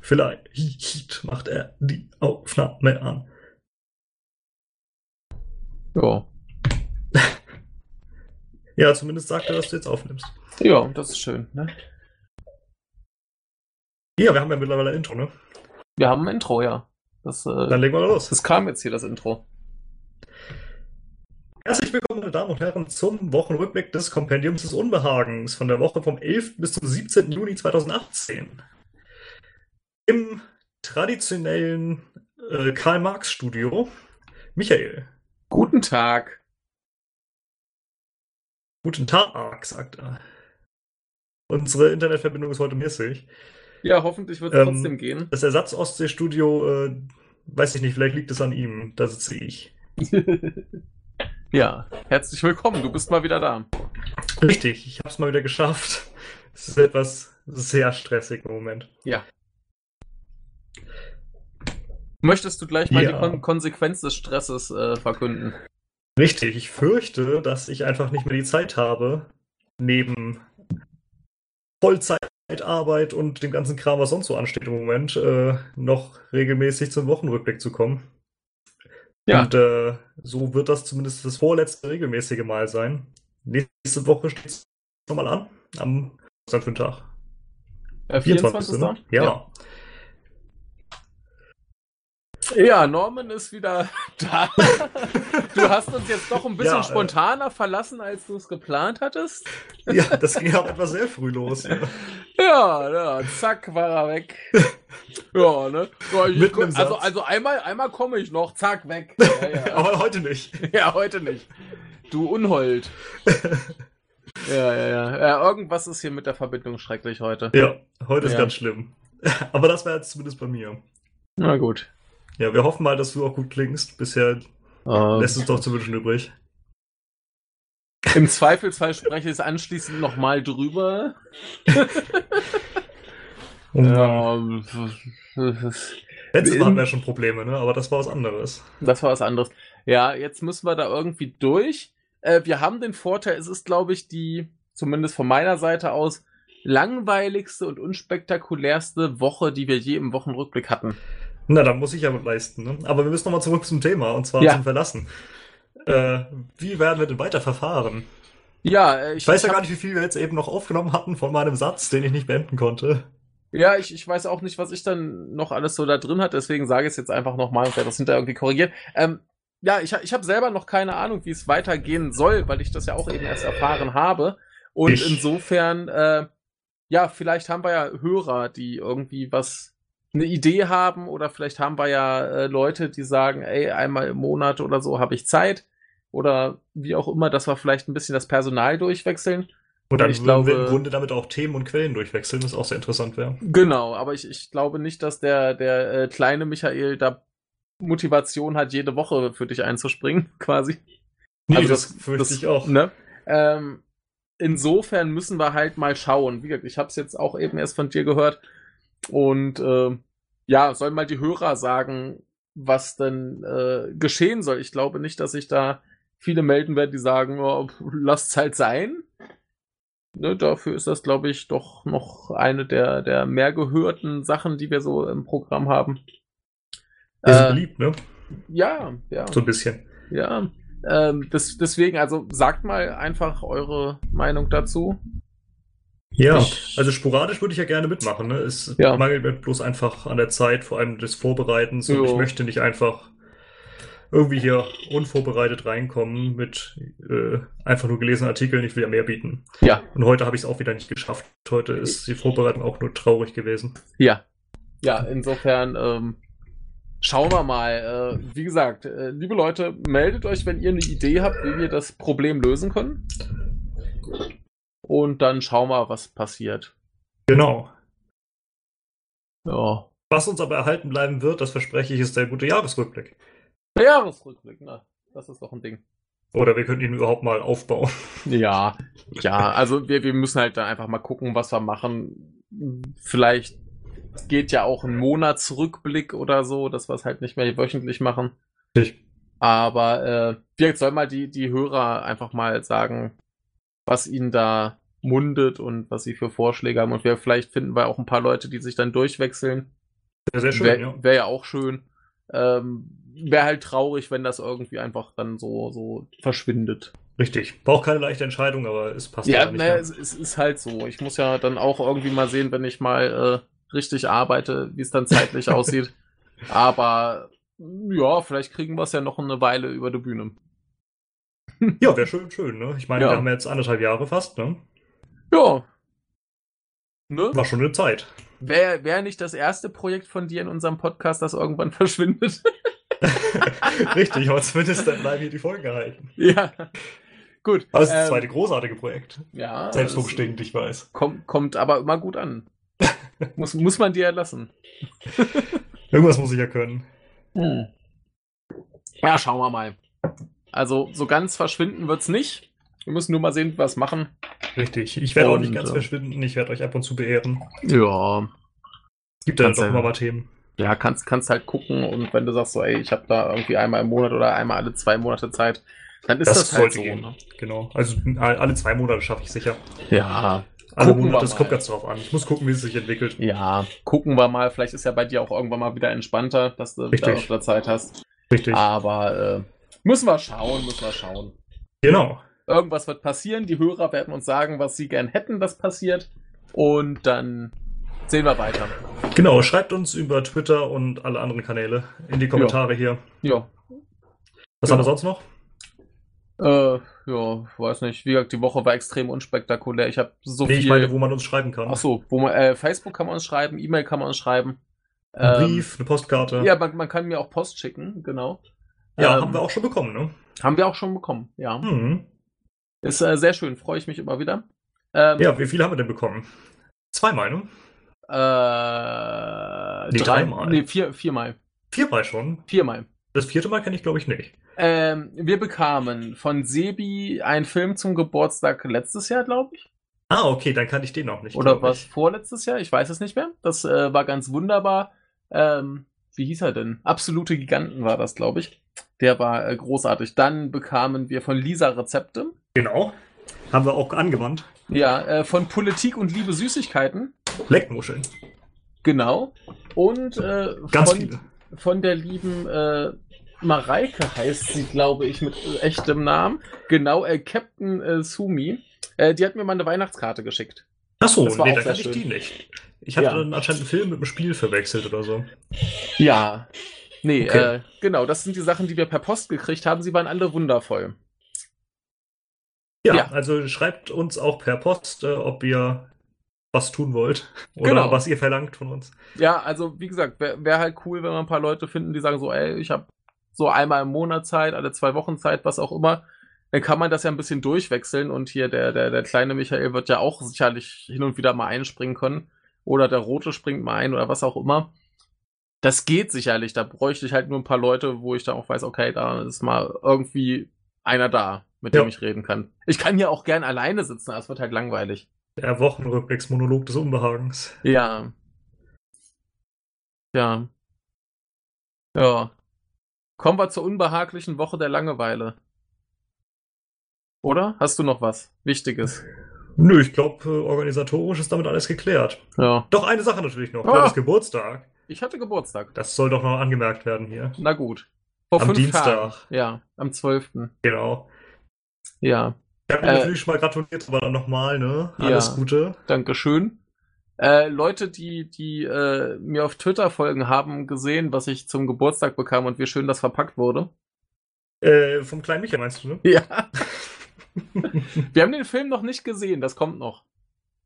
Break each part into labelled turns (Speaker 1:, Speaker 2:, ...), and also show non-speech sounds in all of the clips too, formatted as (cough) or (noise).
Speaker 1: Vielleicht macht er die Aufnahme an.
Speaker 2: Ja.
Speaker 1: Ja, zumindest sagt er, dass du jetzt aufnimmst.
Speaker 2: Ja, das ist schön, ne?
Speaker 1: Ja, wir haben ja mittlerweile ein Intro, ne?
Speaker 2: Wir haben ein Intro, ja. Das, äh,
Speaker 1: Dann legen wir los.
Speaker 2: das kam jetzt hier, das Intro.
Speaker 1: Herzlich willkommen, meine Damen und Herren, zum Wochenrückblick des Kompendiums des Unbehagens von der Woche vom 11. bis zum 17. Juni 2018. Im traditionellen äh, Karl-Marx-Studio. Michael,
Speaker 2: Guten Tag.
Speaker 1: guten Tag, sagt er. Unsere Internetverbindung ist heute mäßig.
Speaker 2: Ja, hoffentlich wird es
Speaker 1: Ähm,
Speaker 2: trotzdem gehen.
Speaker 1: Das Ersatz-Ostsee-Studio, äh, weiß ich nicht, vielleicht liegt es an ihm. Da sitze ich.
Speaker 2: ja, herzlich willkommen, du bist mal wieder da.
Speaker 1: Richtig, ich habe es mal wieder geschafft. Es ist etwas sehr stressig im Moment.
Speaker 2: Möchtest du gleich mal
Speaker 1: Ja.
Speaker 2: die Kon Konsequenz des Stresses äh, verkünden?
Speaker 1: Richtig, ich fürchte, dass ich einfach nicht mehr die Zeit habe, neben Vollzeitarbeit und dem ganzen Kram, was sonst so ansteht im Moment, äh, noch regelmäßig zum Wochenrückblick zu kommen.
Speaker 2: Ja.
Speaker 1: Und äh, so wird das zumindest das vorletzte regelmäßige Mal sein. Nächste Woche steht es nochmal an, am was ist das für ein Tag.
Speaker 2: Äh,
Speaker 1: 24. Ne?
Speaker 2: Ja.
Speaker 1: Ja.
Speaker 2: ja, Norman ist wieder (laughs) da. du hast uns jetzt doch ein bisschen
Speaker 1: Ja, äh,
Speaker 2: spontaner verlassen, als du es geplant hattest.
Speaker 1: ja. das ging auch etwas sehr früh los.
Speaker 2: Ja, ja, zack, war er
Speaker 1: (laughs)
Speaker 2: weg. Ja, ne? Ja, ich,
Speaker 1: Mitten im
Speaker 2: also,
Speaker 1: Satz.
Speaker 2: also einmal, einmal komme ich noch, zack,
Speaker 1: (laughs)
Speaker 2: weg. Ja, ja. (laughs)
Speaker 1: Aber heute nicht.
Speaker 2: ja, heute nicht. Du Unhold.
Speaker 1: (laughs)
Speaker 2: Ja, ja, ja, ja. Irgendwas ist hier mit der Verbindung schrecklich heute.
Speaker 1: Ja, heute ist
Speaker 2: Ja.
Speaker 1: ganz schlimm. Aber das war jetzt zumindest bei mir.
Speaker 2: Na gut.
Speaker 1: Ja, wir hoffen mal, dass du auch gut klingst. Bisher
Speaker 2: Ähm,
Speaker 1: lässt es doch zu wünschen übrig.
Speaker 2: (laughs) Im Zweifelsfall spreche ich es anschließend nochmal drüber.
Speaker 1: Genau.
Speaker 2: Ähm, (laughs)
Speaker 1: Letztes Mal
Speaker 2: in-
Speaker 1: hatten wir ja schon Probleme, ne? Aber das war was anderes.
Speaker 2: Das war was anderes. Ja, jetzt müssen wir da irgendwie durch. Äh, wir haben den Vorteil, es ist, glaube ich, die, zumindest von meiner Seite aus, langweiligste und unspektakulärste Woche, die wir je im Wochenrückblick hatten.
Speaker 1: Na, dann muss ich ja mit leisten, ne? Aber wir müssen nochmal zurück zum Thema und zwar
Speaker 2: Ja.
Speaker 1: zum Verlassen. Äh, wie werden wir denn weiter verfahren?
Speaker 2: Ja, äh, ich,
Speaker 1: Ich weiß ja
Speaker 2: ich
Speaker 1: gar nicht, wie viel wir jetzt eben noch aufgenommen hatten von meinem Satz, den ich nicht beenden konnte.
Speaker 2: Ja, ich, ich weiß auch nicht, was ich dann noch alles so da drin hatte, deswegen sage ich es jetzt einfach nochmal und werde das hinterher irgendwie korrigieren. Ähm, ja, ich, ha- ich habe selber noch keine Ahnung, wie es weitergehen soll, weil ich das ja auch eben erst erfahren habe. Und
Speaker 1: Ich-
Speaker 2: insofern, äh, ja, vielleicht haben wir ja Hörer, die irgendwie was, eine Idee haben oder vielleicht haben wir ja äh, Leute, die sagen, ey, einmal im Monat oder so habe ich Zeit oder wie auch immer, dass wir vielleicht ein bisschen das Personal durchwechseln.
Speaker 1: Und dann
Speaker 2: Ich
Speaker 1: würden wir
Speaker 2: glaube-
Speaker 1: im Grunde damit auch Themen und Quellen durchwechseln, was auch sehr interessant wäre.
Speaker 2: Genau, aber ich, ich glaube nicht, dass der, der äh, kleine Michael da Motivation hat, jede Woche für dich einzuspringen, (laughs) quasi.
Speaker 1: Nee,
Speaker 2: Also
Speaker 1: das,
Speaker 2: das-
Speaker 1: fürchte
Speaker 2: das-
Speaker 1: ich auch.
Speaker 2: Ne? Ähm, insofern müssen wir halt mal schauen. Wie gesagt, ich habe es jetzt auch eben erst von dir gehört. Und äh, ja, sollen mal die Hörer sagen, was denn äh, geschehen soll. Ich glaube nicht, dass sich da viele melden werden, die sagen, oh, (laughs) pf, lasst's halt sein. Ne, dafür ist das, glaube ich, doch noch eine der, der mehr gehörten Sachen, die wir so im Programm haben.
Speaker 1: Wir sind
Speaker 2: Äh,
Speaker 1: beliebt, ne?
Speaker 2: ja, ja.
Speaker 1: So ein bisschen.
Speaker 2: Ja, ähm, das, deswegen, also sagt mal einfach eure Meinung dazu.
Speaker 1: Ja,
Speaker 2: Ich-
Speaker 1: also sporadisch würde ich ja gerne mitmachen. Ne? Es
Speaker 2: Ja.
Speaker 1: mangelt mir bloß einfach an der Zeit, vor allem des Vorbereitens. Und
Speaker 2: Jo.
Speaker 1: ich möchte nicht einfach irgendwie hier unvorbereitet reinkommen mit äh, einfach nur gelesenen Artikeln. Ich will ja mehr bieten.
Speaker 2: Ja.
Speaker 1: Und heute habe ich es auch wieder nicht geschafft. Heute ist die Vorbereitung auch nur traurig gewesen.
Speaker 2: Ja. Ja, insofern ähm, schauen wir mal. Äh, wie gesagt, äh, liebe Leute, meldet euch, wenn ihr eine Idee habt, wie wir das Problem lösen können. Und dann schauen wir, was passiert.
Speaker 1: Genau.
Speaker 2: Ja.
Speaker 1: Was uns aber erhalten bleiben wird, das verspreche ich, ist der gute Jahresrückblick.
Speaker 2: Der Jahresrückblick, na, das ist doch ein Ding.
Speaker 1: Oder wir könnten ihn überhaupt mal aufbauen.
Speaker 2: Ja, ja, also wir, wir müssen halt dann einfach mal gucken, was wir machen. Vielleicht geht ja auch ein Monatsrückblick oder so, dass wir es halt nicht mehr wöchentlich machen.
Speaker 1: Richtig.
Speaker 2: Aber äh, wir sollen mal die, die Hörer einfach mal sagen, was ihnen da mundet und was sie für Vorschläge haben. Und wir, vielleicht finden wir auch ein paar Leute, die sich dann durchwechseln.
Speaker 1: Sehr, sehr schön,
Speaker 2: Wäre
Speaker 1: ja.
Speaker 2: wär ja auch schön. Ähm, Wäre halt traurig, wenn das irgendwie einfach dann so, so verschwindet.
Speaker 1: Richtig. War auch keine leichte Entscheidung, aber es passt ne?
Speaker 2: ja,
Speaker 1: leider
Speaker 2: naja,
Speaker 1: nicht
Speaker 2: es, es ist halt so. Ich muss ja dann auch irgendwie mal sehen, wenn ich mal äh, richtig arbeite, wie es dann
Speaker 1: (laughs)
Speaker 2: zeitlich aussieht. Aber ja, vielleicht kriegen wir es ja noch eine Weile über die Bühne.
Speaker 1: mehr. Ja, wäre schön, schön, ne? Ich meine,
Speaker 2: Ja.
Speaker 1: wir haben jetzt anderthalb Jahre fast, ne?
Speaker 2: Ja. Ne?
Speaker 1: War schon eine Zeit.
Speaker 2: (laughs) Wäre wär nicht das erste Projekt von dir in unserem Podcast, das irgendwann (laughs) verschwindet?
Speaker 1: Richtig, aber zumindest dann bleiben hier die Folgen erhalten.
Speaker 2: ja. Gut.
Speaker 1: Aber es ist das
Speaker 2: ähm,
Speaker 1: zweite großartige Projekt.
Speaker 2: Ja.
Speaker 1: Selbstlob
Speaker 2: es
Speaker 1: stinkend, ich weiß.
Speaker 2: Kommt, kommt aber immer gut
Speaker 1: (laughs)
Speaker 2: an. muss, muss man dir ja lassen.
Speaker 1: Irgendwas muss ich ja können.
Speaker 2: Hm. Ja, schauen wir mal. Also, so ganz verschwinden wird's nicht. Wir müssen nur mal sehen, wie wir es machen.
Speaker 1: Richtig. Ich werde auch nicht
Speaker 2: Und,
Speaker 1: ganz
Speaker 2: äh,
Speaker 1: verschwinden, ich werde euch ab und zu beehren.
Speaker 2: Ja.
Speaker 1: Es gibt dann
Speaker 2: Kannst
Speaker 1: doch
Speaker 2: ja-
Speaker 1: immer mal Themen.
Speaker 2: Ja, kannst, kannst halt gucken und wenn du sagst, so, ey, ich habe da irgendwie einmal im Monat oder einmal alle zwei Monate Zeit, dann ist das,
Speaker 1: Das
Speaker 2: halt
Speaker 1: sollte
Speaker 2: so.
Speaker 1: gehen.
Speaker 2: Ne?
Speaker 1: Genau. Also a- alle zwei Monate schaffe ich sicher.
Speaker 2: Ja,
Speaker 1: Alle
Speaker 2: Gucken wir
Speaker 1: Monate, das
Speaker 2: mal.
Speaker 1: kommt ganz drauf an. Ich muss gucken, wie es sich entwickelt.
Speaker 2: ja, gucken wir mal. Vielleicht ist ja bei dir auch irgendwann mal wieder entspannter, dass du
Speaker 1: Richtig.
Speaker 2: da auch wieder Zeit hast.
Speaker 1: Richtig.
Speaker 2: Aber äh, müssen wir schauen, müssen wir schauen.
Speaker 1: Genau.
Speaker 2: Irgendwas wird passieren. Die Hörer werden uns sagen, was sie gern hätten, das passiert. Und dann sehen wir weiter.
Speaker 1: Genau. Schreibt uns über Twitter und alle anderen Kanäle in die Kommentare hier.
Speaker 2: Ja, Ja.
Speaker 1: Was haben wir sonst noch?
Speaker 2: äh, ja, weiß nicht. Wie gesagt, die Woche war extrem unspektakulär. Ich habe so
Speaker 1: Nee,
Speaker 2: viel.
Speaker 1: ich meine, wo man uns schreiben kann.
Speaker 2: Ach so, wo man, äh, Facebook kann man uns schreiben, E-Mail kann man uns schreiben.
Speaker 1: Ein
Speaker 2: Ähm,
Speaker 1: Brief, eine Postkarte.
Speaker 2: Ja, man, man kann mir auch Post schicken, genau.
Speaker 1: Ja,
Speaker 2: ähm,
Speaker 1: haben wir auch schon bekommen, ne?
Speaker 2: Haben wir auch schon bekommen, ja.
Speaker 1: Mhm.
Speaker 2: Ist äh, sehr schön, freue ich mich immer wieder. Ähm,
Speaker 1: Ja, wie viele haben wir denn bekommen? Zweimal, ne?
Speaker 2: Äh,
Speaker 1: Nee,
Speaker 2: drei,
Speaker 1: dreimal.
Speaker 2: Nee, vier, viermal.
Speaker 1: Viermal schon.
Speaker 2: Viermal.
Speaker 1: Das vierte Mal kenne ich, glaube ich, nicht.
Speaker 2: Ähm, wir bekamen von Sebi einen Film zum Geburtstag letztes Jahr, glaube ich.
Speaker 1: Ah, okay, dann kann ich den auch nicht.
Speaker 2: Oder
Speaker 1: glaub
Speaker 2: was
Speaker 1: Ich.
Speaker 2: vorletztes Jahr? Ich weiß es nicht mehr. Das äh, war ganz wunderbar. Ähm, wie hieß er denn? Absolute Giganten war das, glaube ich. Der war äh, großartig. Dann bekamen wir von Lisa Rezepte.
Speaker 1: Genau. Haben wir auch angewandt.
Speaker 2: Ja, äh, von Politik und Liebe Süßigkeiten.
Speaker 1: Leckmuscheln.
Speaker 2: Genau. Und äh,
Speaker 1: Ganz
Speaker 2: von,
Speaker 1: viele.
Speaker 2: von der lieben äh, Mareike heißt sie, glaube ich, mit echtem Namen. Genau, äh, Captain äh, Sumi. Äh, die hat mir mal eine Weihnachtskarte geschickt.
Speaker 1: Achso,
Speaker 2: Das war
Speaker 1: nee,
Speaker 2: auch
Speaker 1: da
Speaker 2: sehr
Speaker 1: kann ich
Speaker 2: schön.
Speaker 1: die nicht. Ich hatte
Speaker 2: Ja.
Speaker 1: dann anscheinend einen Film mit einem Spiel verwechselt oder so.
Speaker 2: Ja. Nee,
Speaker 1: Okay.
Speaker 2: äh, genau, das sind die Sachen, die wir per Post gekriegt haben. Sie waren alle wundervoll.
Speaker 1: Ja,
Speaker 2: Ja.
Speaker 1: also schreibt uns auch per Post, äh, ob ihr was tun wollt oder
Speaker 2: Genau.
Speaker 1: was ihr verlangt von uns.
Speaker 2: Ja, also wie gesagt, wäre wär halt cool, wenn wir ein paar Leute finden, die sagen so, ey, ich habe so einmal im Monat Zeit, alle zwei Wochen Zeit, was auch immer. Dann kann man das ja ein bisschen durchwechseln und hier der, der, der kleine Michael wird ja auch sicherlich hin und wieder mal einspringen können. Oder der Rote springt mal ein oder was auch immer. Das geht sicherlich. Da bräuchte ich halt nur ein paar Leute, wo ich dann auch weiß, okay, da ist mal irgendwie einer da, mit dem
Speaker 1: Ja.
Speaker 2: ich reden kann. Ich kann ja auch gern alleine sitzen, aber es wird halt langweilig.
Speaker 1: Der Wochenrückblicksmonolog des Unbehagens.
Speaker 2: Ja. Ja. Ja. Kommen wir zur unbehaglichen Woche der Langeweile. Oder? Hast du noch was
Speaker 1: (laughs)
Speaker 2: Wichtiges?
Speaker 1: Nö, ich glaube, äh, organisatorisch ist damit alles geklärt.
Speaker 2: Ja.
Speaker 1: Doch eine Sache natürlich noch.
Speaker 2: Ah.
Speaker 1: Claudius Geburtstag.
Speaker 2: Ich hatte Geburtstag.
Speaker 1: Das soll doch noch angemerkt werden hier.
Speaker 2: Na gut. Vor
Speaker 1: Am
Speaker 2: fünf
Speaker 1: Dienstag.
Speaker 2: Tagen. Ja, am 12.
Speaker 1: Genau.
Speaker 2: Ja,
Speaker 1: Ich habe
Speaker 2: Äh,
Speaker 1: natürlich schon mal gratuliert, aber dann nochmal, ne?
Speaker 2: Ja.
Speaker 1: Alles Gute.
Speaker 2: Dankeschön. Äh, Leute, die, die äh, mir auf Twitter folgen, haben gesehen, was ich zum Geburtstag bekam und wie schön das verpackt wurde. (laughs)
Speaker 1: Äh, vom kleinen Michael meinst du, ne? (laughs)
Speaker 2: Ja. Wir haben den Film noch nicht gesehen, das kommt noch.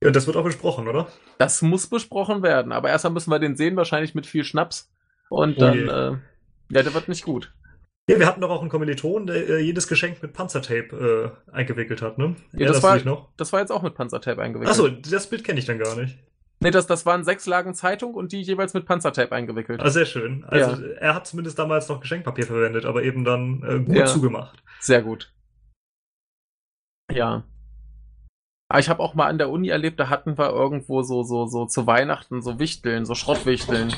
Speaker 1: Ja, das wird auch besprochen, oder?
Speaker 2: Das muss besprochen werden, aber erstmal müssen wir den sehen, wahrscheinlich mit viel Schnaps. Und
Speaker 1: Oh
Speaker 2: dann,
Speaker 1: je.
Speaker 2: äh, ja, der wird nicht gut.
Speaker 1: Ja, wir hatten doch auch einen Kommiliton, der äh, jedes Geschenk mit Panzertape äh, eingewickelt hat, ne?
Speaker 2: Ja,
Speaker 1: Erinnerst
Speaker 2: das war-
Speaker 1: du dich noch?
Speaker 2: Das war jetzt auch mit Panzertape eingewickelt.
Speaker 1: Achso, das Bild kenne ich dann gar nicht.
Speaker 2: Nee, das, das waren sechs Lagen Zeitung und die jeweils mit Panzertape eingewickelt.
Speaker 1: Ah, sehr schön. Also er hat zumindest damals noch Geschenkpapier verwendet, aber eben dann äh, gut
Speaker 2: Ja.
Speaker 1: zugemacht.
Speaker 2: Sehr gut. Ja. Aber ich habe auch mal an der Uni erlebt, da hatten wir irgendwo so, so, so zu Weihnachten so Wichteln, so Schrottwichteln.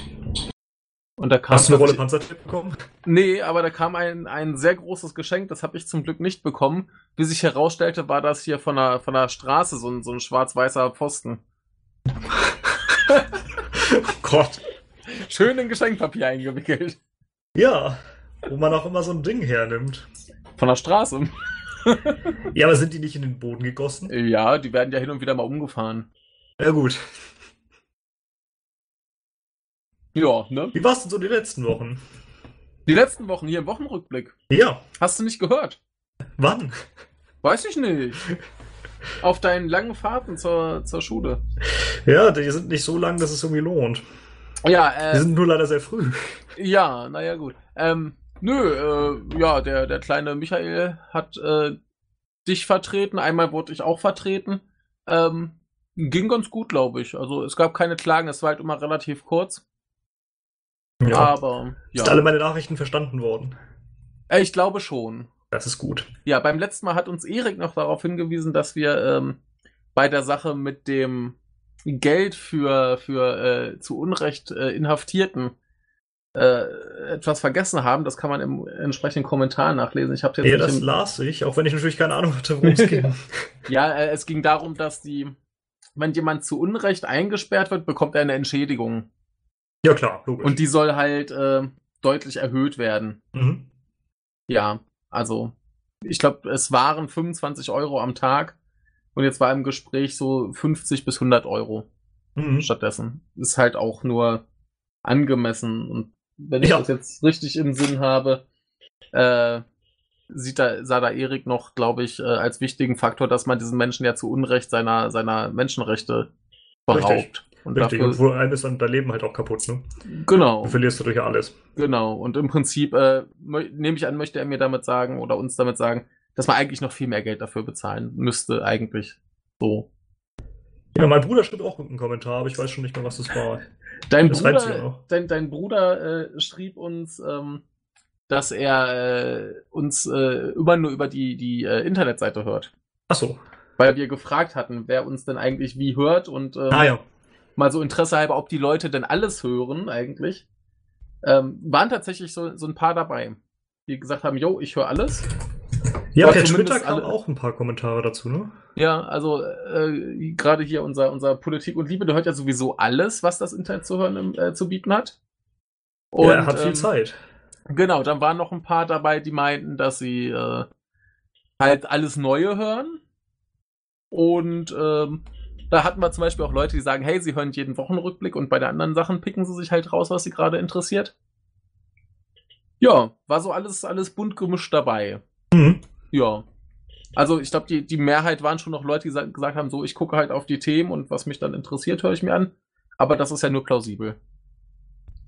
Speaker 2: Und da kam
Speaker 1: Hast du eine Rolle
Speaker 2: plötzlich-
Speaker 1: Panzertape bekommen? (laughs)
Speaker 2: Nee, aber da kam ein, ein sehr großes Geschenk, das habe ich zum Glück nicht bekommen. Wie sich herausstellte, war das hier von der, von der Straße so ein, so ein schwarz-weißer Pfosten.
Speaker 1: Gott.
Speaker 2: Schön in Geschenkpapier eingewickelt.
Speaker 1: Ja, wo man auch immer so ein Ding hernimmt.
Speaker 2: Von der Straße. (laughs)
Speaker 1: Ja, aber sind die nicht in den Boden gegossen?
Speaker 2: Ja, die werden ja hin und wieder mal umgefahren.
Speaker 1: Ja, gut.
Speaker 2: Ja, ne?
Speaker 1: Wie war's denn so die letzten Wochen?
Speaker 2: Die letzten Wochen hier im Wochenrückblick.
Speaker 1: Ja,
Speaker 2: Hast du nicht gehört?
Speaker 1: wann?
Speaker 2: Weiß ich nicht. Auf deinen langen Fahrten zur, zur Schule.
Speaker 1: Ja, die sind nicht so lang, dass es irgendwie lohnt.
Speaker 2: Ja,
Speaker 1: Die
Speaker 2: äh,
Speaker 1: sind nur leider sehr früh.
Speaker 2: Ja, naja, gut. Ähm, nö, äh, ja, der, der kleine Michael hat äh, dich vertreten. Einmal wurde ich auch vertreten. Ähm, ging ganz gut, glaube ich. Also es gab keine Klagen, es war halt immer relativ kurz.
Speaker 1: Ja.
Speaker 2: Aber
Speaker 1: Ist alle
Speaker 2: Ah, ja,
Speaker 1: meine Nachrichten verstanden worden?
Speaker 2: Äh, ich glaube schon.
Speaker 1: Das ist gut.
Speaker 2: Ja, beim letzten Mal hat uns Erik noch darauf hingewiesen, dass wir ähm, bei der Sache mit dem Geld für, für äh, zu Unrecht äh, Inhaftierten äh, etwas vergessen haben. Das kann man im entsprechenden Kommentar nachlesen. Ich habe jetzt
Speaker 1: Ja,
Speaker 2: nicht
Speaker 1: das
Speaker 2: im-
Speaker 1: las ich, auch wenn ich natürlich keine Ahnung hatte, worum
Speaker 2: (laughs)
Speaker 1: es ging.
Speaker 2: Ja, äh, es ging darum, dass die, wenn jemand zu Unrecht eingesperrt wird, bekommt er eine Entschädigung.
Speaker 1: Ja, klar, logisch.
Speaker 2: Und die soll halt äh, deutlich erhöht werden.
Speaker 1: mhm.
Speaker 2: Ja, also ich glaube, es waren 25 Euro am Tag und jetzt war im Gespräch so 50 bis 100 Euro
Speaker 1: Mhm.
Speaker 2: stattdessen. Ist halt auch nur angemessen und wenn ich
Speaker 1: Ja.
Speaker 2: das jetzt richtig im Sinn habe, äh, sieht da, sah da Erik noch, glaube ich, äh, als wichtigen Faktor, dass man diesen Menschen ja zu Unrecht seiner, seiner Menschenrechte beraubt.
Speaker 1: Richtig.
Speaker 2: Und
Speaker 1: Richtig, und
Speaker 2: dafür,
Speaker 1: wo einem ist dann dein Leben halt auch kaputt, ne?
Speaker 2: genau,
Speaker 1: Du verlierst dadurch ja alles.
Speaker 2: genau. Und im Prinzip, äh, mö- nehme ich an, möchte er mir damit sagen oder uns damit sagen, dass man eigentlich noch viel mehr Geld dafür bezahlen müsste, eigentlich. So.
Speaker 1: Ja, mein Bruder schrieb auch einen Kommentar, aber ich weiß schon nicht mehr, was das war.
Speaker 2: Dein
Speaker 1: Das reizt mich
Speaker 2: Bruder,
Speaker 1: auch.
Speaker 2: dein, dein Bruder äh, schrieb uns, ähm, dass er äh, uns äh, immer nur über die, die äh, Internetseite hört.
Speaker 1: Ach so.
Speaker 2: Weil wir gefragt hatten, wer uns denn eigentlich wie hört und ähm,
Speaker 1: Ah ja.
Speaker 2: mal so Interesse halber, ob die Leute denn alles hören eigentlich. Ähm, waren tatsächlich so, so ein paar dabei, die gesagt haben, yo, ich höre alles.
Speaker 1: Ja,
Speaker 2: Ja,
Speaker 1: per
Speaker 2: zumindest
Speaker 1: Twitter kamen
Speaker 2: alle-
Speaker 1: auch ein paar Kommentare dazu, ne?
Speaker 2: Ja, also äh, gerade hier unser, unser Politik und Liebe, der hört ja sowieso alles, was das Internet zu hören im- äh, zu bieten hat.
Speaker 1: ja, er hat
Speaker 2: ähm,
Speaker 1: viel Zeit.
Speaker 2: Genau, dann waren noch ein paar dabei, die meinten, dass sie äh, halt alles Neue hören. Und ähm, da hatten wir zum Beispiel auch Leute, die sagen, hey, sie hören jeden Wochenrückblick und bei den anderen Sachen picken sie sich halt raus, was sie gerade interessiert. Ja, war so alles, alles bunt gemischt dabei.
Speaker 1: Mhm.
Speaker 2: Ja. Also ich glaube, die, die Mehrheit waren schon noch Leute, die sa- gesagt haben, so, ich gucke halt auf die Themen und was mich dann interessiert, höre ich mir an. Aber das ist ja nur plausibel.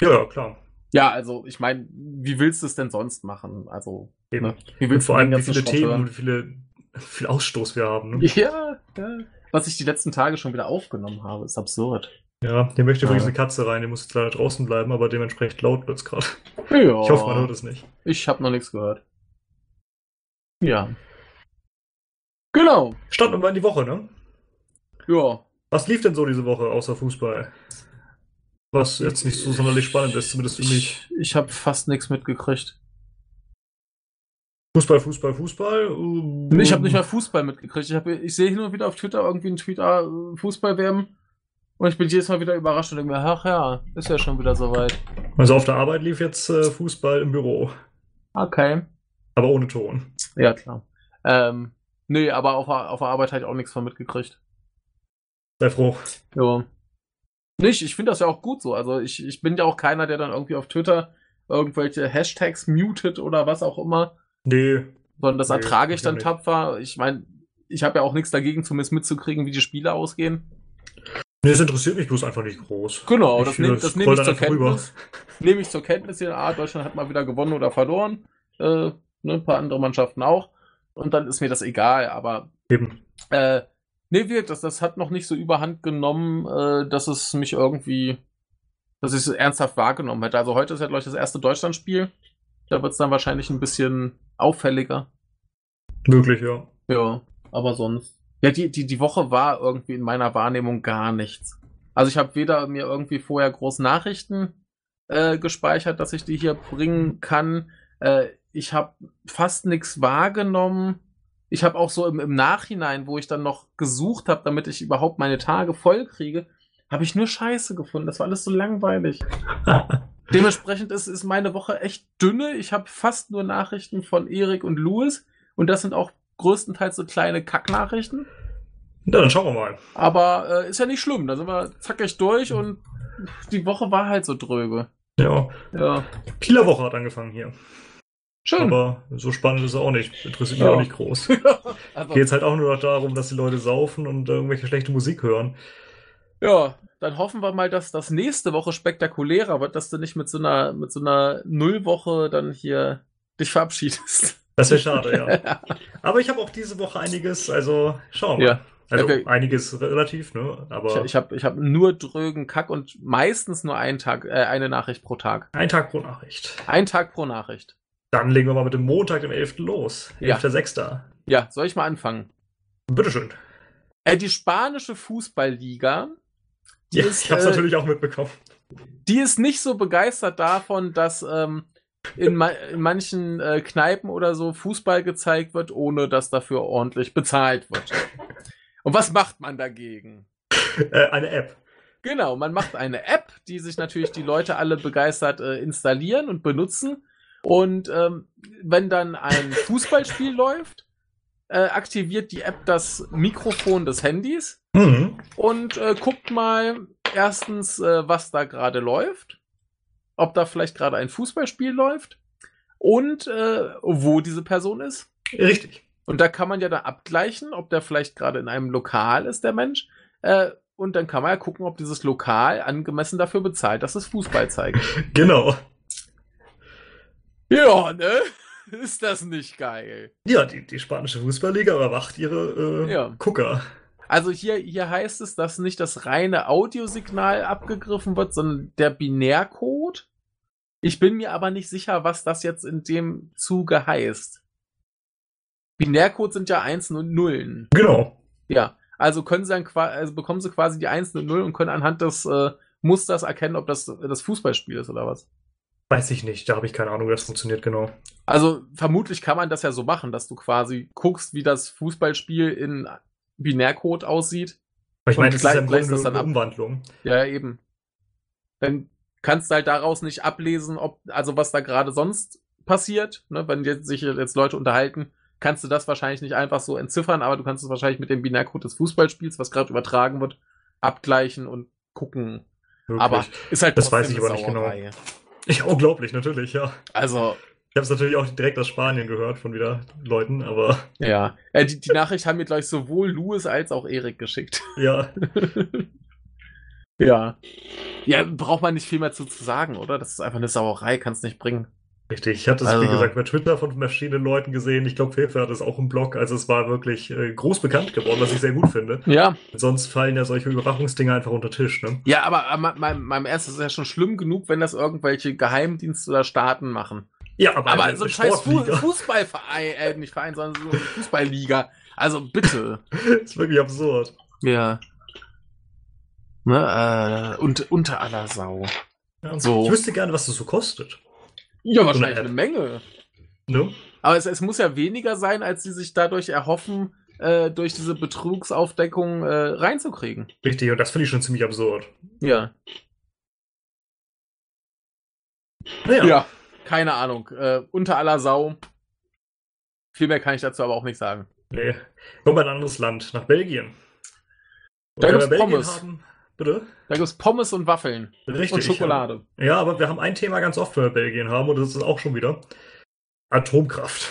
Speaker 1: Ja, ja, klar.
Speaker 2: Ja, also ich meine, wie willst du es denn sonst machen? Also,
Speaker 1: Eben.
Speaker 2: ne? wie
Speaker 1: Und
Speaker 2: willst
Speaker 1: vor
Speaker 2: du
Speaker 1: allem,
Speaker 2: den
Speaker 1: wie
Speaker 2: ganzen
Speaker 1: viele
Speaker 2: Schrott
Speaker 1: Themen
Speaker 2: hören?
Speaker 1: und wie viele, viel Ausstoß wir haben. Ne?
Speaker 2: (laughs) Ja, ja. Was ich die letzten Tage schon wieder aufgenommen habe, ist absurd.
Speaker 1: Ja, hier möchte übrigens
Speaker 2: Ja.
Speaker 1: eine Katze rein, die muss jetzt leider draußen bleiben, aber dementsprechend laut wird's gerade.
Speaker 2: Ja.
Speaker 1: Ich hoffe, man hört es nicht.
Speaker 2: Ich habe noch nichts gehört. Ja. Genau.
Speaker 1: Starten wir mal in die Woche, ne?
Speaker 2: Ja.
Speaker 1: Was lief denn so diese Woche außer Fußball? Was jetzt nicht so sonderlich spannend ist, zumindest für mich.
Speaker 2: Ich, ich habe fast nichts mitgekriegt.
Speaker 1: Fußball, Fußball, Fußball. ähm,
Speaker 2: Ich habe nicht mal Fußball mitgekriegt. Ich, hab- ich sehe hin und wieder auf Twitter irgendwie einen Tweet, ah, Fußball-WM. Und ich bin jedes Mal wieder überrascht und denke mir, ach ja, ist ja schon wieder soweit.
Speaker 1: Also auf der Arbeit lief jetzt äh, Fußball im Büro,
Speaker 2: Okay.
Speaker 1: aber ohne Ton.
Speaker 2: Ja, klar. Ähm, nee, aber auf, der- auf der Arbeit halt auch nichts von mitgekriegt.
Speaker 1: Sei froh.
Speaker 2: Ja. Nicht, ich finde das ja auch gut so. Also ich, ich bin ja auch keiner, der dann irgendwie auf Twitter irgendwelche Hashtags mutet oder was auch immer,
Speaker 1: Nee,
Speaker 2: sondern das
Speaker 1: Nee,
Speaker 2: ertrage ich
Speaker 1: ich
Speaker 2: dann
Speaker 1: auch nicht.
Speaker 2: tapfer. Ich meine, ich habe ja auch nichts dagegen, zumindest mitzukriegen, wie die Spiele ausgehen.
Speaker 1: nee, es interessiert mich bloß einfach nicht groß.
Speaker 2: Genau, das nehme das
Speaker 1: scroll
Speaker 2: nehm ich
Speaker 1: dann
Speaker 2: zur
Speaker 1: einfach rüber.
Speaker 2: Kenntnis. Nehme ich zur Kenntnis hier, ah, Deutschland hat mal wieder gewonnen oder verloren. Äh, ne, ein paar andere Mannschaften auch. Und dann ist mir das egal, aber
Speaker 1: Eben.
Speaker 2: Äh, nee, wirklich, das, das hat noch nicht so überhand genommen, äh, dass es mich irgendwie, dass ich es ernsthaft wahrgenommen hätte. Also heute ist ja, glaube ich, das erste Deutschlandspiel. Da wird es dann wahrscheinlich ein bisschen auffälliger.
Speaker 1: Möglich, ja. (laughs)
Speaker 2: Ja, aber sonst. Ja, die, die, die Woche war irgendwie in meiner Wahrnehmung gar nichts. Also ich habe weder mir irgendwie vorher groß Nachrichten äh, gespeichert, dass ich die hier bringen kann. Äh, ich habe fast nichts wahrgenommen. Ich habe auch so im, im Nachhinein, wo ich dann noch gesucht habe, damit ich überhaupt meine Tage voll kriege, habe ich nur Scheiße gefunden. Das war alles so langweilig. Dementsprechend ist, ist meine Woche echt dünne. Ich habe fast nur Nachrichten von Erik und Louis. Und das sind auch größtenteils so kleine Kacknachrichten.
Speaker 1: Na, dann schauen wir mal.
Speaker 2: Aber äh, ist ja nicht schlimm. Da sind wir zackig durch und die Woche war halt so dröge.
Speaker 1: Ja,
Speaker 2: Ja.
Speaker 1: Kieler Woche hat angefangen hier.
Speaker 2: Schön.
Speaker 1: Aber so spannend ist es auch nicht. Interessiert
Speaker 2: Hm.
Speaker 1: mich
Speaker 2: Ja.
Speaker 1: auch
Speaker 2: (laughs)
Speaker 1: nicht groß.
Speaker 2: also,
Speaker 1: Geht es halt auch nur noch darum, dass die Leute saufen und irgendwelche schlechte Musik hören.
Speaker 2: ja, dann hoffen wir mal, dass das nächste Woche spektakulärer wird, dass du nicht mit so einer, mit so einer Nullwoche dann hier dich verabschiedest.
Speaker 1: Das wäre schade,
Speaker 2: (laughs)
Speaker 1: ja. Aber ich habe auch diese Woche einiges, also schauen wir mal.
Speaker 2: ja.
Speaker 1: Also
Speaker 2: Ja, wir-
Speaker 1: einiges relativ, ne?
Speaker 2: Ich,
Speaker 1: Aber
Speaker 2: ich habe ich hab nur drögen Kack und meistens nur einen Tag, äh, eine Nachricht pro Tag.
Speaker 1: ein Tag pro Nachricht.
Speaker 2: Ein Tag pro Nachricht.
Speaker 1: Dann legen wir mal mit dem Montag, dem 11. los.
Speaker 2: Ja.
Speaker 1: 11.06.
Speaker 2: Ja, soll ich mal anfangen?
Speaker 1: Bitteschön.
Speaker 2: Äh, die spanische Fußballliga, die,
Speaker 1: Ja,
Speaker 2: ist,
Speaker 1: ich habe es
Speaker 2: äh,
Speaker 1: natürlich auch mitbekommen.
Speaker 2: die ist nicht so begeistert davon, dass ähm, in, ma in manchen äh, Kneipen oder so Fußball gezeigt wird, ohne dass dafür ordentlich bezahlt wird. Und was macht man dagegen?
Speaker 1: Äh, eine App.
Speaker 2: Genau, man macht eine App, die sich natürlich die Leute alle begeistert äh, installieren und benutzen. Und ähm, wenn dann ein Fußballspiel (laughs) läuft, äh, aktiviert die App das Mikrofon des Handys
Speaker 1: Mhm.
Speaker 2: und äh, guckt mal erstens, äh, was da gerade läuft, ob da vielleicht gerade ein Fußballspiel läuft und äh, wo diese Person ist.
Speaker 1: Richtig.
Speaker 2: Und da kann man ja dann abgleichen, ob der vielleicht gerade in einem Lokal ist, der Mensch. Äh, und dann kann man ja gucken, ob dieses Lokal angemessen dafür bezahlt, dass es Fußball zeigt.
Speaker 1: Genau.
Speaker 2: ja, ne? (laughs) Ist das nicht geil?
Speaker 1: Ja, die, die spanische Fußballliga überwacht ihre äh,
Speaker 2: Ja.
Speaker 1: Gucker.
Speaker 2: Also hier, hier heißt es, dass nicht das reine Audiosignal abgegriffen wird, sondern der Binärcode. Ich bin mir aber nicht sicher, was das jetzt in dem Zuge heißt. Binärcode sind ja Einsen und Nullen.
Speaker 1: Genau.
Speaker 2: Ja, also können sie dann qua- also bekommen sie quasi die 1 und 0 und können anhand des äh, Musters erkennen, ob das das Fußballspiel ist oder was.
Speaker 1: Weiß ich nicht, da habe ich keine Ahnung, wie das funktioniert genau.
Speaker 2: Also vermutlich kann man das ja so machen, dass du quasi guckst, wie das Fußballspiel in Binärcode aussieht.
Speaker 1: Aber ich
Speaker 2: Und
Speaker 1: meine, das ist
Speaker 2: gleich-
Speaker 1: ja im
Speaker 2: gleich
Speaker 1: Grunde
Speaker 2: das dann
Speaker 1: eine
Speaker 2: ab.
Speaker 1: Umwandlung.
Speaker 2: Ja, ja, eben. Dann kannst du halt daraus nicht ablesen, ob also was da gerade sonst passiert, ne, wenn jetzt sich jetzt Leute unterhalten, kannst du das wahrscheinlich nicht einfach so entziffern, aber du kannst es wahrscheinlich mit dem Binärcode des Fußballspiels, was gerade übertragen wird, abgleichen und gucken,
Speaker 1: Möglich.
Speaker 2: Aber ist halt
Speaker 1: Das
Speaker 2: trotzdem
Speaker 1: weiß ich
Speaker 2: eine
Speaker 1: aber nicht genau.
Speaker 2: Sauerei.
Speaker 1: (laughs) Ja, unglaublich, natürlich, ja.
Speaker 2: Also,
Speaker 1: Ich habe es natürlich auch direkt aus Spanien gehört von wieder Leuten, aber (laughs)
Speaker 2: ja. Äh, die, die Nachricht haben mir, glaube ich, sowohl Louis als auch Erik geschickt.
Speaker 1: ja,
Speaker 2: Ja. Ja, braucht man nicht viel mehr zu, zu sagen, oder? Das ist einfach eine Sauerei, kann's nicht bringen.
Speaker 1: richtig. Ich habe das, wie
Speaker 2: Also-
Speaker 1: gesagt, bei Twitter von verschiedenen Leuten gesehen. Ich glaube, Fefe hat das auch im Blog. Also es war wirklich äh, groß bekannt geworden, was ich sehr gut finde.
Speaker 2: Ja.
Speaker 1: Sonst fallen ja solche Überwachungsdinger einfach unter den Tisch, ne?
Speaker 2: Ja, aber äh, mein, mein, mein Ernst, das ist ja schon schlimm genug, wenn das irgendwelche Geheimdienste oder Staaten machen.
Speaker 1: Ja, aber,
Speaker 2: Aber
Speaker 1: eine
Speaker 2: so ein scheiß Fu
Speaker 1: Sportliga
Speaker 2: Fußballverein, äh, nicht Verein, sondern so eine Fußballliga. Also bitte.
Speaker 1: (laughs) ist wirklich absurd.
Speaker 2: Ja. Ne, äh, und unter aller Sau.
Speaker 1: Ja.
Speaker 2: So.
Speaker 1: Ich wüsste gerne, was das so kostet.
Speaker 2: Ja,
Speaker 1: wahrscheinlich
Speaker 2: wahrscheinlich eine
Speaker 1: eine
Speaker 2: Menge.
Speaker 1: Ne?
Speaker 2: äh, Aber es, es muss ja weniger sein, als sie sich dadurch erhoffen, äh, durch diese Betrugsaufdeckung äh, reinzukriegen.
Speaker 1: Richtig, und das finde ich schon ziemlich absurd.
Speaker 2: Ja.
Speaker 1: Naja,
Speaker 2: Ja. Keine Ahnung. Äh, unter aller Sau. Viel mehr kann ich dazu aber auch nicht sagen.
Speaker 1: nee. Kommen wir in ein anderes Land, nach Belgien. Und
Speaker 2: Da
Speaker 1: wenn
Speaker 2: gibt's
Speaker 1: wir Belgien
Speaker 2: Pommes.
Speaker 1: haben. Bitte?
Speaker 2: Da gibt's Pommes und Waffeln
Speaker 1: Richtig.
Speaker 2: und
Speaker 1: ja.
Speaker 2: Schokolade.
Speaker 1: Ja, aber wir haben ein Thema ganz oft, wenn wir Belgien haben, und das ist auch schon wieder Atomkraft.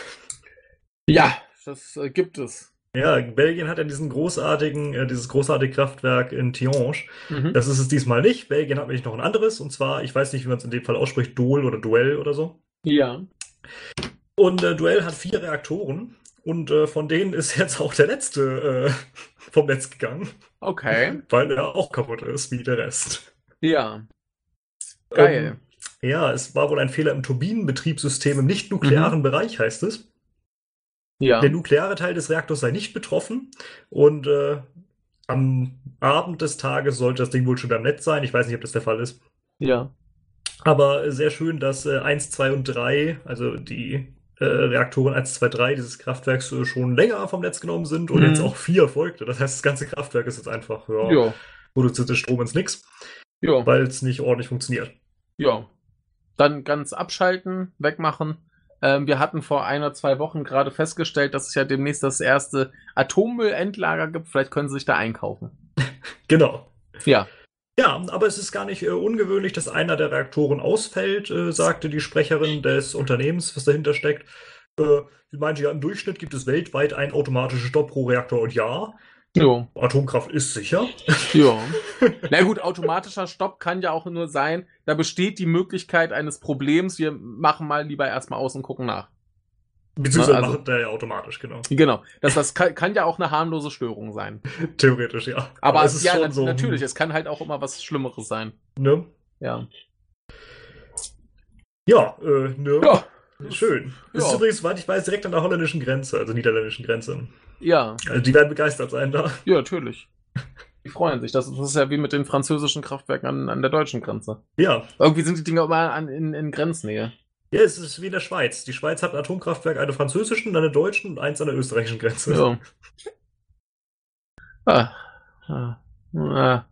Speaker 1: (laughs)
Speaker 2: Ja, das äh, gibt es.
Speaker 1: Ja, Belgien hat ja diesen großartigen, äh, dieses großartige Kraftwerk in Tihange.
Speaker 2: Mhm.
Speaker 1: Das ist es diesmal nicht. Belgien hat nämlich noch ein anderes, und zwar, ich weiß nicht, wie man es in dem Fall ausspricht, Dol oder Duell oder so.
Speaker 2: Ja.
Speaker 1: Und äh, Duell hat vier Reaktoren, und äh, von denen ist (laughs) jetzt auch der letzte äh, vom Netz gegangen,
Speaker 2: Okay.
Speaker 1: weil er auch kaputt ist, wie der Rest.
Speaker 2: Ja. Geil.
Speaker 1: Ähm, ja, es war wohl ein Fehler im Turbinenbetriebssystem im nicht-nuklearen Bereich, heißt es.
Speaker 2: Mhm. ja.
Speaker 1: Der nukleare Teil des Reaktors sei nicht betroffen und äh, am Abend des Tages sollte das Ding wohl schon wieder im Netz sein. Ich weiß nicht, ob das der Fall ist.
Speaker 2: Ja.
Speaker 1: Aber äh, sehr schön, dass äh, 1, 2 und 3, also die äh, Reaktoren 1, 2, 3 dieses Kraftwerks äh, schon länger vom Netz genommen sind und
Speaker 2: Mhm.
Speaker 1: Oh. jetzt auch 4 folgte. Das heißt, das ganze Kraftwerk ist jetzt einfach ja,
Speaker 2: Jo.
Speaker 1: produziert der Strom ins Nix,
Speaker 2: Ja,
Speaker 1: weil es nicht ordentlich funktioniert.
Speaker 2: ja. Dann ganz abschalten, wegmachen. Ähm, wir hatten vor ein oder zwei Wochen gerade festgestellt, dass es ja demnächst das erste Atommüllendlager gibt. Vielleicht können Sie sich da einkaufen.
Speaker 1: Genau.
Speaker 2: Ja.
Speaker 1: Ja, aber es ist gar nicht äh, ungewöhnlich, dass einer der Reaktoren ausfällt, äh, sagte die Sprecherin des Unternehmens, was dahinter steckt. Äh, sie meinte ja, im Durchschnitt gibt es weltweit einen automatischen Stopp pro Reaktor und ja,
Speaker 2: Jo.
Speaker 1: Atomkraft ist sicher. (laughs)
Speaker 2: Ja. Na gut, automatischer Stopp kann ja auch nur sein, da besteht die Möglichkeit eines Problems. Wir machen mal lieber erstmal aus und gucken nach.
Speaker 1: Beziehungsweise
Speaker 2: Na, also-
Speaker 1: macht er ja automatisch, genau.
Speaker 2: Genau. Das, das kann, kann ja auch eine harmlose Störung sein.
Speaker 1: Theoretisch, ja.
Speaker 2: Aber, es ist ja nat
Speaker 1: hm.
Speaker 2: natürlich, es kann halt auch immer was Schlimmeres sein.
Speaker 1: Ne?
Speaker 2: Ja.
Speaker 1: Ja, äh, ne?
Speaker 2: Ja.
Speaker 1: Schön. Ist
Speaker 2: Ja.
Speaker 1: übrigens, soweit ich weiß, direkt an der holländischen Grenze, also niederländischen Grenze.
Speaker 2: Ja,
Speaker 1: Also die werden begeistert sein da.
Speaker 2: ja, natürlich. Die freuen sich. Das, ist- das ist ja wie mit den französischen Kraftwerken an, an der deutschen Grenze.
Speaker 1: Ja.
Speaker 2: Irgendwie sind die Dinger immer an, in, in Grenznähe.
Speaker 1: Ja, es ist wie in der Schweiz. Die Schweiz hat ein Atomkraftwerk, eine französischen, eine deutschen und eins an der österreichischen Grenze.
Speaker 2: Ja. Ah. Ah. Ah.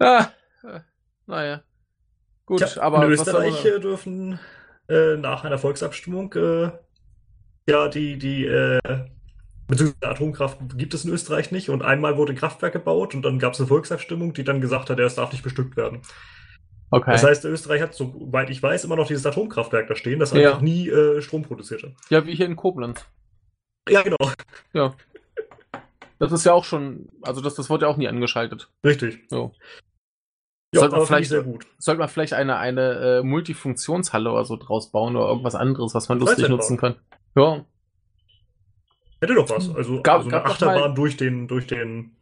Speaker 2: Ah. Ah. Naja. Gut,
Speaker 1: Tja,
Speaker 2: aber
Speaker 1: in
Speaker 2: was soll man-
Speaker 1: Österreich äh, dürfen äh, nach einer Volksabstimmung äh, ja die, die äh, beziehungsweise Atomkraft gibt es in Österreich nicht und einmal wurde ein Kraftwerk gebaut und dann gab es eine Volksabstimmung, die dann gesagt hat, ja, es darf nicht bestückt werden.
Speaker 2: Okay.
Speaker 1: Das heißt, Österreich hat, soweit ich weiß, immer noch dieses Atomkraftwerk da stehen, das
Speaker 2: Ja.
Speaker 1: einfach nie äh, Strom produzierte.
Speaker 2: ja, wie hier in Koblenz.
Speaker 1: Ja, genau. (laughs)
Speaker 2: Das ist ja auch schon, also das, das wird ja auch nie angeschaltet.
Speaker 1: Richtig.
Speaker 2: So.
Speaker 1: Ja,
Speaker 2: Sollte man
Speaker 1: aber finde ich
Speaker 2: vielleicht-
Speaker 1: sehr gut.
Speaker 2: Sollte man vielleicht eine, eine äh, Multifunktionshalle oder so draus bauen oder irgendwas anderes, was man lustig
Speaker 1: Freizeitpark.
Speaker 2: nutzen kann. Ja,
Speaker 1: Hätte doch was. Also,
Speaker 2: Hm. Gab-
Speaker 1: also eine
Speaker 2: gab doch
Speaker 1: Achterbahn durch den, durch den,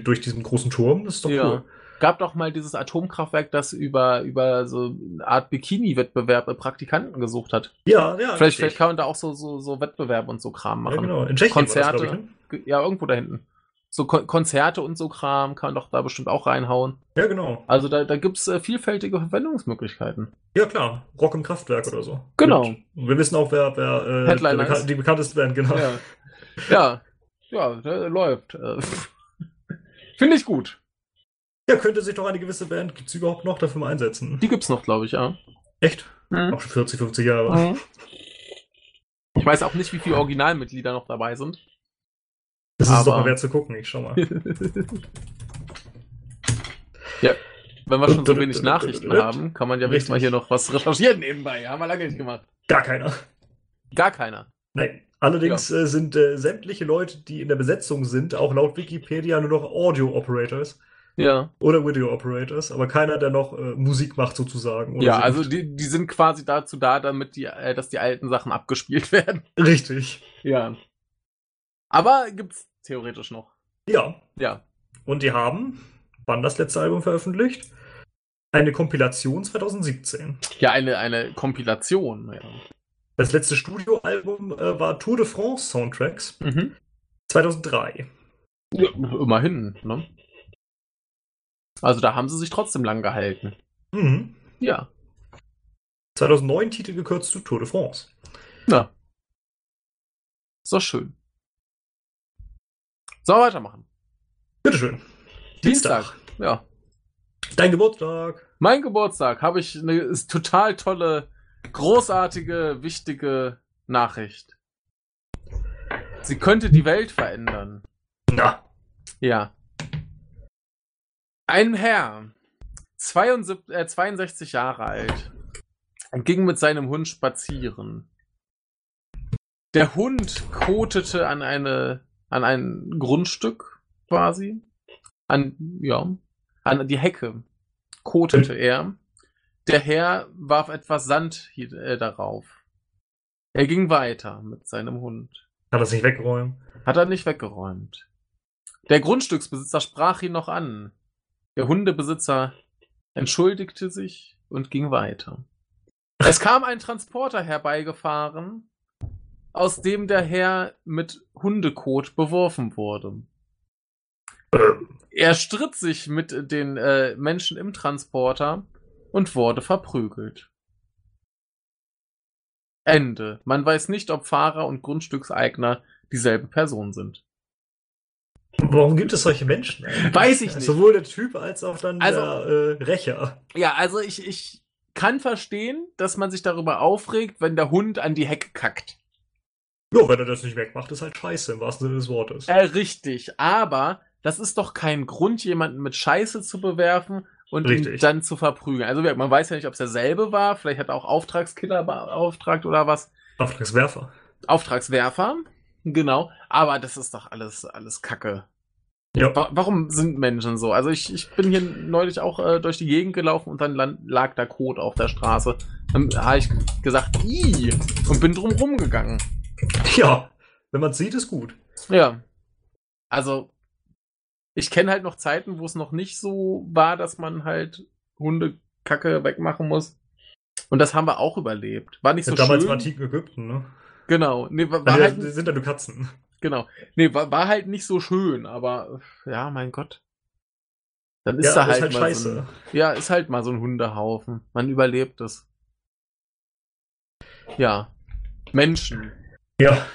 Speaker 1: durch diesen großen Turm, das ist doch
Speaker 2: Ja.
Speaker 1: cool.
Speaker 2: gab doch mal dieses Atomkraftwerk, das über, über so eine Art Bikini-Wettbewerb äh, Praktikanten gesucht hat.
Speaker 1: Ja, ja,
Speaker 2: Vielleicht,
Speaker 1: richtig.
Speaker 2: vielleicht kann man da auch so, so, so Wettbewerbe und so Kram machen.
Speaker 1: Ah, Ja, genau. In Tschechien war das,
Speaker 2: Konzerte.
Speaker 1: glaube ich, ne?
Speaker 2: Ge- Ja, irgendwo da hinten. So Kon Konzerte und so Kram kann man doch da bestimmt auch reinhauen.
Speaker 1: Ja, genau.
Speaker 2: Also da, da gibt's äh, vielfältige
Speaker 1: (laughs)
Speaker 2: Verwendungsmöglichkeiten.
Speaker 1: Ja, klar. Rock im Kraftwerk oder so.
Speaker 2: Genau.
Speaker 1: Und wir wissen auch, wer, wer äh,
Speaker 2: Headliner
Speaker 1: der Bekan-
Speaker 2: ist.
Speaker 1: die bekanntesten werden, genau.
Speaker 2: Ja, ja, ja da- läuft. Äh, (laughs) Finde ich gut.
Speaker 1: Ja, könnte sich doch eine gewisse Band, gibt's die überhaupt noch, dafür mal einsetzen.
Speaker 2: Die gibt's noch, glaube ich, ja.
Speaker 1: Echt?
Speaker 2: Mhm.
Speaker 1: Auch schon 40, 50 Jahre.
Speaker 2: Mhm. Ich weiß auch nicht, wie viele Originalmitglieder noch dabei sind. (laughs)
Speaker 1: Das ist doch
Speaker 2: Aber-
Speaker 1: mal wert zu gucken, ich schau mal.
Speaker 2: Wenn wir schon so (laughs) wenig Nachrichten haben, kann man ja wenigstens mal
Speaker 1: Richtig.
Speaker 2: hier noch was recherchieren nebenbei. Haben wir lange nicht gemacht.
Speaker 1: Gar keiner.
Speaker 2: Gar keiner.
Speaker 1: Nein. Allerdings äh, sind äh, sämtliche Leute, die in der Besetzung sind, auch laut Wikipedia nur noch Audio-Operators
Speaker 2: Ja.
Speaker 1: oder Video-Operators, aber keiner, der noch äh, Musik macht sozusagen. Oder
Speaker 2: Ja,
Speaker 1: singt.
Speaker 2: also die, die sind quasi dazu da, damit die, äh, dass die alten Sachen abgespielt (laughs) werden.
Speaker 1: Richtig.
Speaker 2: Ja. Aber gibt's theoretisch noch.
Speaker 1: Ja.
Speaker 2: Ja.
Speaker 1: Und die haben, wann das letzte Album veröffentlicht? Eine Kompilation 2017.
Speaker 2: Ja, eine, eine Kompilation. Ja.
Speaker 1: Das letzte Studioalbum äh, war Tour de France Soundtracks
Speaker 2: Mhm.
Speaker 1: 2003.
Speaker 2: ja. Immerhin, ne? Also da haben sie sich trotzdem lang gehalten.
Speaker 1: Mhm.
Speaker 2: Ja.
Speaker 1: 2009 Titel gekürzt zu Tour de France.
Speaker 2: Na. Ist doch schön. Sollen wir weitermachen?
Speaker 1: Bitteschön. Dienstag.
Speaker 2: Ja.
Speaker 1: Dein Geburtstag.
Speaker 2: Mein Geburtstag habe ich eine ist total tolle, großartige, wichtige Nachricht. Sie könnte die Welt verändern.
Speaker 1: Na,
Speaker 2: Ja. Ein Herr, 72, äh, 62 Jahre alt, ging mit seinem Hund spazieren. Der Hund kotete an eine, an ein Grundstück quasi. An, ja, an die Hecke kotete er. Der Herr warf etwas Sand hier, äh, darauf. Er ging weiter mit seinem Hund.
Speaker 1: kann das nicht wegräumen.
Speaker 2: Hat er nicht weggeräumt. Der Grundstücksbesitzer sprach ihn noch an. Der Hundebesitzer entschuldigte sich und ging weiter. Es kam ein Transporter herbeigefahren, aus dem der Herr mit Hundekot beworfen wurde.
Speaker 1: Ähm,
Speaker 2: Er stritt sich mit den äh, Menschen im Transporter und wurde verprügelt. Ende. Man weiß nicht, ob Fahrer und Grundstückseigner dieselbe Person sind.
Speaker 1: Warum gibt es solche Menschen? eigentlich?
Speaker 2: Weiß ich nicht.
Speaker 1: Sowohl der Typ als auch dann
Speaker 2: Also-
Speaker 1: der äh, Rächer.
Speaker 2: Ja, also ich, ich kann verstehen, dass man sich darüber aufregt, wenn der Hund an die Hecke kackt.
Speaker 1: Ja, wenn er das nicht wegmacht, ist halt scheiße im wahrsten Sinne des Wortes.
Speaker 2: Äh, richtig, aber das ist doch kein Grund, jemanden mit Scheiße zu bewerfen und ihn
Speaker 1: Richtig.
Speaker 2: dann zu verprügeln. Also wie gesagt, man weiß ja nicht, ob es derselbe war, vielleicht hat er auch Auftragskiller beauftragt oder was.
Speaker 1: Auftragswerfer.
Speaker 2: Auftragswerfer, genau. Aber das ist doch alles, alles Kacke.
Speaker 1: Ja.
Speaker 2: Wa warum sind Menschen so? Also ich, ich bin hier neulich auch äh, durch die Gegend gelaufen und dann lan- lag da Kot auf der Straße. Dann habe ich gesagt, i und bin drum rumgegangen.
Speaker 1: Ja, wenn man sieht, ist gut.
Speaker 2: Ja. Also ich kenne halt noch Zeiten, wo es noch nicht so war, dass man halt Hundekacke wegmachen muss. Und das haben wir auch überlebt. War nicht so
Speaker 1: Damals
Speaker 2: schön.
Speaker 1: im antiken Ägypten, ne?
Speaker 2: genau. Nee, war, war
Speaker 1: Weil
Speaker 2: halt
Speaker 1: die sind ja nur Katzen.
Speaker 2: Genau. Nee, war, war halt nicht so schön, aber äh, ja, mein Gott. Dann ist
Speaker 1: ja,
Speaker 2: da halt,
Speaker 1: ist halt
Speaker 2: mal So
Speaker 1: scheiße.
Speaker 2: ein, ja, ist halt mal so ein Hundehaufen. Man überlebt es. Ja. Menschen.
Speaker 1: Ja,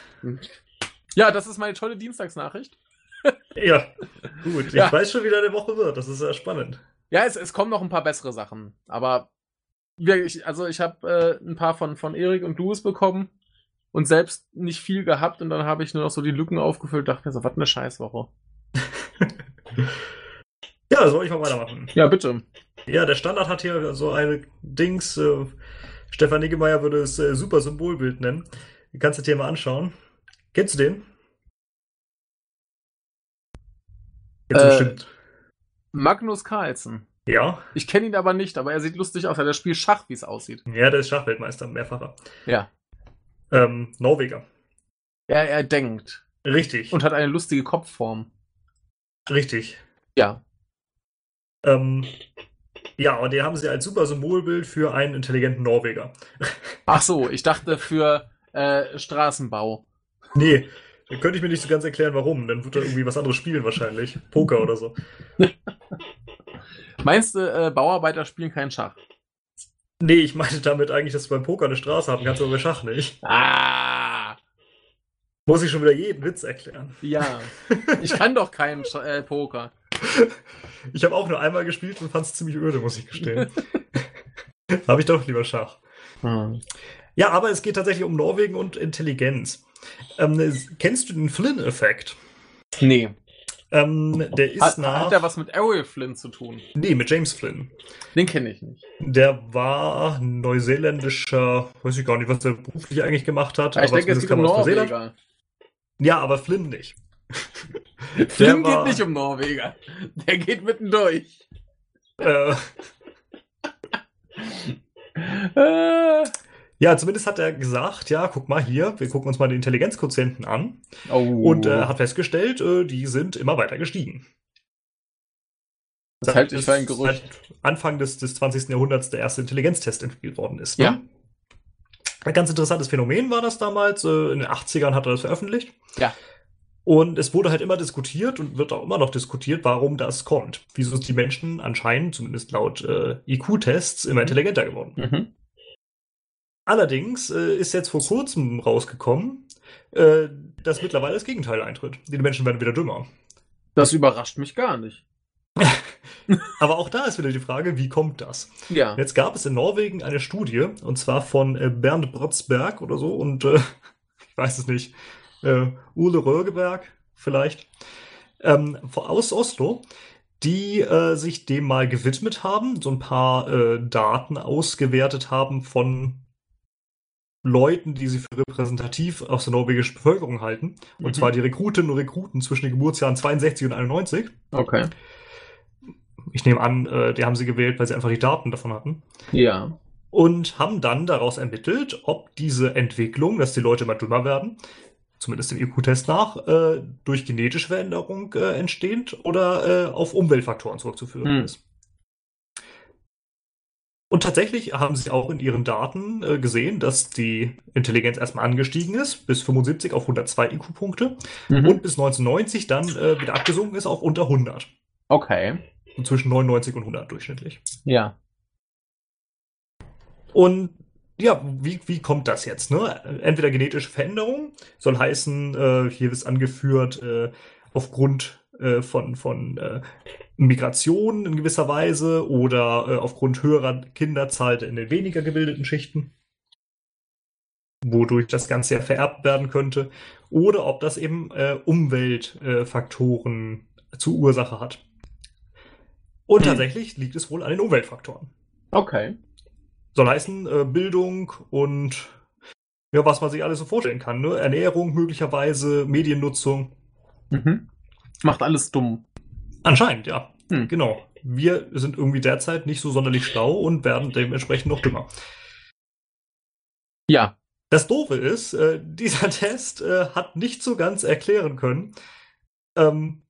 Speaker 2: Ja, das ist meine tolle Dienstagsnachricht.
Speaker 1: ja. Gut, ich
Speaker 2: Ja.
Speaker 1: weiß schon, wie deine Woche wird. Das ist ja spannend.
Speaker 2: Ja, es, es kommen noch ein paar bessere Sachen, aber wirklich, also ich habe äh, ein paar von, von Erik und Louis bekommen und selbst nicht viel gehabt und dann habe ich nur noch so die Lücken aufgefüllt, dachte mir so, was eine Scheißwoche.
Speaker 1: Ja, soll ich mal weitermachen.
Speaker 2: Ja, bitte.
Speaker 1: Ja, der Standard hat hier so eine Dings. Äh, Stefan Niggemeier würde es äh, super Symbolbild nennen. Kannst du dir mal anschauen. Kennst du den? Jetzt
Speaker 2: Äh.
Speaker 1: bestimmt.
Speaker 2: Magnus Carlsen.
Speaker 1: Ja.
Speaker 2: Ich kenne ihn aber nicht, aber er sieht lustig aus. Er spielt Schach, wie es aussieht.
Speaker 1: Ja, der ist Schachweltmeister, mehrfacher.
Speaker 2: Ja.
Speaker 1: Ähm, Norweger.
Speaker 2: Er, er denkt
Speaker 1: Richtig,
Speaker 2: und hat eine lustige Kopfform.
Speaker 1: richtig.
Speaker 2: Ja.
Speaker 1: Ähm, ja, und den haben sie als super Symbolbild für einen intelligenten Norweger.
Speaker 2: Ach so, ich dachte für äh, Straßenbau.
Speaker 1: Nee, da könnte ich mir nicht so ganz erklären, warum. Dann wird er irgendwie was anderes spielen wahrscheinlich. Poker oder so.
Speaker 2: Meinst du, äh, Bauarbeiter spielen keinen Schach?
Speaker 1: Nee, ich meinte damit eigentlich, dass du beim Poker eine Straße haben kannst, aber bei Schach nicht.
Speaker 2: Ah!
Speaker 1: Muss ich schon wieder jeden Witz erklären.
Speaker 2: Ja. Ich kann doch keinen Sch äh, Poker.
Speaker 1: Ich habe auch nur einmal gespielt und fand es ziemlich öde, muss ich
Speaker 2: (laughs)
Speaker 1: gestehen. habe ich doch lieber Schach.
Speaker 2: Hm.
Speaker 1: Ja, aber es geht tatsächlich um Norwegen und Intelligenz. Ähm, es- kennst du den Flynn-Effekt?
Speaker 2: Nee.
Speaker 1: Ähm, der ist
Speaker 2: Hat,
Speaker 1: nach.
Speaker 2: hat er was mit Ariel Flynn zu tun?
Speaker 1: nee, mit James Flynn.
Speaker 2: Den kenne ich nicht.
Speaker 1: Der war neuseeländischer, weiß ich gar nicht, was er beruflich eigentlich gemacht hat.
Speaker 2: Aber ich
Speaker 1: aber
Speaker 2: denke, es
Speaker 1: zumindest
Speaker 2: geht
Speaker 1: kam
Speaker 2: um
Speaker 1: er aus Neuseeland.
Speaker 2: Norweger.
Speaker 1: Ja, aber Flynn nicht.
Speaker 2: Flynn geht
Speaker 1: war-
Speaker 2: nicht um Norweger. Der geht mittendurch.
Speaker 1: Äh,
Speaker 2: Äh.
Speaker 1: ja, zumindest hat er gesagt, ja, guck mal hier, wir gucken uns mal die Intelligenzquotienten an.
Speaker 2: Oh.
Speaker 1: Und äh, hat festgestellt, äh, die sind immer weiter gestiegen.
Speaker 2: das halte ich für ein
Speaker 1: Seit-
Speaker 2: Gerücht.
Speaker 1: seit Anfang des, des 20. Jahrhunderts der erste Intelligenztest entwickelt worden ist.
Speaker 2: Ja.
Speaker 1: Ne? Ein ganz interessantes Phänomen war das damals. äh, In den 80ern hat er das veröffentlicht.
Speaker 2: Ja.
Speaker 1: Und es wurde halt immer diskutiert und wird auch immer noch diskutiert, warum das kommt. Wieso sind die Menschen anscheinend, zumindest laut äh, IQ-Tests, immer intelligenter geworden.
Speaker 2: Mhm.
Speaker 1: Allerdings äh, ist jetzt vor kurzem rausgekommen, äh, dass mittlerweile das Gegenteil eintritt. Die Menschen werden wieder dümmer.
Speaker 2: Das überrascht mich gar nicht.
Speaker 1: Aber auch da ist wieder die Frage, wie kommt das?
Speaker 2: Ja.
Speaker 1: Jetzt gab es in Norwegen eine Studie, und zwar von äh, Bernd Brotzberg oder so und äh, (laughs) ich weiß es nicht, äh, Ule Rögeberg vielleicht, ähm, von- aus Oslo, die äh, sich dem mal gewidmet haben, so ein paar äh, Daten ausgewertet haben von Leuten, die sie für repräsentativ aus der norwegischen Bevölkerung halten, und
Speaker 2: Mhm.
Speaker 1: zwar die Rekrutinnen und Rekruten zwischen den Geburtsjahren 62 und 91.
Speaker 2: Okay.
Speaker 1: Ich nehme an, äh, die haben sie gewählt, weil sie einfach die Daten davon hatten.
Speaker 2: Ja.
Speaker 1: und haben dann daraus ermittelt, ob diese Entwicklung, dass die Leute immer dümmer werden, zumindest dem IQ-Test nach, äh, durch genetische Veränderung äh, entsteht oder äh, auf Umweltfaktoren zurückzuführen
Speaker 2: Hm.
Speaker 1: ist. Und tatsächlich haben sie auch in ihren Daten äh, gesehen, dass die Intelligenz erstmal angestiegen ist, bis 75 auf 102 IQ-Punkte
Speaker 2: Mhm.
Speaker 1: und bis 1990 dann äh, wieder abgesunken ist auf unter 100.
Speaker 2: Okay.
Speaker 1: So zwischen 99 und 100 durchschnittlich.
Speaker 2: Ja.
Speaker 1: Und ja, wie, wie kommt das jetzt? Ne? Entweder genetische Veränderung, soll heißen, äh, hier ist angeführt, äh, aufgrund äh, von, von äh, Migration in gewisser Weise oder äh, aufgrund höherer Kinderzahl in den weniger gebildeten Schichten, wodurch das Ganze ja vererbt werden könnte, oder ob das eben äh, Umweltfaktoren äh, zur Ursache hat. Und
Speaker 2: Hm.
Speaker 1: tatsächlich liegt es wohl an den Umweltfaktoren.
Speaker 2: Okay.
Speaker 1: Soll heißen, äh, Bildung und ja, was man sich alles so vorstellen kann, ne? Ernährung möglicherweise, Mediennutzung.
Speaker 2: Mhm. Macht alles dumm.
Speaker 1: Anscheinend, ja.
Speaker 2: Hm.
Speaker 1: Genau. Wir sind irgendwie derzeit nicht so sonderlich schlau und werden dementsprechend noch dümmer.
Speaker 2: Ja.
Speaker 1: Das Doofe ist, äh, (laughs) dieser Test äh, hat nicht so ganz erklären können, ähm,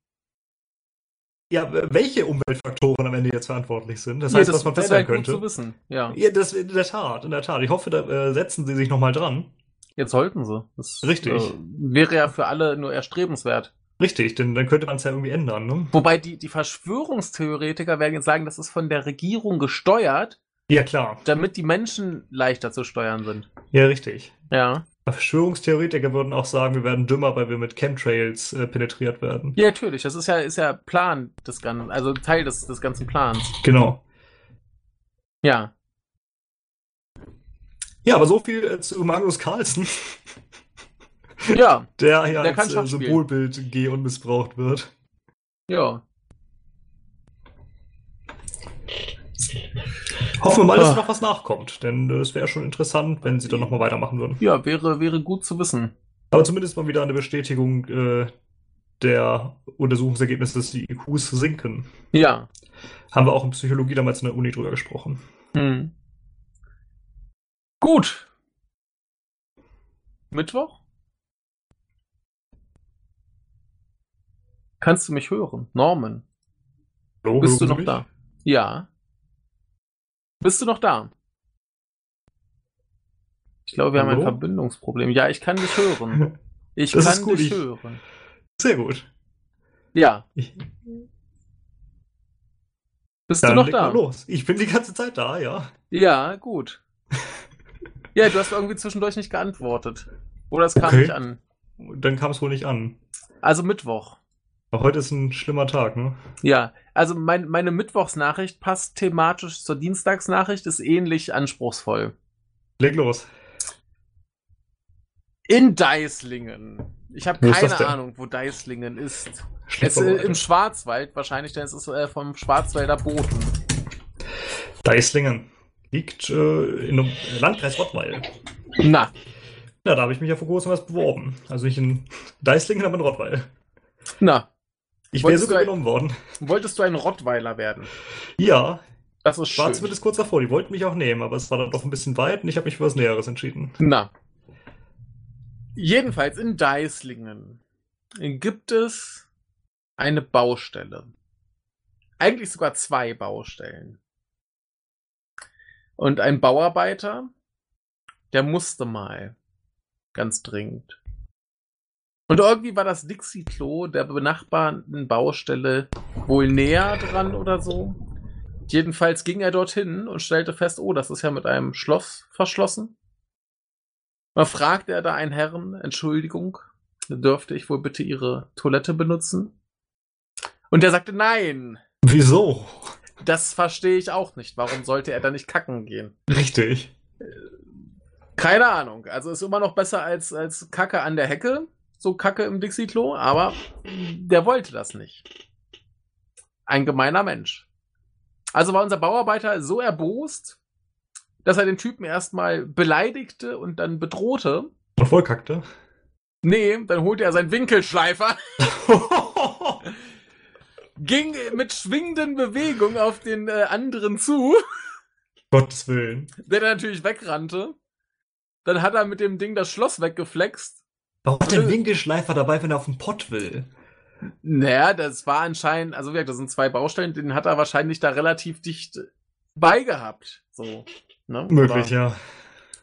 Speaker 1: ja, welche Umweltfaktoren am Ende jetzt verantwortlich sind. Das
Speaker 2: Ja,
Speaker 1: heißt, was man
Speaker 2: wäre
Speaker 1: feststellen
Speaker 2: gut zu
Speaker 1: könnte.
Speaker 2: wissen. Ja.
Speaker 1: Ja, das in der Tat, in der Tat. Ich hoffe, da äh, setzen Sie sich nochmal dran.
Speaker 2: Jetzt sollten sie. Das,
Speaker 1: Richtig.
Speaker 2: Äh, wäre ja für alle nur erstrebenswert.
Speaker 1: Richtig, denn dann könnte man es ja irgendwie ändern, ne?
Speaker 2: Wobei die, die Verschwörungstheoretiker werden jetzt sagen, das ist von der Regierung gesteuert,
Speaker 1: Ja, klar.
Speaker 2: damit die Menschen leichter zu steuern sind.
Speaker 1: Ja, richtig.
Speaker 2: Ja.
Speaker 1: Verschwörungstheoretiker würden auch sagen, wir werden dümmer, weil wir mit Chemtrails äh, penetriert werden.
Speaker 2: Ja, natürlich. Das ist ja, ist ja Plan des Ganzen, also Teil des, des ganzen Plans.
Speaker 1: Genau.
Speaker 2: Ja.
Speaker 1: Ja, aber so viel äh, zu Magnus Carlsen, (laughs)
Speaker 2: Ja.
Speaker 1: der hier
Speaker 2: Der kann
Speaker 1: als äh,
Speaker 2: Schach spielen.
Speaker 1: Symbolbild geh und missbraucht wird.
Speaker 2: Ja.
Speaker 1: Hoffen wir mal, dass
Speaker 2: Ah.
Speaker 1: noch was nachkommt, denn äh, es wäre schon interessant, wenn sie dann nochmal weitermachen würden.
Speaker 2: Ja, wäre, wäre gut zu wissen.
Speaker 1: Aber zumindest mal wieder eine Bestätigung äh, der Untersuchungsergebnisse, dass die IQs sinken.
Speaker 2: Ja.
Speaker 1: Haben wir auch in Psychologie damals in der Uni drüber gesprochen.
Speaker 2: Hm. Gut. Mittwoch? Kannst du mich hören? Norman,
Speaker 1: Hallo,
Speaker 2: bist du
Speaker 1: Oh, hören Sie
Speaker 2: noch
Speaker 1: mich?
Speaker 2: da? Ja. Bist du noch da? Ich glaube, wir haben
Speaker 1: Hallo?
Speaker 2: ein Verbindungsproblem. Ja, ich kann dich hören.
Speaker 1: (laughs)
Speaker 2: Ich
Speaker 1: Das
Speaker 2: kann
Speaker 1: ist gut,
Speaker 2: dich
Speaker 1: ich-
Speaker 2: hören.
Speaker 1: Sehr gut.
Speaker 2: Ja.
Speaker 1: Ich-
Speaker 2: Bist
Speaker 1: Dann
Speaker 2: du noch
Speaker 1: leg mal
Speaker 2: da?
Speaker 1: los. Ich bin die ganze Zeit da, ja.
Speaker 2: Ja,
Speaker 1: (laughs)
Speaker 2: gut. Ja, du hast irgendwie zwischendurch nicht geantwortet. Oder es kam
Speaker 1: Okay.
Speaker 2: nicht an.
Speaker 1: Dann kam es wohl nicht an.
Speaker 2: Also Mittwoch.
Speaker 1: Aber heute ist ein schlimmer Tag, ne?
Speaker 2: Ja, also mein, meine Mittwochsnachricht passt thematisch zur Dienstagsnachricht, ist ähnlich anspruchsvoll.
Speaker 1: Leg los.
Speaker 2: In Deislingen. Ich habe
Speaker 1: Wo ist das
Speaker 2: keine
Speaker 1: denn?
Speaker 2: Ahnung, wo Deislingen ist.
Speaker 1: Schlecht
Speaker 2: Es, äh,
Speaker 1: vorbereitet.
Speaker 2: Im Schwarzwald wahrscheinlich, denn es ist äh, vom Schwarzwälder Boden.
Speaker 1: Deislingen liegt äh, in einem Landkreis Rottweil.
Speaker 2: Na,
Speaker 1: Ja, da habe ich mich ja vor kurzem was beworben. Also nicht in Deislingen, aber in Rottweil.
Speaker 2: na.
Speaker 1: Ich wäre
Speaker 2: Wolltest
Speaker 1: sogar
Speaker 2: du ein-
Speaker 1: genommen worden.
Speaker 2: Wolltest du ein Rottweiler werden?
Speaker 1: Ja,
Speaker 2: Das ist
Speaker 1: war
Speaker 2: schön.
Speaker 1: zumindest kurz davor. Die wollten mich auch nehmen, aber es war dann doch ein bisschen weit und ich habe mich für was Näheres entschieden.
Speaker 2: Na. Jedenfalls in Deislingen gibt es eine Baustelle. Eigentlich sogar zwei Baustellen. Und ein Bauarbeiter, der musste mal. Ganz dringend. Und irgendwie war das Dixie-Klo der benachbarten Baustelle wohl näher dran oder so. Jedenfalls ging er dorthin und stellte fest, oh, das ist ja mit einem Schloss verschlossen. Man fragte er da einen Herrn, Entschuldigung, dürfte ich wohl bitte Ihre Toilette benutzen? Und der sagte, nein,
Speaker 1: Wieso?
Speaker 2: das verstehe ich auch nicht. Warum sollte er da nicht kacken gehen?
Speaker 1: Richtig.
Speaker 2: Keine Ahnung. Also ist immer noch besser als, als Kacke an der Hecke, so Kacke im Dixie-Klo, aber der wollte das nicht. Ein gemeiner Mensch. Also war unser Bauarbeiter so erbost, dass er den Typen erstmal beleidigte und dann bedrohte.
Speaker 1: Und vollkackte.
Speaker 2: Nee, dann holte er seinen Winkelschleifer, ging mit schwingenden Bewegungen auf den äh, anderen zu,
Speaker 1: (laughs)
Speaker 2: (laughs)
Speaker 1: Gottes Willen.
Speaker 2: der dann natürlich wegrannte. Dann hat er mit dem Ding das Schloss weggeflext.
Speaker 1: Warum hat
Speaker 2: Äh.
Speaker 1: denn Winkelschleifer dabei, wenn er auf den Pott will?
Speaker 2: Naja, das war anscheinend, also wie gesagt, das sind zwei Baustellen, den hat er wahrscheinlich da relativ dicht beigehabt. So. Ne?
Speaker 1: Möglich,
Speaker 2: Oder
Speaker 1: ja.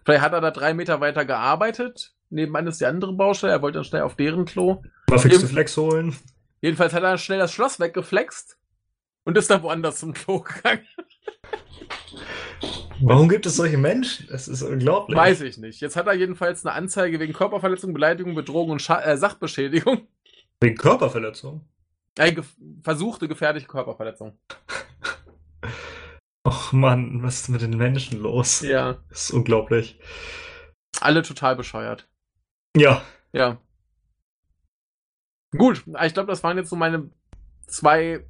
Speaker 2: Vielleicht hat er da drei Meter weiter gearbeitet. Nebenan ist die andere Baustelle, er wollte dann schnell auf deren Klo.
Speaker 1: Mal fix
Speaker 2: Im-
Speaker 1: to Flex holen.
Speaker 2: Jedenfalls hat er schnell das Schloss weggeflext und ist dann woanders zum Klo gegangen.
Speaker 1: Warum gibt es solche Menschen? Das ist unglaublich.
Speaker 2: Weiß ich nicht. Jetzt hat er jedenfalls eine Anzeige wegen Körperverletzung, Beleidigung, Bedrohung und Scha äh, Sachbeschädigung. (laughs)
Speaker 1: Wegen Körperverletzung.
Speaker 2: Äh, gef versuchte gefährliche Körperverletzung.
Speaker 1: Och Mann, was ist mit den Menschen los?
Speaker 2: Ja.
Speaker 1: Das ist unglaublich.
Speaker 2: Alle total bescheuert.
Speaker 1: Ja,
Speaker 2: Ja. Gut, ich glaube, das waren jetzt so meine zwei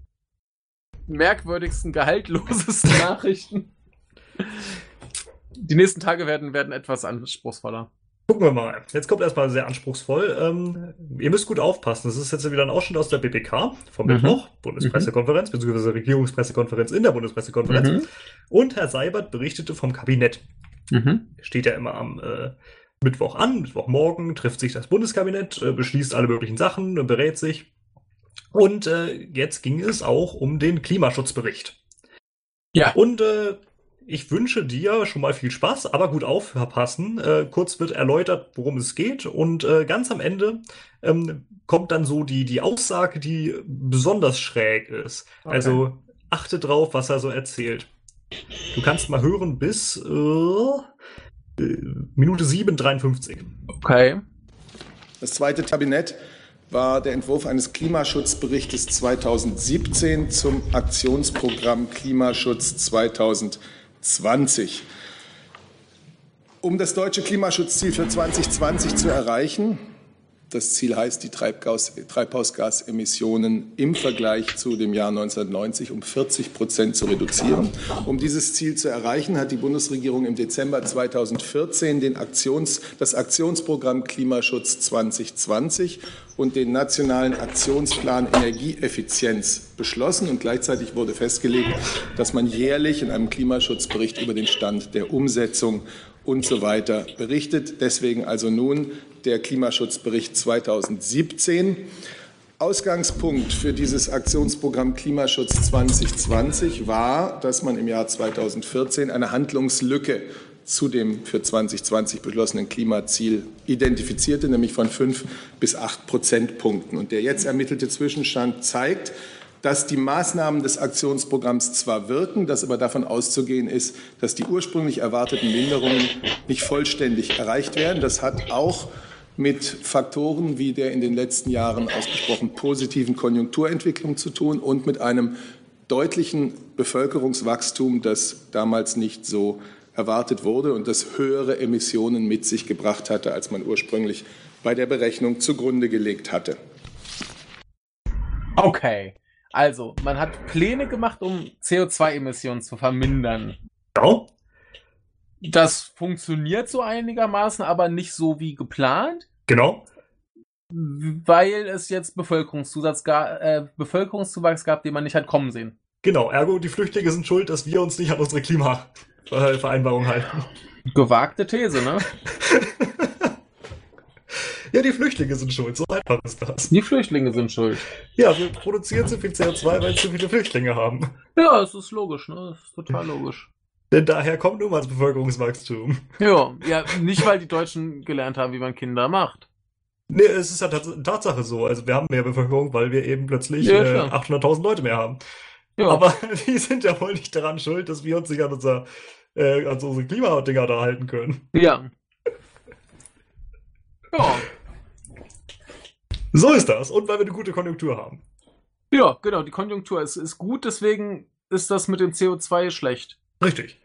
Speaker 2: merkwürdigsten, gehaltlosesten (laughs) Nachrichten. Die nächsten Tage werden, werden etwas anspruchsvoller.
Speaker 1: gucken wir mal. Jetzt kommt erstmal sehr anspruchsvoll. Ähm, ihr müsst gut aufpassen. Das ist jetzt wieder ein Ausschnitt aus der BPK vom
Speaker 2: Mhm.
Speaker 1: Mittwoch, Bundespressekonferenz, beziehungsweise Regierungspressekonferenz in der Bundespressekonferenz. Und Herr Seibert berichtete vom Kabinett.
Speaker 2: Mhm.
Speaker 1: steht ja immer am äh, Mittwoch an, Mittwochmorgen trifft sich das Bundeskabinett, äh, beschließt alle möglichen Sachen, äh, berät sich. Und äh, jetzt ging es auch um den Klimaschutzbericht.
Speaker 2: Ja.
Speaker 1: Und äh, ich wünsche dir schon mal viel Spaß, aber gut aufpassen. Äh, kurz wird erläutert, worum es geht. Und äh, ganz am Ende ähm, kommt dann so die, die Aussage, die besonders schräg ist.
Speaker 2: Okay.
Speaker 1: Also achte drauf, was er so erzählt. Du kannst mal hören bis äh, äh, Minute 7, 53.
Speaker 2: Okay.
Speaker 3: Das zweite Kabinett war der Entwurf eines Klimaschutzberichtes 2017 zum Aktionsprogramm Klimaschutz 2020. Um das deutsche Klimaschutzziel für 2020 zu erreichen, das Ziel heißt, die Treibgas Treibhausgasemissionen im Vergleich zu dem Jahr 1990 um 40 Prozent zu reduzieren. Um dieses Ziel zu erreichen, hat die Bundesregierung im Dezember 2014 den Aktions, das Aktionsprogramm Klimaschutz 2020 und den nationalen Aktionsplan Energieeffizienz beschlossen. Und gleichzeitig wurde festgelegt, dass man jährlich in einem Klimaschutzbericht über den Stand der Umsetzung und so weiter berichtet. Deswegen also nun der Klimaschutzbericht 2017. Ausgangspunkt für dieses Aktionsprogramm Klimaschutz 2020 war, dass man im Jahr 2014 eine Handlungslücke zu dem für 2020 beschlossenen Klimaziel identifizierte, nämlich von fünf bis acht Prozentpunkten. Und der jetzt ermittelte Zwischenstand zeigt, dass die Maßnahmen des Aktionsprogramms zwar wirken, dass aber davon auszugehen ist, dass die ursprünglich erwarteten Minderungen nicht vollständig erreicht werden. Das hat auch mit Faktoren wie der in den letzten Jahren ausgesprochen positiven Konjunkturentwicklung zu tun und mit einem deutlichen Bevölkerungswachstum, das damals nicht so erwartet wurde und das höhere Emissionen mit sich gebracht hatte, als man ursprünglich bei der Berechnung zugrunde gelegt hatte.
Speaker 2: Okay. Also, man hat Pläne gemacht, um CO2-Emissionen zu vermindern.
Speaker 1: Genau.
Speaker 2: Das funktioniert so einigermaßen, aber nicht so wie geplant,
Speaker 1: Genau.
Speaker 2: weil es jetzt Bevölkerungszusatz ga- äh, Bevölkerungszuwachs gab, den man nicht hat kommen sehen.
Speaker 1: Genau. Ergo, die Flüchtlinge sind schuld, dass wir uns nicht an unsere Klimavereinbarung halten.
Speaker 2: Gewagte These, ne?
Speaker 1: Ja, die Flüchtlinge sind schuld. So einfach ist das.
Speaker 2: (laughs) Die Flüchtlinge sind schuld.
Speaker 1: Ja, wir produzieren zu viel CO2, weil wir zu viele Flüchtlinge haben.
Speaker 2: Ja, es ist logisch, ne? Es ist total logisch.
Speaker 1: Denn daher kommt nun mal das Bevölkerungswachstum.
Speaker 2: Ja, ja, nicht weil die Deutschen gelernt haben, wie man Kinder macht.
Speaker 1: Nee, es ist ja tats Tatsache so. Also wir haben mehr Bevölkerung, weil wir eben plötzlich
Speaker 2: Ja,
Speaker 1: äh,
Speaker 2: klar.
Speaker 1: 800.000 Leute mehr haben.
Speaker 2: Ja,
Speaker 1: Aber (laughs) die sind ja wohl nicht daran schuld, dass wir uns nicht an, unser, äh, an unsere Klimadinger da halten können.
Speaker 2: ja. Ja,
Speaker 1: So ist das. Und weil wir eine gute Konjunktur haben.
Speaker 2: ja, genau, die Konjunktur ist, ist gut, deswegen ist das mit dem CO2 schlecht.
Speaker 1: Richtig.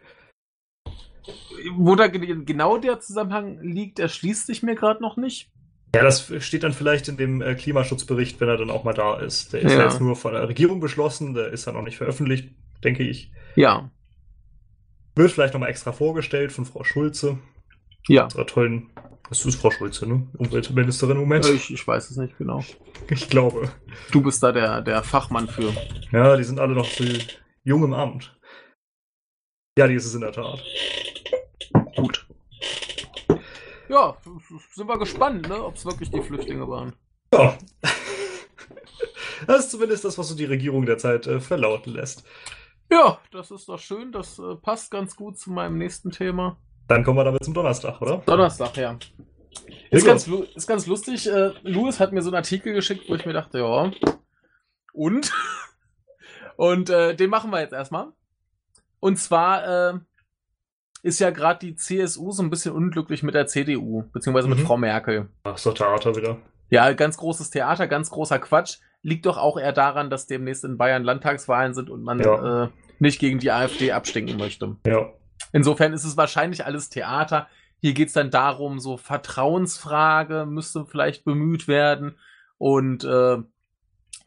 Speaker 2: Wo da ge- genau der Zusammenhang liegt, erschließt sich mir gerade noch nicht.
Speaker 1: Ja, das steht dann vielleicht in dem äh, Klimaschutzbericht, wenn er dann auch mal da ist. Der ist
Speaker 2: Ja.
Speaker 1: ja jetzt nur von der Regierung beschlossen, der ist ja noch nicht veröffentlicht, denke ich.
Speaker 2: Ja,
Speaker 1: Wird vielleicht nochmal extra vorgestellt von Frau Schulze,
Speaker 2: ja.
Speaker 1: unserer tollen. Das ist Frau Schulze, ne? Umweltministerin im Moment.
Speaker 2: Äh, Ich, ich weiß es nicht genau.
Speaker 1: Ich glaube.
Speaker 2: Du bist da der, der Fachmann für.
Speaker 1: Ja, die sind alle noch so jung im Amt. Ja, die ist es in der Tat.
Speaker 2: Gut. Ja, sind wir gespannt, ne, ob es wirklich die Flüchtlinge waren.
Speaker 1: Ja. Das ist zumindest das, was so die Regierung derzeit äh, verlauten lässt.
Speaker 2: Ja, das ist doch schön. Das äh, passt ganz gut zu meinem nächsten Thema.
Speaker 1: Dann kommen wir damit zum Donnerstag, oder?
Speaker 2: Donnerstag, ja. Ist ganz, lu- ist ganz lustig. Äh, Louis hat mir so einen Artikel geschickt, wo ich mir dachte, ja. Und? (laughs) Und äh, den machen wir jetzt erstmal. Und zwar äh, ist ja gerade die CSU so ein bisschen unglücklich mit der CDU, beziehungsweise mit
Speaker 1: Mhm.
Speaker 2: Frau Merkel.
Speaker 1: Ach, so Theater wieder.
Speaker 2: Ja, ganz großes Theater, ganz großer Quatsch. liegt doch auch eher daran, dass demnächst in Bayern Landtagswahlen sind und man
Speaker 1: Ja.
Speaker 2: äh, nicht gegen die AfD abstinken möchte.
Speaker 1: Ja.
Speaker 2: Insofern ist es wahrscheinlich alles Theater. Hier geht's dann darum, so Vertrauensfrage müsste vielleicht bemüht werden. Und äh,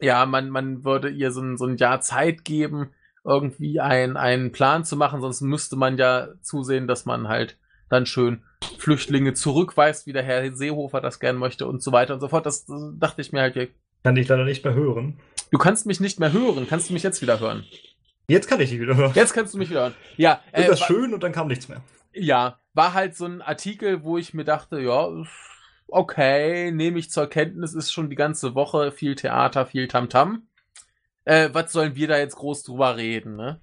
Speaker 2: ja, man, man würde ihr so ein, so ein Jahr Zeit geben, irgendwie ein, einen Plan zu machen, sonst müsste man ja zusehen, dass man halt dann schön Flüchtlinge zurückweist, wie der Herr Seehofer das gern möchte und so weiter und so fort. Das, das dachte ich mir halt, du
Speaker 1: Kann ich leider nicht mehr hören.
Speaker 2: kannst mich nicht mehr hören, kannst du mich jetzt wieder hören?
Speaker 1: Jetzt kann ich dich wieder hören.
Speaker 2: Jetzt kannst du mich wieder hören. Ja,
Speaker 1: Ist das
Speaker 2: Äh, wa-
Speaker 1: schön und dann kam nichts mehr.
Speaker 2: Ja, war halt so ein Artikel, wo ich mir dachte, ja, okay, nehme ich zur Kenntnis, ist schon die ganze Woche viel Theater, viel Tamtam. Äh, was sollen wir da jetzt groß drüber reden, ne?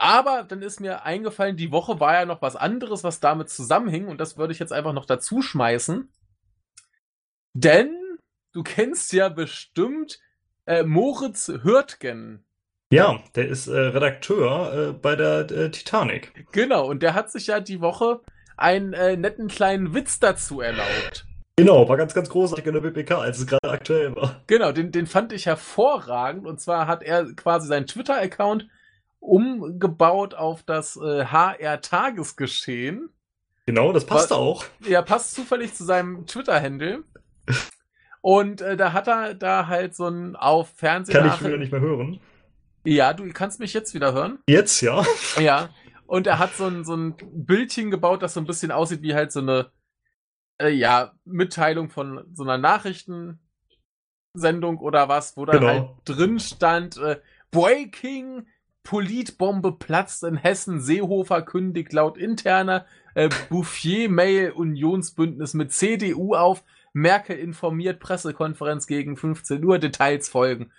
Speaker 2: Aber dann ist mir eingefallen, die Woche war ja noch was anderes, was damit zusammenhing und das würde ich jetzt einfach noch dazu schmeißen. Denn du kennst ja bestimmt äh, Moritz Hürtgen.
Speaker 1: Ja, der ist äh, Redakteur äh, bei der äh, Titanic.
Speaker 2: Genau, und der hat sich ja die Woche einen äh, netten kleinen Witz dazu erlaubt.
Speaker 1: Genau, war ganz, ganz großartig in der BPK, als es gerade aktuell war.
Speaker 2: Genau, den, den fand ich hervorragend. Und zwar hat er quasi seinen Twitter-Account umgebaut auf das äh, HR-Tagesgeschehen.
Speaker 1: Genau, das passt
Speaker 2: Was-
Speaker 1: auch.
Speaker 2: Ja, passt zufällig zu seinem Twitter-Handle. Und äh, da hat er da halt so ein auf Fernsehen.
Speaker 1: Kann ich wieder nicht mehr hören.
Speaker 2: Ja, du kannst mich jetzt wieder hören.
Speaker 1: Jetzt, ja.
Speaker 2: Ja. Und er hat so ein, so ein Bildchen gebaut, das so ein bisschen aussieht wie halt so eine, äh, ja, Mitteilung von so einer Nachrichtensendung oder was, wo dann
Speaker 1: Genau.
Speaker 2: halt drin stand, äh, Breaking, Politbombe platzt in Hessen, Seehofer kündigt laut interner äh, Bouffier-Mail Unionsbündnis mit CDU auf, Merkel informiert Pressekonferenz gegen 15 Uhr, Details folgen.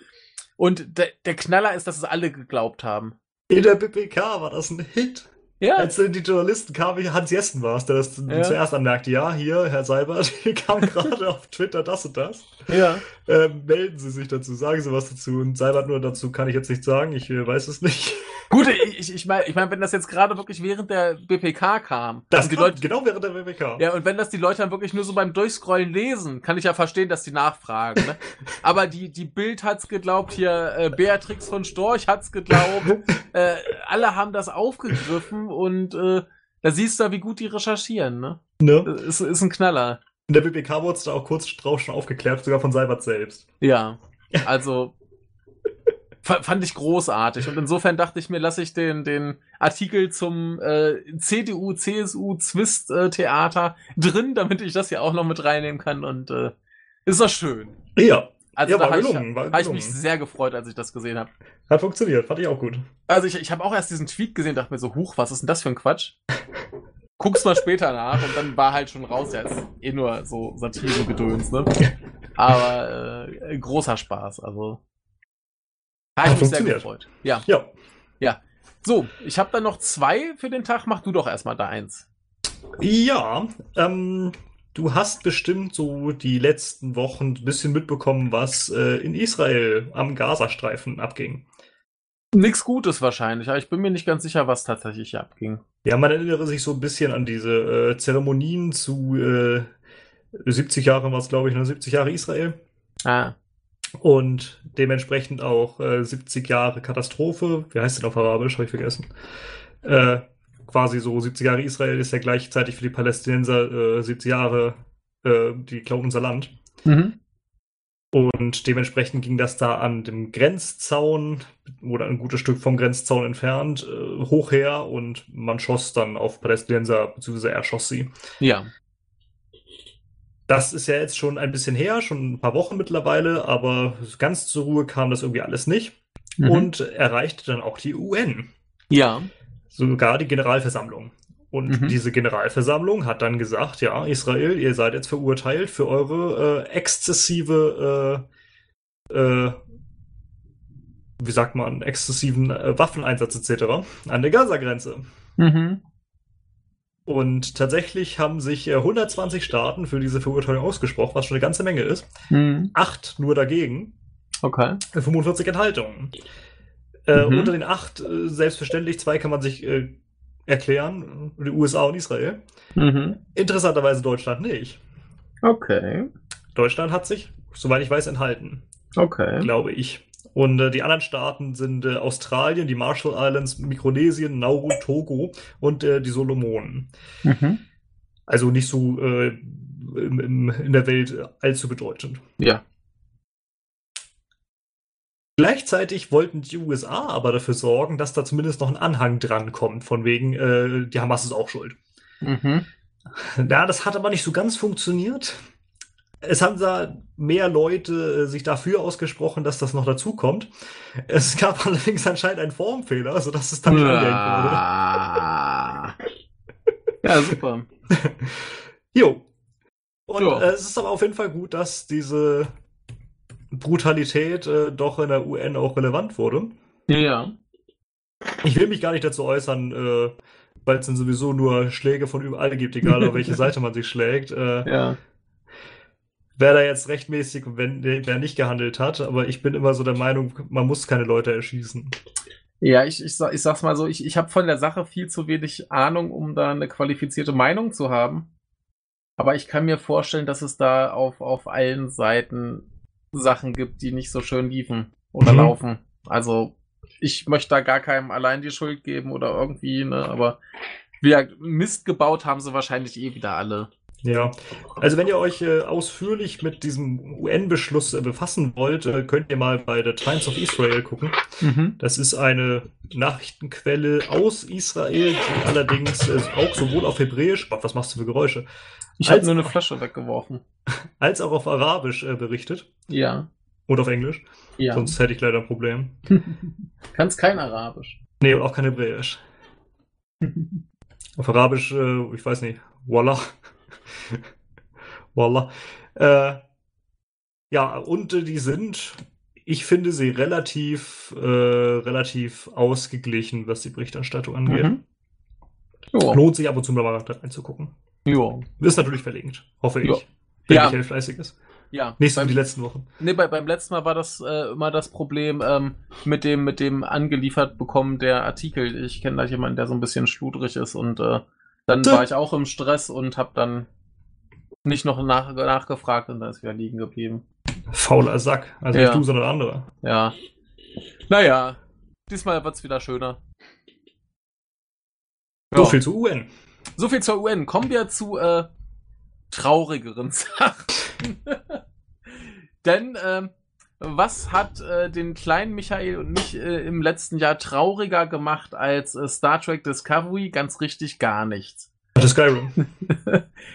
Speaker 2: Und der, der Knaller ist, dass es alle geglaubt haben.
Speaker 1: In der BPK war das ein Hit.
Speaker 2: Ja,
Speaker 1: Als dann die Journalisten kamen, Hans Jessen war es, der das
Speaker 2: Ja.
Speaker 1: zuerst anmerkte. Ja, hier, Herr Seibert, (laughs) hier kam gerade auf Twitter das und das.
Speaker 2: ja.
Speaker 1: Ähm, melden Sie sich dazu, sagen Sie was dazu. Und Seibert nur dazu kann ich jetzt nicht sagen, ich äh, weiß es nicht.
Speaker 2: Gut, ich, ich meine, ich mein, wenn das jetzt gerade wirklich während der BPK kam,
Speaker 1: Das
Speaker 2: und die
Speaker 1: kam
Speaker 2: Leute,
Speaker 1: genau während der BPK.
Speaker 2: ja, und wenn das die Leute dann wirklich nur so beim Durchscrollen lesen, kann ich ja verstehen, dass die nachfragen. Ne? Aber die, die Bild hat's geglaubt, hier äh, Beatrix von Storch hat's
Speaker 1: (laughs)
Speaker 2: geglaubt, äh, alle haben das aufgegriffen und äh, da siehst du ja, wie gut die recherchieren. Ne?
Speaker 1: Ne?
Speaker 2: Äh, Ist, ist ein Knaller.
Speaker 1: In der BPK wurde es da auch kurz drauf schon aufgeklärt, sogar von Seibert selbst.
Speaker 2: Ja, also fa- fand ich großartig und insofern dachte ich mir, lasse ich den den Artikel zum äh, CDU CSU Zwist äh, Theater drin, damit ich das ja auch noch mit reinnehmen kann und äh, ist doch schön.
Speaker 1: Ja,
Speaker 2: Also
Speaker 1: Ja,
Speaker 2: da
Speaker 1: war
Speaker 2: habe ich,
Speaker 1: gelungen, war
Speaker 2: hab ich
Speaker 1: gelungen.
Speaker 2: mich sehr gefreut, als ich das gesehen habe.
Speaker 1: hat funktioniert, fand ich auch gut.
Speaker 2: Also ich, ich habe auch erst diesen Tweet gesehen, dachte mir so, huch, was ist denn das für ein (laughs) Quatsch? Guck's mal später nach und dann war halt schon raus, ja, ist eh nur so Satirengedöns, ne? Aber äh, großer Spaß, also. Hat
Speaker 1: Hat
Speaker 2: mich sehr
Speaker 1: funktioniert.
Speaker 2: gefreut. Ja.
Speaker 1: Ja,
Speaker 2: So, ich habe dann noch zwei für den Tag, mach du doch erstmal da eins.
Speaker 1: ja ähm, du hast bestimmt so die letzten Wochen ein bisschen mitbekommen, was äh, in Israel am Gazastreifen abging.
Speaker 2: Nix Gutes wahrscheinlich, aber ich bin mir nicht ganz sicher, was tatsächlich hier abging.
Speaker 1: Ja, man erinnere sich so ein bisschen an diese äh, Zeremonien zu äh, 70 Jahren war es, glaube ich, ne? 70 Jahre Israel.
Speaker 2: Ah,
Speaker 1: Und dementsprechend auch äh, 70 Jahre Katastrophe. Wie heißt denn auf Arabisch? Habe ich vergessen. Äh, quasi so 70 Jahre Israel ist ja gleichzeitig für die Palästinenser äh, 70 Jahre, äh, die klauen unser Land.
Speaker 2: mhm.
Speaker 1: Und dementsprechend ging das da an dem Grenzzaun oder ein gutes Stück vom Grenzzaun entfernt äh, hoch her und man schoss dann auf Palästinenser, beziehungsweise erschoss sie.
Speaker 2: ja.
Speaker 1: Das ist ja jetzt schon ein bisschen her, schon ein paar Wochen mittlerweile, aber ganz zur Ruhe kam das irgendwie alles nicht.
Speaker 2: Und
Speaker 1: und erreichte dann auch die UN,
Speaker 2: ja.
Speaker 1: sogar die Generalversammlung. Und
Speaker 2: Mhm.
Speaker 1: diese Generalversammlung hat dann gesagt, ja, Israel, ihr seid jetzt verurteilt für eure äh, exzessive, äh, äh, wie sagt man, exzessiven äh, Waffeneinsatz etc. an der Gaza-Grenze.
Speaker 2: Mhm.
Speaker 1: Und tatsächlich haben sich äh, 120 Staaten für diese Verurteilung ausgesprochen, was schon eine ganze Menge ist.
Speaker 2: Mhm.
Speaker 1: Acht nur dagegen.
Speaker 2: Okay.
Speaker 1: 45 Enthaltungen. Äh,
Speaker 2: Mhm.
Speaker 1: Unter den acht, äh, selbstverständlich, zwei kann man sich äh, erklären, äh, die USA und Israel.
Speaker 2: Mhm.
Speaker 1: Interessanterweise Deutschland nicht.
Speaker 2: Okay.
Speaker 1: Deutschland hat sich, soweit ich weiß, enthalten.
Speaker 2: Okay.
Speaker 1: glaube ich. Und äh, die anderen Staaten sind äh, Australien, die Marshall Islands, Mikronesien, Nauru, Togo und äh, die Solomonen.
Speaker 2: Mhm.
Speaker 1: Also nicht so äh, im, im, in der Welt äh, allzu bedeutend.
Speaker 2: Ja.
Speaker 1: Gleichzeitig wollten die USA aber dafür sorgen, dass da zumindest noch ein Anhang dran kommt, von wegen, äh, die Hamas ist auch schuld.
Speaker 2: Mhm.
Speaker 1: Ja, das hat aber nicht so ganz funktioniert. Es haben da mehr Leute äh, sich dafür ausgesprochen, dass das noch dazu kommt. Es gab (laughs) allerdings anscheinend einen Formfehler, sodass es dann nicht angehängt wurde.
Speaker 2: Ah. Ja, super.
Speaker 1: Jo. Und
Speaker 2: Ja.
Speaker 1: äh, es ist aber auf jeden Fall gut, dass diese Brutalität äh, doch in der UN auch relevant wurde.
Speaker 2: Ja.
Speaker 1: Ich will mich gar nicht dazu äußern, äh, weil es dann sowieso nur Schläge von überall gibt, egal auf welche Seite man sich schlägt. Äh,
Speaker 2: Ja.
Speaker 1: Wer da jetzt rechtmäßig und wenn, wer nicht gehandelt hat, aber ich bin immer so der Meinung, man muss keine Leute erschießen.
Speaker 2: Ja, ich, ich, sag- ich sag's mal so, ich, ich habe von der Sache viel zu wenig Ahnung, um da eine qualifizierte Meinung zu haben. Aber ich kann mir vorstellen, dass es da auf, auf allen Seiten Sachen gibt, die nicht so schön liefen oder
Speaker 1: Mhm.
Speaker 2: laufen. Also ich möchte da gar keinem allein die Schuld geben oder irgendwie, ne? Aber wir Mist gebaut haben sie wahrscheinlich eh wieder alle.
Speaker 1: Ja, also wenn ihr euch äh, ausführlich mit diesem UN-Beschluss äh, befassen wollt, äh, könnt ihr mal bei The Times of Israel gucken.
Speaker 2: Mhm.
Speaker 1: Das ist eine Nachrichtenquelle aus Israel, die allerdings äh, auch sowohl auf Hebräisch, Gott, was machst du für Geräusche,
Speaker 2: Ich habe
Speaker 1: Als-
Speaker 2: nur eine Flasche weggeworfen.
Speaker 1: als auch auf Arabisch äh, berichtet
Speaker 2: Ja.
Speaker 1: und auf Englisch.
Speaker 2: Ja.
Speaker 1: Sonst hätte ich leider ein Problem.
Speaker 2: Kannst kein Arabisch.
Speaker 1: Nee, und auch
Speaker 2: (laughs)
Speaker 1: kein Hebräisch. Auf Arabisch, äh, ich weiß nicht, (laughs) Wallah. Wallah. Äh, ja, und äh, die sind, ich finde sie relativ, äh, relativ ausgeglichen, was die Berichterstattung angeht.
Speaker 2: Mhm. Jo.
Speaker 1: Lohnt sich ab und zu mal da reinzugucken.
Speaker 2: Jo.
Speaker 1: Ist natürlich verlinkt, hoffe ich.
Speaker 2: Ja.
Speaker 1: Wenn
Speaker 2: Ja.
Speaker 1: Michael fleißig ist.
Speaker 2: Ja.
Speaker 1: Nicht so
Speaker 2: Beim-
Speaker 1: wie die letzten Wochen.
Speaker 2: Nee, bei, beim letzten Mal war das äh, immer das Problem ähm, mit dem mit dem angeliefert bekommen der Artikel. Ich kenne da jemanden, der so ein bisschen schludrig ist und äh, dann
Speaker 1: Tö.
Speaker 2: war ich auch im Stress und habe dann nicht noch nach, nachgefragt und dann ist wieder liegen geblieben.
Speaker 1: Fauler Sack. Also
Speaker 2: Ja.
Speaker 1: nicht du, sondern andere.
Speaker 2: Ja. Naja, diesmal wird's wieder schöner.
Speaker 1: So
Speaker 2: Ja.
Speaker 1: viel zu UN.
Speaker 2: so viel zur UN. Kommen wir zu äh, traurigeren (laughs) Sachen. Denn ähm, was hat äh, den kleinen Michael und mich äh, im letzten Jahr trauriger gemacht als äh, Star Trek Discovery? Ganz richtig gar nichts.
Speaker 1: Das ist Skyrim.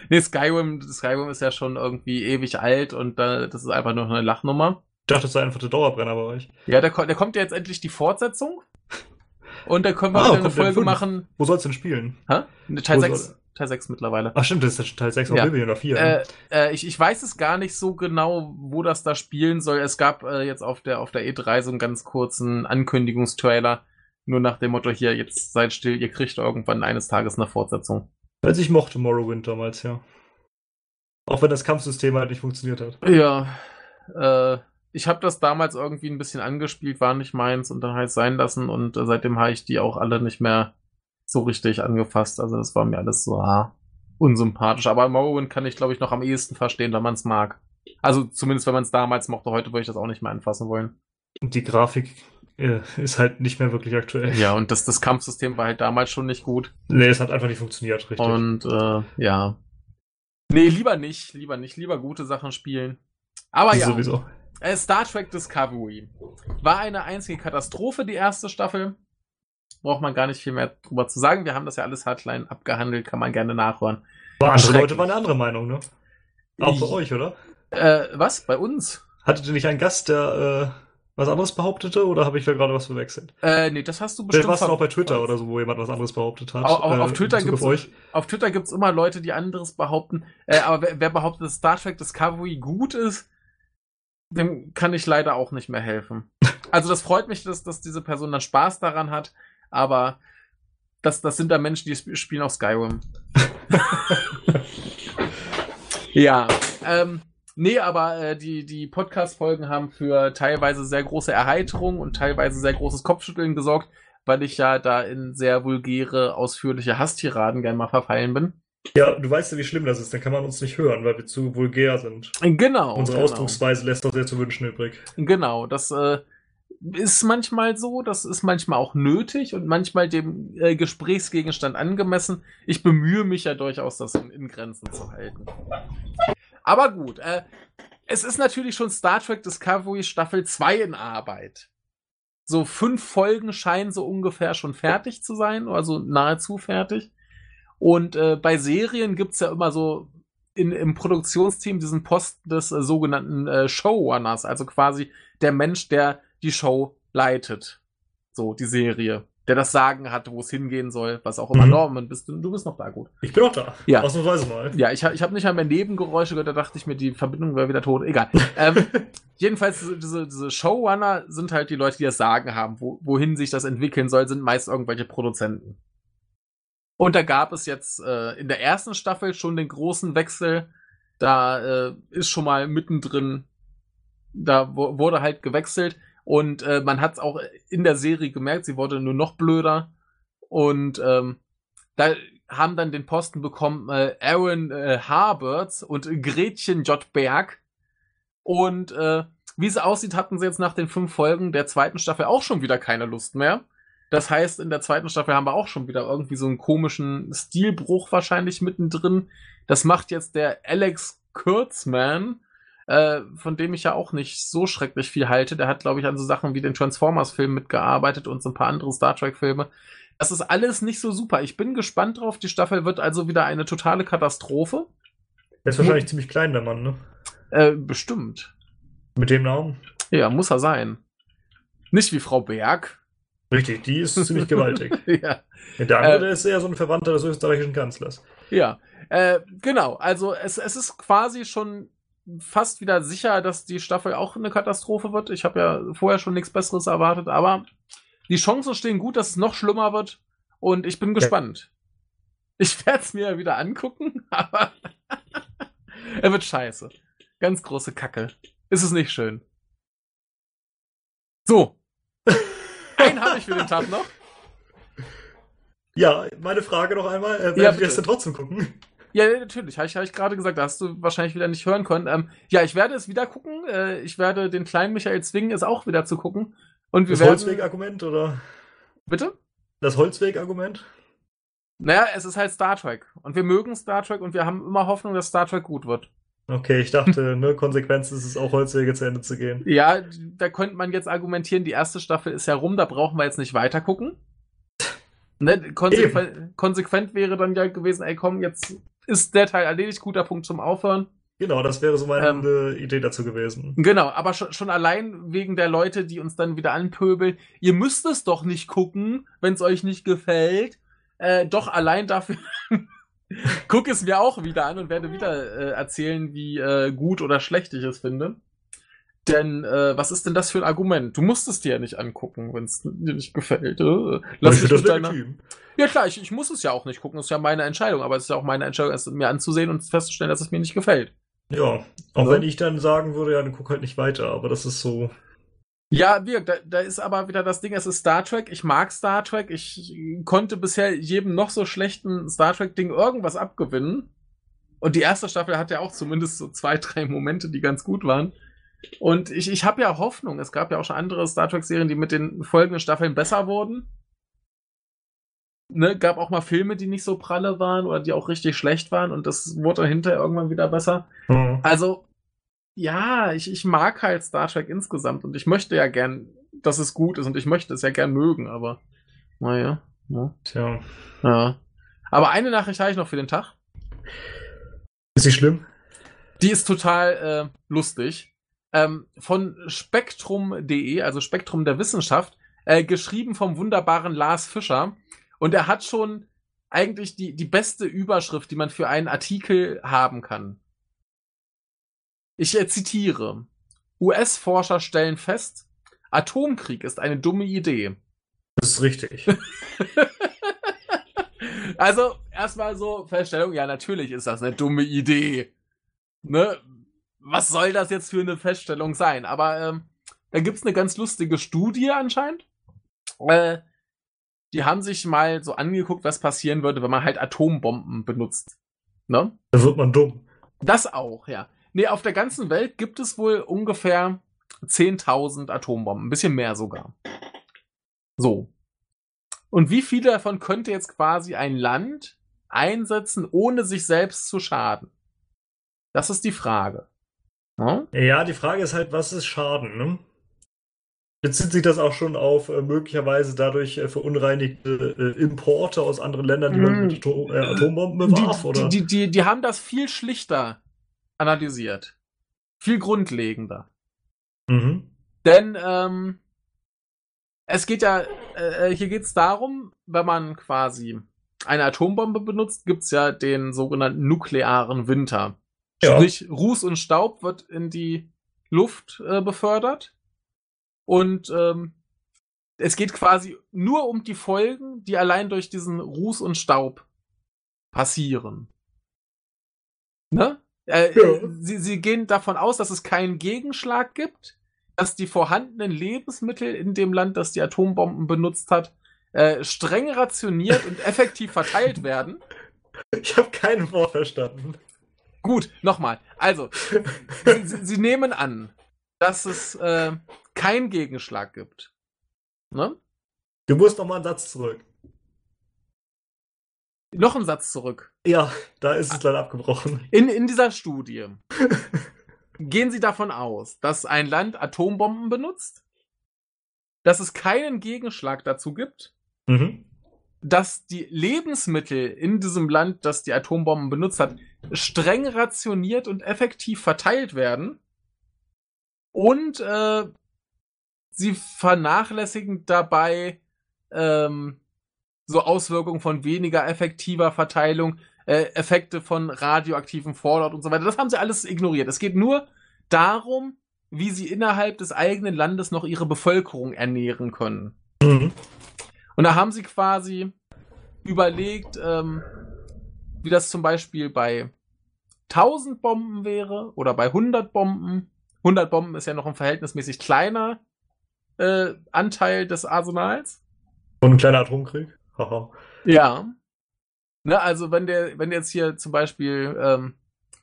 Speaker 2: nee, Skyrim, Skyrim ist ja schon irgendwie ewig alt und äh, das ist einfach nur eine Lachnummer.
Speaker 1: Ich dachte, das sei einfach der Dauerbrenner bei euch.
Speaker 2: Ja, da, ko- da kommt ja jetzt endlich die Fortsetzung. Und da können wir
Speaker 1: Ah,
Speaker 2: wieder eine
Speaker 1: kommt der
Speaker 2: Folge
Speaker 1: fünf?
Speaker 2: machen.
Speaker 1: Wo soll's denn spielen?
Speaker 2: Hä? Ne, Teil
Speaker 1: Wo
Speaker 2: 6.
Speaker 1: soll-
Speaker 2: Teil 6 mittlerweile.
Speaker 1: Ach stimmt, das ist Teil 6
Speaker 2: Ja.
Speaker 1: Oblivion oder ne? 4.
Speaker 2: Äh, äh, ich, ich weiß es gar nicht so genau, wo das da spielen soll. Es gab äh, jetzt auf der, auf der E3 so einen ganz kurzen Ankündigungstrailer. Nur nach dem Motto hier, jetzt seid still, ihr kriegt irgendwann eines Tages eine Fortsetzung.
Speaker 1: Also ich mochte Morrowind damals, ja. Auch wenn das Kampfsystem halt nicht funktioniert hat.
Speaker 2: Ja, äh, ich habe das damals irgendwie ein bisschen angespielt, war nicht meins und dann halt sein lassen und äh, seitdem habe ich die auch alle nicht mehr so richtig angefasst. Also das war mir alles so ah, unsympathisch. Aber Morrowind kann ich, glaube ich, noch am ehesten verstehen, wenn man es mag. Also zumindest, wenn man es damals mochte. Heute würde ich das auch nicht mehr anfassen wollen.
Speaker 1: Und die Grafik äh, ist halt nicht mehr wirklich aktuell.
Speaker 2: Ja, und das, das Kampfsystem war halt damals schon nicht gut.
Speaker 1: Nee, es hat einfach nicht funktioniert, richtig.
Speaker 2: Und äh, ja. Nee, lieber nicht, lieber nicht. Lieber gute Sachen spielen. Aber ah ja.
Speaker 1: Sowieso.
Speaker 2: Äh, Star Trek Discovery war eine einzige Katastrophe, die erste Staffel. Braucht man gar nicht viel mehr drüber zu sagen. Wir haben das ja alles hardline abgehandelt, kann man gerne nachhören.
Speaker 1: Aber andere
Speaker 2: schrecklich.
Speaker 1: Leute waren eine andere Meinung, ne? Auch bei
Speaker 2: Ich-
Speaker 1: euch, oder?
Speaker 2: Äh, was? Bei uns?
Speaker 1: Hattet ihr nicht einen Gast, der äh, was anderes behauptete oder habe ich da gerade was verwechselt?
Speaker 2: Äh, nee, das hast du bestimmt.
Speaker 1: Vielleicht war es dann
Speaker 2: ver-
Speaker 1: auch bei Twitter oder so, wo jemand was anderes behauptet hat. äh,
Speaker 2: Au- au- auf
Speaker 1: in
Speaker 2: Twitter
Speaker 1: Bezug auf
Speaker 2: gibt's-
Speaker 1: euch.
Speaker 2: Auf Twitter gibt's immer Leute, die anderes behaupten. Äh, aber wer, wer behauptet, dass Star Trek Discovery gut ist, dem kann ich leider auch nicht mehr helfen. Also das freut mich, dass, dass diese Person dann Spaß daran hat, aber das, das sind da Menschen, die sp spielen auch Skyrim. ja. Ähm, nee, aber äh, die, die Podcast-Folgen haben für teilweise sehr große Erheiterung und teilweise sehr großes Kopfschütteln gesorgt weil ich ja da in sehr vulgäre, ausführliche Hasstiraden gerne mal verfallen bin.
Speaker 1: Ja, du weißt ja, wie schlimm das ist. Dann kann man uns nicht hören, weil wir zu vulgär sind.
Speaker 2: Genau.
Speaker 1: Unsere
Speaker 2: genau.
Speaker 1: Ausdrucksweise lässt doch sehr zu wünschen übrig.
Speaker 2: Genau, das äh, ist manchmal so, das ist manchmal auch nötig und manchmal dem äh, Gesprächsgegenstand angemessen. Ich bemühe mich ja durchaus, das in, in Grenzen zu halten. Aber gut, äh, es ist natürlich schon Star Trek Discovery Staffel 2 in Arbeit. So fünf Folgen scheinen so ungefähr schon fertig zu sein, also nahezu fertig. Und äh, bei Serien gibt's ja immer so in, im Produktionsteam diesen Posten des äh, sogenannten äh, Showrunners, also quasi der Mensch, der die Show leitet. So, die Serie. Der das Sagen hat, wo es hingehen soll, was auch immer.
Speaker 1: Mhm.
Speaker 2: Norman, bist du, du bist noch da, gut.
Speaker 1: Ich bin auch da.
Speaker 2: Ja.
Speaker 1: Ausnahmsweise mal.
Speaker 2: Ja, ich, hab- ich habe nicht einmal Nebengeräusche gehört, da dachte ich mir, die Verbindung wäre wieder tot. Egal. Ähm, jedenfalls, diese- diese, diese Showrunner sind halt die Leute, die das Sagen haben. Wo, wohin sich das entwickeln soll, sind meist irgendwelche Produzenten. Und da gab es jetzt äh, in der ersten Staffel schon den großen Wechsel. Da äh, ist schon mal mittendrin, da wu- wurde halt gewechselt. Und äh, man hat es auch in der Serie gemerkt, sie wurde nur noch blöder. Und ähm, da haben dann den Posten bekommen äh, Aaron äh, Harberts und Gretchen J. Berg. Und äh, wie es aussieht, hatten sie jetzt nach den fünf Folgen der zweiten Staffel auch schon wieder keine Lust mehr. Das heißt, in der zweiten Staffel haben wir auch schon wieder irgendwie so einen komischen Stilbruch wahrscheinlich mittendrin. Das macht jetzt der Alex Kurtzman, äh, von dem ich ja auch nicht so schrecklich viel halte. Der hat, glaube ich, an so Sachen wie den Transformers-Film mitgearbeitet und so ein paar andere Star Trek-Filme. Das ist alles nicht so super. Ich bin gespannt drauf. Die Staffel wird also wieder eine totale Katastrophe.
Speaker 1: Der ist wahrscheinlich ziemlich klein, der Mann, ne?
Speaker 2: Äh, bestimmt.
Speaker 1: Mit dem Namen.
Speaker 2: Ja, muss er sein. Nicht wie Frau Berg. (laughs)
Speaker 1: Richtig, die ist ziemlich gewaltig.
Speaker 2: ja.
Speaker 1: Der andere
Speaker 2: Äh,
Speaker 1: der ist eher so ein Verwandter des österreichischen Kanzlers.
Speaker 2: Ja, äh, genau. Also es, es ist quasi schon fast wieder sicher, dass die Staffel auch eine Katastrophe wird. Ich habe ja vorher schon nichts Besseres erwartet, aber die Chancen stehen gut, dass es noch schlimmer wird und ich bin gespannt. Ich werde es mir wieder angucken, (laughs) aber er wird scheiße. Ganz große Kacke. Ist es nicht schön. So. (laughs) Einen habe ich für den Tag noch.
Speaker 1: Ja, meine Frage noch einmal. Äh,
Speaker 2: Ja,
Speaker 1: werden wir es
Speaker 2: bitte.
Speaker 1: dann trotzdem gucken?
Speaker 2: Ja, ja, natürlich. Habe ich, hab ich gerade gesagt. Da hast du wahrscheinlich wieder nicht hören können. Ähm, ja, ich werde es wieder gucken. Äh, ich werde den kleinen Michael zwingen, es auch wieder zu gucken. Und wir
Speaker 1: Das
Speaker 2: werden.
Speaker 1: Holzweg-Argument oder
Speaker 2: Bitte?
Speaker 1: das Holzweg-Argument?
Speaker 2: Naja, es ist halt Star Trek. Und wir mögen Star Trek und wir haben immer Hoffnung, dass Star Trek gut wird.
Speaker 1: Okay, ich dachte, ne, Konsequenz ist es auch, Holzwege zu Ende zu gehen.
Speaker 2: Ja, da könnte man jetzt argumentieren, die erste Staffel ist herum, da brauchen wir jetzt nicht weiter gucken. Ne, konsequen konsequent wäre dann ja gewesen, ey komm, jetzt ist der Teil erledigt, guter Punkt zum Aufhören.
Speaker 1: Genau, das wäre so meine
Speaker 2: Ähm.
Speaker 1: äh, Idee dazu gewesen.
Speaker 2: Genau, aber schon, schon allein wegen der Leute, die uns dann wieder anpöbeln. Ihr müsst es doch nicht gucken, wenn es euch nicht gefällt. Äh, doch allein dafür (laughs) guck es mir auch wieder an und werde wieder äh, erzählen, wie äh, gut oder schlecht ich es finde. Denn äh, was ist denn das für ein Argument? Du musst es dir ja nicht angucken, wenn es dir nicht gefällt. Äh, lass dich
Speaker 1: Ich finde
Speaker 2: mit deiner
Speaker 1: legitim.
Speaker 2: ja klar, ich, ich muss es ja auch nicht gucken, ist ja meine Entscheidung, aber es ist ja auch meine Entscheidung, es mir anzusehen und festzustellen, dass es mir nicht gefällt.
Speaker 1: Ja, auch
Speaker 2: Ne?
Speaker 1: wenn ich dann sagen würde, ja, dann guck halt nicht weiter, aber das ist so.
Speaker 2: Ja, Wirk, da, da ist aber wieder das Ding, es ist Star Trek, ich mag Star Trek, ich konnte bisher jedem noch so schlechten Star Trek-Ding irgendwas abgewinnen. Und die erste Staffel hat ja auch zumindest so zwei, drei Momente, die ganz gut waren. Und ich, ich habe ja Hoffnung, es gab ja auch schon andere Star Trek-Serien, die mit den folgenden Staffeln besser wurden. Ne, gab auch mal Filme, die nicht so pralle waren oder die auch richtig schlecht waren und das wurde dann hinterher irgendwann wieder besser.
Speaker 1: Hm.
Speaker 2: Also, ja, ich, ich mag halt Star Trek insgesamt und ich möchte ja gern, dass es gut ist und ich möchte es ja gern mögen, aber naja. Ja.
Speaker 1: Tja.
Speaker 2: ja. Aber eine Nachricht habe ich noch für den Tag.
Speaker 1: Ist sie schlimm?
Speaker 2: Die ist total äh, lustig. Ähm, von spektrum.de, also Spektrum der Wissenschaft, äh, geschrieben vom wunderbaren Lars Fischer. Und er hat schon eigentlich die, die beste Überschrift, die man für einen Artikel haben kann. Ich äh, zitiere. US-Forscher stellen fest, Atomkrieg ist eine dumme Idee.
Speaker 1: Das
Speaker 2: (laughs)
Speaker 1: ist richtig.
Speaker 2: Also, erstmal so Feststellung, ja, natürlich ist das eine dumme Idee. Ne? Was soll das jetzt für eine Feststellung sein? Aber ähm, da gibt's eine ganz lustige Studie anscheinend. Äh, die haben sich mal so angeguckt, was passieren würde, wenn man halt Atombomben benutzt. Ne?
Speaker 1: Da wird man dumm.
Speaker 2: Das auch, ja. Nee, auf der ganzen Welt gibt es wohl ungefähr 10.000 Atombomben, ein bisschen mehr sogar. So. Und wie viele davon könnte jetzt quasi ein Land einsetzen, ohne sich selbst zu schaden? Das ist die Frage. Ne?
Speaker 1: Ja, die Frage ist halt, was ist Schaden, ne? Bezieht sich das auch schon auf äh, möglicherweise dadurch äh, verunreinigte äh, Importe aus anderen Ländern, die man
Speaker 2: Mm.
Speaker 1: mit Atom äh, Atombomben bewarf?
Speaker 2: die,
Speaker 1: oder?
Speaker 2: Die, die, die, die haben das viel schlichter analysiert. Viel grundlegender.
Speaker 1: mhm.
Speaker 2: Denn ähm, es geht ja, äh, äh, hier geht es darum, wenn man quasi eine Atombombe benutzt, gibt es ja den sogenannten nuklearen Winter.
Speaker 1: Ja.
Speaker 2: Sprich, Ruß und Staub wird in die Luft äh, befördert. Und ähm, es geht quasi nur um die Folgen, die allein durch diesen Ruß und Staub passieren. Ne? Äh,
Speaker 1: Ja.
Speaker 2: äh, sie, sie gehen davon aus, dass es keinen Gegenschlag gibt, dass die vorhandenen Lebensmittel in dem Land, das die Atombomben benutzt hat, äh, streng rationiert und effektiv verteilt werden.
Speaker 1: Ich habe kein Wort verstanden.
Speaker 2: Gut, nochmal. Also, sie, sie, sie nehmen an, dass es äh, keinen Gegenschlag gibt. Ne?
Speaker 1: Du musst noch mal einen Satz zurück.
Speaker 2: Noch ein Satz zurück.
Speaker 1: Ja, da ist es leider abgebrochen.
Speaker 2: In, in dieser Studie (laughs) gehen Sie davon aus, dass ein Land Atombomben benutzt, dass es keinen Gegenschlag dazu gibt,
Speaker 1: Mhm.
Speaker 2: dass die Lebensmittel in diesem Land, das die Atombomben benutzt hat, streng rationiert und effektiv verteilt werden. Und äh, sie vernachlässigen dabei ähm, so Auswirkungen von weniger effektiver Verteilung, äh, Effekte von radioaktiven Fallout und so weiter. Das haben sie alles ignoriert. Es geht nur darum, wie sie innerhalb des eigenen Landes noch ihre Bevölkerung ernähren können.
Speaker 1: Mhm.
Speaker 2: Und da haben sie quasi überlegt, ähm, wie das zum Beispiel bei 1000 Bomben wäre oder bei 100 Bomben. 100 Bomben ist ja noch ein verhältnismäßig kleiner äh, Anteil des Arsenals.
Speaker 1: Und ein kleiner Atomkrieg? Haha.
Speaker 2: Ja. Ne, also wenn der, wenn jetzt hier zum Beispiel ähm,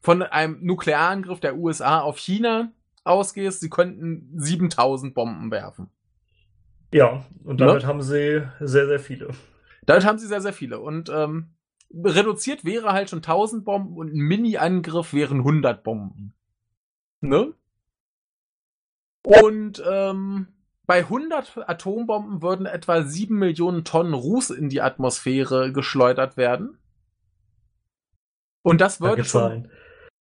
Speaker 2: von einem Nuklearangriff der USA auf China ausgehst, sie könnten 7000 Bomben werfen.
Speaker 1: Ja, und damit haben sie sehr, sehr viele.
Speaker 2: Damit haben sie sehr, sehr viele. Und ähm, reduziert wäre halt schon 1000 Bomben und ein Mini-Angriff wären 100 Bomben. Ne? Und ähm, bei 100 Atombomben würden etwa 7 Millionen Tonnen Ruß in die Atmosphäre geschleudert werden. Und das würde
Speaker 1: Danke,
Speaker 2: schon
Speaker 1: Zahlen.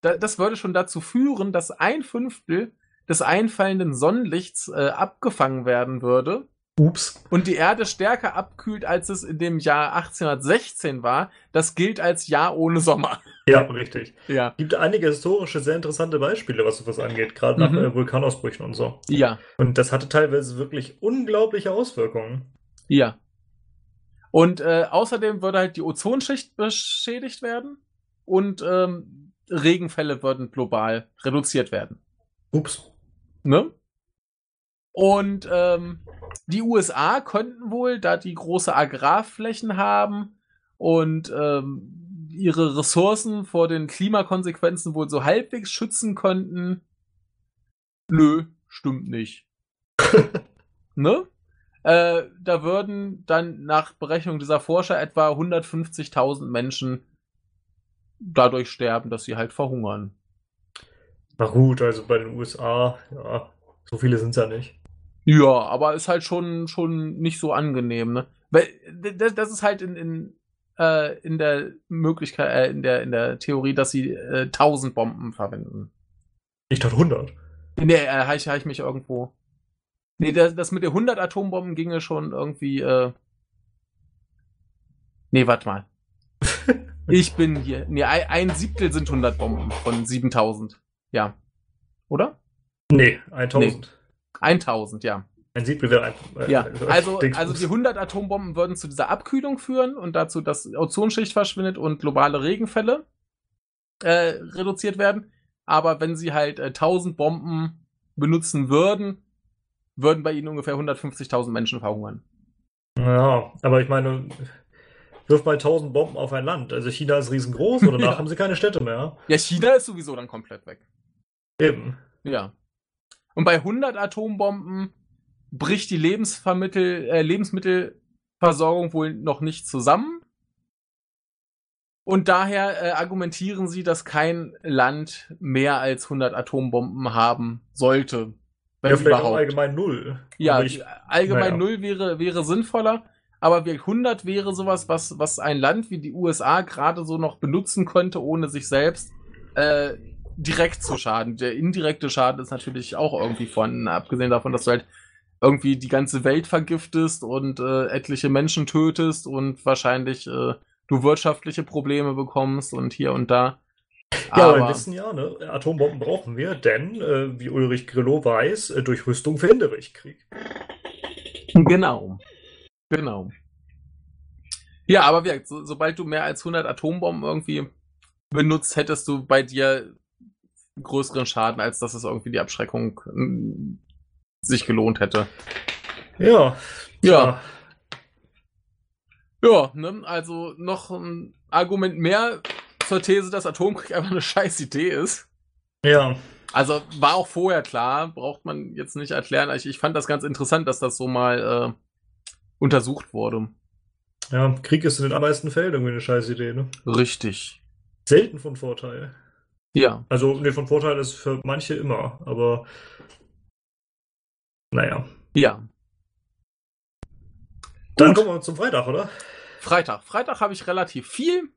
Speaker 2: da, das würde schon dazu führen, dass ein Fünftel des einfallenden Sonnenlichts äh, abgefangen werden würde
Speaker 1: Ups.
Speaker 2: und die Erde stärker abkühlt, als es in dem Jahr 1816 war. Das gilt als Jahr ohne Sommer.
Speaker 1: Ja, richtig.
Speaker 2: Ja.
Speaker 1: Gibt einige historische, sehr interessante Beispiele, was sowas angeht, gerade nach
Speaker 2: Mhm.
Speaker 1: äh, Vulkanausbrüchen und so.
Speaker 2: Ja,
Speaker 1: Und das hatte teilweise wirklich unglaubliche Auswirkungen.
Speaker 2: ja. Und äh, außerdem würde halt die Ozonschicht beschädigt werden und ähm, Regenfälle würden global reduziert werden.
Speaker 1: Ups.
Speaker 2: Ne? Und ähm, die USA könnten wohl, da die große Agrarflächen haben und ähm, ihre Ressourcen vor den Klimakonsequenzen wohl so halbwegs schützen könnten. Nö, stimmt nicht. ne? Äh, da würden dann nach Berechnung dieser Forscher etwa 150.000 Menschen dadurch sterben, dass sie halt verhungern.
Speaker 1: Na gut, also bei den USA, ja, so viele sind es ja nicht.
Speaker 2: Ja, aber ist halt schon, schon nicht so angenehm, ne? Weil d- das, das ist halt in, in, äh, in der Möglichkeit, äh, in der, in der Theorie, dass sie äh, 1000 Bomben verwenden.
Speaker 1: Ich dachte 100.
Speaker 2: Nee, äh, habe ich, hab ich mich irgendwo. Nee, das, das mit den 100 Atombomben ginge schon irgendwie, äh. Nee, warte mal. Ich bin hier. Nee, ein, ein Siebtel sind 100 Bomben von 7000. Ja. Oder?
Speaker 1: Nee, 1000.
Speaker 2: 1000, ja.
Speaker 1: Ein Siebel wäre ein. äh, (laughs)
Speaker 2: Ja,
Speaker 1: äh,
Speaker 2: also,
Speaker 1: Dingsbums.
Speaker 2: also die 100 Atombomben würden zu dieser Abkühlung führen und dazu, dass Ozonschicht verschwindet und globale Regenfälle äh, reduziert werden. Aber wenn sie halt äh, 1000 Bomben benutzen würden, würden bei ihnen ungefähr 150.000 Menschen verhungern.
Speaker 1: Ja, aber ich meine, wirf mal tausend Bomben auf ein Land. Also China ist riesengroß und
Speaker 2: (laughs)
Speaker 1: danach
Speaker 2: Ja.
Speaker 1: haben sie keine Städte mehr.
Speaker 2: Ja, China ist sowieso dann komplett weg.
Speaker 1: Eben.
Speaker 2: Ja. Und bei 100 Atombomben bricht die Lebensvermittel, äh, Lebensmittelversorgung wohl noch nicht zusammen. Und daher äh, argumentieren sie, dass kein Land mehr als 100 Atombomben haben sollte. Wenn
Speaker 1: Ja, vielleicht auch
Speaker 2: überhaupt.
Speaker 1: allgemein null.
Speaker 2: Ja,
Speaker 1: Aber ich,
Speaker 2: allgemein
Speaker 1: naja.
Speaker 2: null wäre, wäre sinnvoller, aber wir- 100 wäre sowas, was, was ein Land wie die USA gerade so noch benutzen könnte, ohne sich selbst äh, direkt zu schaden. Der indirekte Schaden ist natürlich auch irgendwie vorhanden, abgesehen davon, dass du halt irgendwie die ganze Welt vergiftest und äh, etliche Menschen tötest und wahrscheinlich äh, du wirtschaftliche Probleme bekommst und hier und da.
Speaker 1: ja, aber wir wissen ja, ne, Atombomben brauchen wir, denn, äh, wie Ulrich Grillo weiß, äh, durch Rüstung verhindere ich Krieg.
Speaker 2: Genau. Genau. Ja, aber wie, gesagt, so, sobald du mehr als 100 Atombomben irgendwie benutzt, hättest du bei dir größeren Schaden, als dass es irgendwie die Abschreckung mm, sich gelohnt hätte.
Speaker 1: Ja.
Speaker 2: Ja. Ja, ne? also noch ein Argument mehr zur These, dass Atomkrieg einfach eine scheiß Idee ist.
Speaker 1: Ja.
Speaker 2: Also war auch vorher klar, braucht man jetzt nicht erklären. Also Ich, ich fand das ganz interessant, dass das so mal äh, untersucht wurde.
Speaker 1: Ja, Krieg ist in den meisten Fällen irgendwie eine scheiß Idee, ne?
Speaker 2: Richtig.
Speaker 1: Selten von Vorteil.
Speaker 2: Ja.
Speaker 1: Also, nee, von Vorteil ist für manche immer, aber naja.
Speaker 2: Ja.
Speaker 1: Dann kommen wir zum Freitag, oder?
Speaker 2: Freitag. Freitag habe ich relativ viel.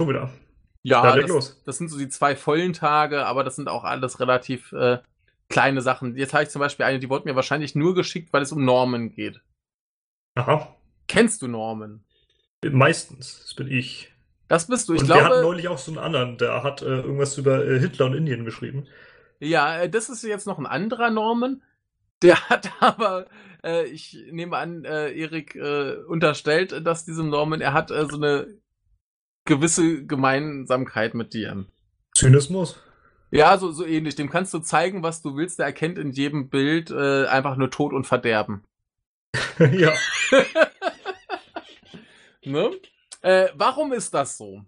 Speaker 1: Schon wieder.
Speaker 2: Ja,
Speaker 1: Dann leg
Speaker 2: Ah, das,
Speaker 1: los.
Speaker 2: das sind so die zwei vollen Tage, aber das sind auch alles relativ äh, kleine Sachen. Jetzt habe ich zum Beispiel eine, die wurde mir wahrscheinlich nur geschickt, weil es um Normen geht.
Speaker 1: Aha.
Speaker 2: Kennst du Normen?
Speaker 1: Meistens. Das bin ich.
Speaker 2: Das bist du. Ich
Speaker 1: Und wir hatten
Speaker 2: glaube,
Speaker 1: neulich auch so einen anderen, der hat äh, irgendwas über äh, Hitler und Indien geschrieben.
Speaker 2: ja, äh, das ist jetzt noch ein anderer Normen. Der (laughs) hat aber, äh, ich nehme an, äh, Erik äh, unterstellt, dass diesem Normen, er hat äh, so eine gewisse Gemeinsamkeit mit dir.
Speaker 1: Zynismus? (laughs)
Speaker 2: Ja, so, so ähnlich. Dem kannst du zeigen, was du willst. Der erkennt in jedem Bild äh, einfach nur Tod und Verderben.
Speaker 1: ja.
Speaker 2: Ne? Äh, warum ist das so?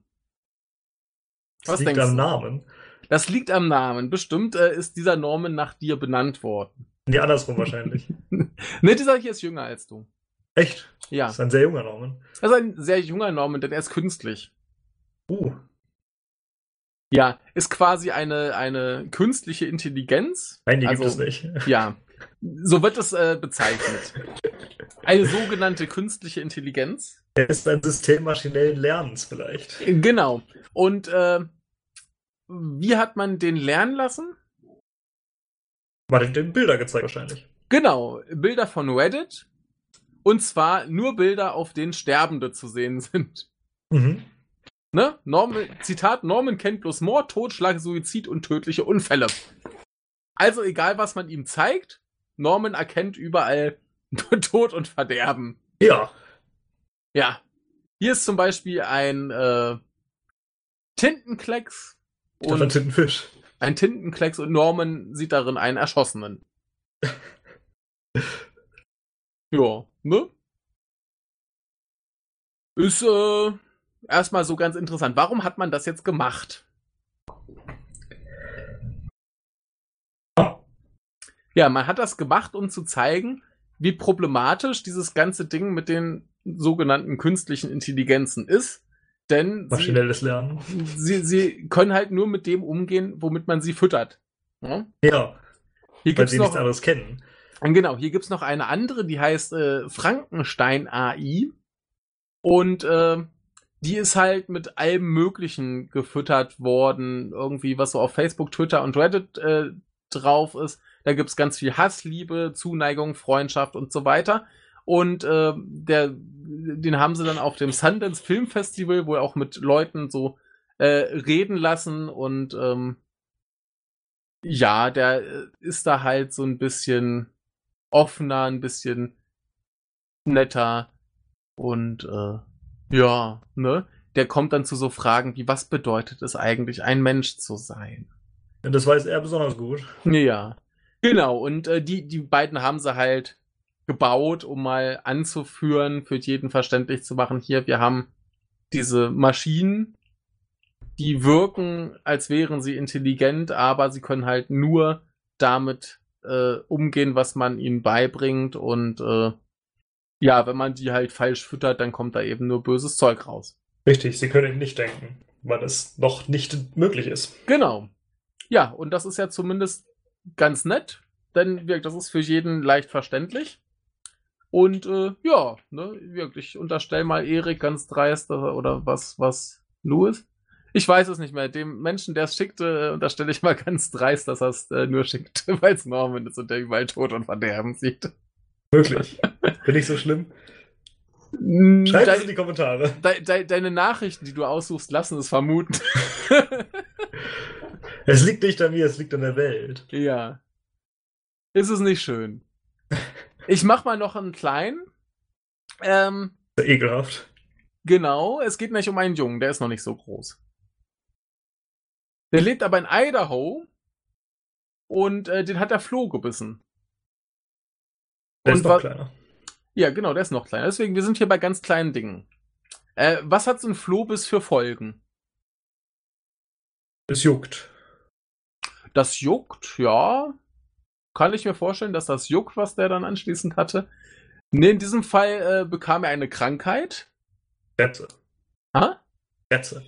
Speaker 1: Das
Speaker 2: Was
Speaker 1: liegt
Speaker 2: denkst
Speaker 1: am
Speaker 2: du?
Speaker 1: Namen.
Speaker 2: Das liegt am Namen. Bestimmt äh, ist dieser Norman nach dir benannt worden.
Speaker 1: Nee, andersrum wahrscheinlich.
Speaker 2: (laughs) Ne, dieser hier ist jünger als du.
Speaker 1: Echt?
Speaker 2: Ja.
Speaker 1: Das ist ein sehr junger Norman.
Speaker 2: Das ist ein sehr junger Norman, denn er ist künstlich.
Speaker 1: Uh,
Speaker 2: Ja, ist quasi eine, eine künstliche Intelligenz.
Speaker 1: nein, die
Speaker 2: Also-
Speaker 1: gibt es nicht. (laughs)
Speaker 2: Ja, so wird es äh, bezeichnet. Eine sogenannte künstliche Intelligenz.
Speaker 1: Er ist ein System maschinellen Lernens vielleicht.
Speaker 2: Genau. Und äh, wie hat man den lernen lassen?
Speaker 1: Man hat ihm Bilder gezeigt wahrscheinlich.
Speaker 2: Genau, Bilder von Reddit. Und zwar nur Bilder, auf denen Sterbende zu sehen (laughs) sind.
Speaker 1: Mhm.
Speaker 2: Ne? Norman, Zitat, Norman kennt bloß Mord, Totschlag, Suizid und tödliche Unfälle. Also egal, was man ihm zeigt, Norman erkennt überall (laughs) Tod und Verderben.
Speaker 1: Ja.
Speaker 2: Ja. Hier ist zum Beispiel ein äh, Tintenklecks
Speaker 1: Und das war ein
Speaker 2: und
Speaker 1: Tintenfisch.
Speaker 2: ein Tintenklecks und Norman sieht darin einen
Speaker 1: (laughs)
Speaker 2: Erschossenen. ja, ne? Ist äh, erstmal so ganz interessant. Warum hat man das jetzt gemacht?
Speaker 1: Ja.
Speaker 2: Ja, man hat das gemacht, um zu zeigen, wie problematisch dieses ganze Ding mit den sogenannten künstlichen Intelligenzen ist. Denn sie-
Speaker 1: Maschinelles Lernen.
Speaker 2: sie, sie können halt nur mit dem umgehen, womit man sie füttert. Ja?
Speaker 1: Ja,
Speaker 2: Hier
Speaker 1: weil
Speaker 2: gibt's
Speaker 1: sie nichts
Speaker 2: noch,
Speaker 1: anderes kennen.
Speaker 2: genau, hier gibt's noch eine andere, die heißt äh, Frankenstein AI. Und äh, die ist halt mit allem Möglichen gefüttert worden. Irgendwie, was so auf Facebook, Twitter und Reddit äh, drauf ist. Da gibt's ganz viel Hass, Liebe, Zuneigung, Freundschaft und so weiter. Und äh, der, den haben sie dann auf dem Sundance Film Festival wohl auch mit Leuten so äh, reden lassen. Und ähm, ja, der äh, ist da halt so ein bisschen offener, ein bisschen netter. Und äh, ja, ne? Der kommt dann zu so Fragen wie, was bedeutet es eigentlich, ein Mensch zu sein?
Speaker 1: Und das weiß er besonders gut.
Speaker 2: Ja, genau. Und äh, die, die beiden haben sie halt gebaut, um mal anzuführen, für jeden verständlich zu machen, hier, wir haben diese Maschinen, die wirken, als wären sie intelligent, aber sie können halt nur damit äh, umgehen, was man ihnen beibringt. Und äh, ja, wenn man die halt falsch füttert, dann kommt da eben nur böses Zeug raus.
Speaker 1: Richtig, sie können nicht denken, weil es noch nicht möglich ist.
Speaker 2: Genau. Ja, und das ist ja zumindest ganz nett, denn wirklich, das ist für jeden leicht verständlich. Und äh, ja, ne, wirklich, unterstell mal Erik ganz dreist oder was, was, Louis? Ich weiß es nicht mehr. Dem Menschen, der es schickte, äh, unterstelle ich mal (laughs) ganz dreist, dass er es äh, nur (laughs) schickte, weil es Norman ist und der überall Tod und Verderben sieht. (laughs)
Speaker 1: Wirklich. Bin ich so schlimm? Schreibt es in die Kommentare.
Speaker 2: De de deine Nachrichten, die du aussuchst, lassen es vermuten.
Speaker 1: es liegt nicht an mir, es liegt an der Welt.
Speaker 2: ja. Ist es nicht schön? Ich mach mal noch einen kleinen. Ähm,
Speaker 1: Ekelhaft.
Speaker 2: genau, es geht nicht um einen Jungen, der ist noch nicht so groß. Der lebt aber in Idaho und äh, den hat der Floh gebissen.
Speaker 1: Der
Speaker 2: Und
Speaker 1: ist noch
Speaker 2: wa-
Speaker 1: kleiner.
Speaker 2: Ja, genau, der ist noch kleiner. Deswegen, wir sind hier bei ganz kleinen Dingen. Äh, was hat so ein Flohbiss für Folgen?
Speaker 1: Es juckt.
Speaker 2: Das juckt, ja. Kann ich mir vorstellen, dass das juckt, was der dann anschließend hatte. Nee, in diesem Fall äh, bekam er eine Krankheit.
Speaker 1: Dätze.
Speaker 2: Ha?
Speaker 1: Dätze.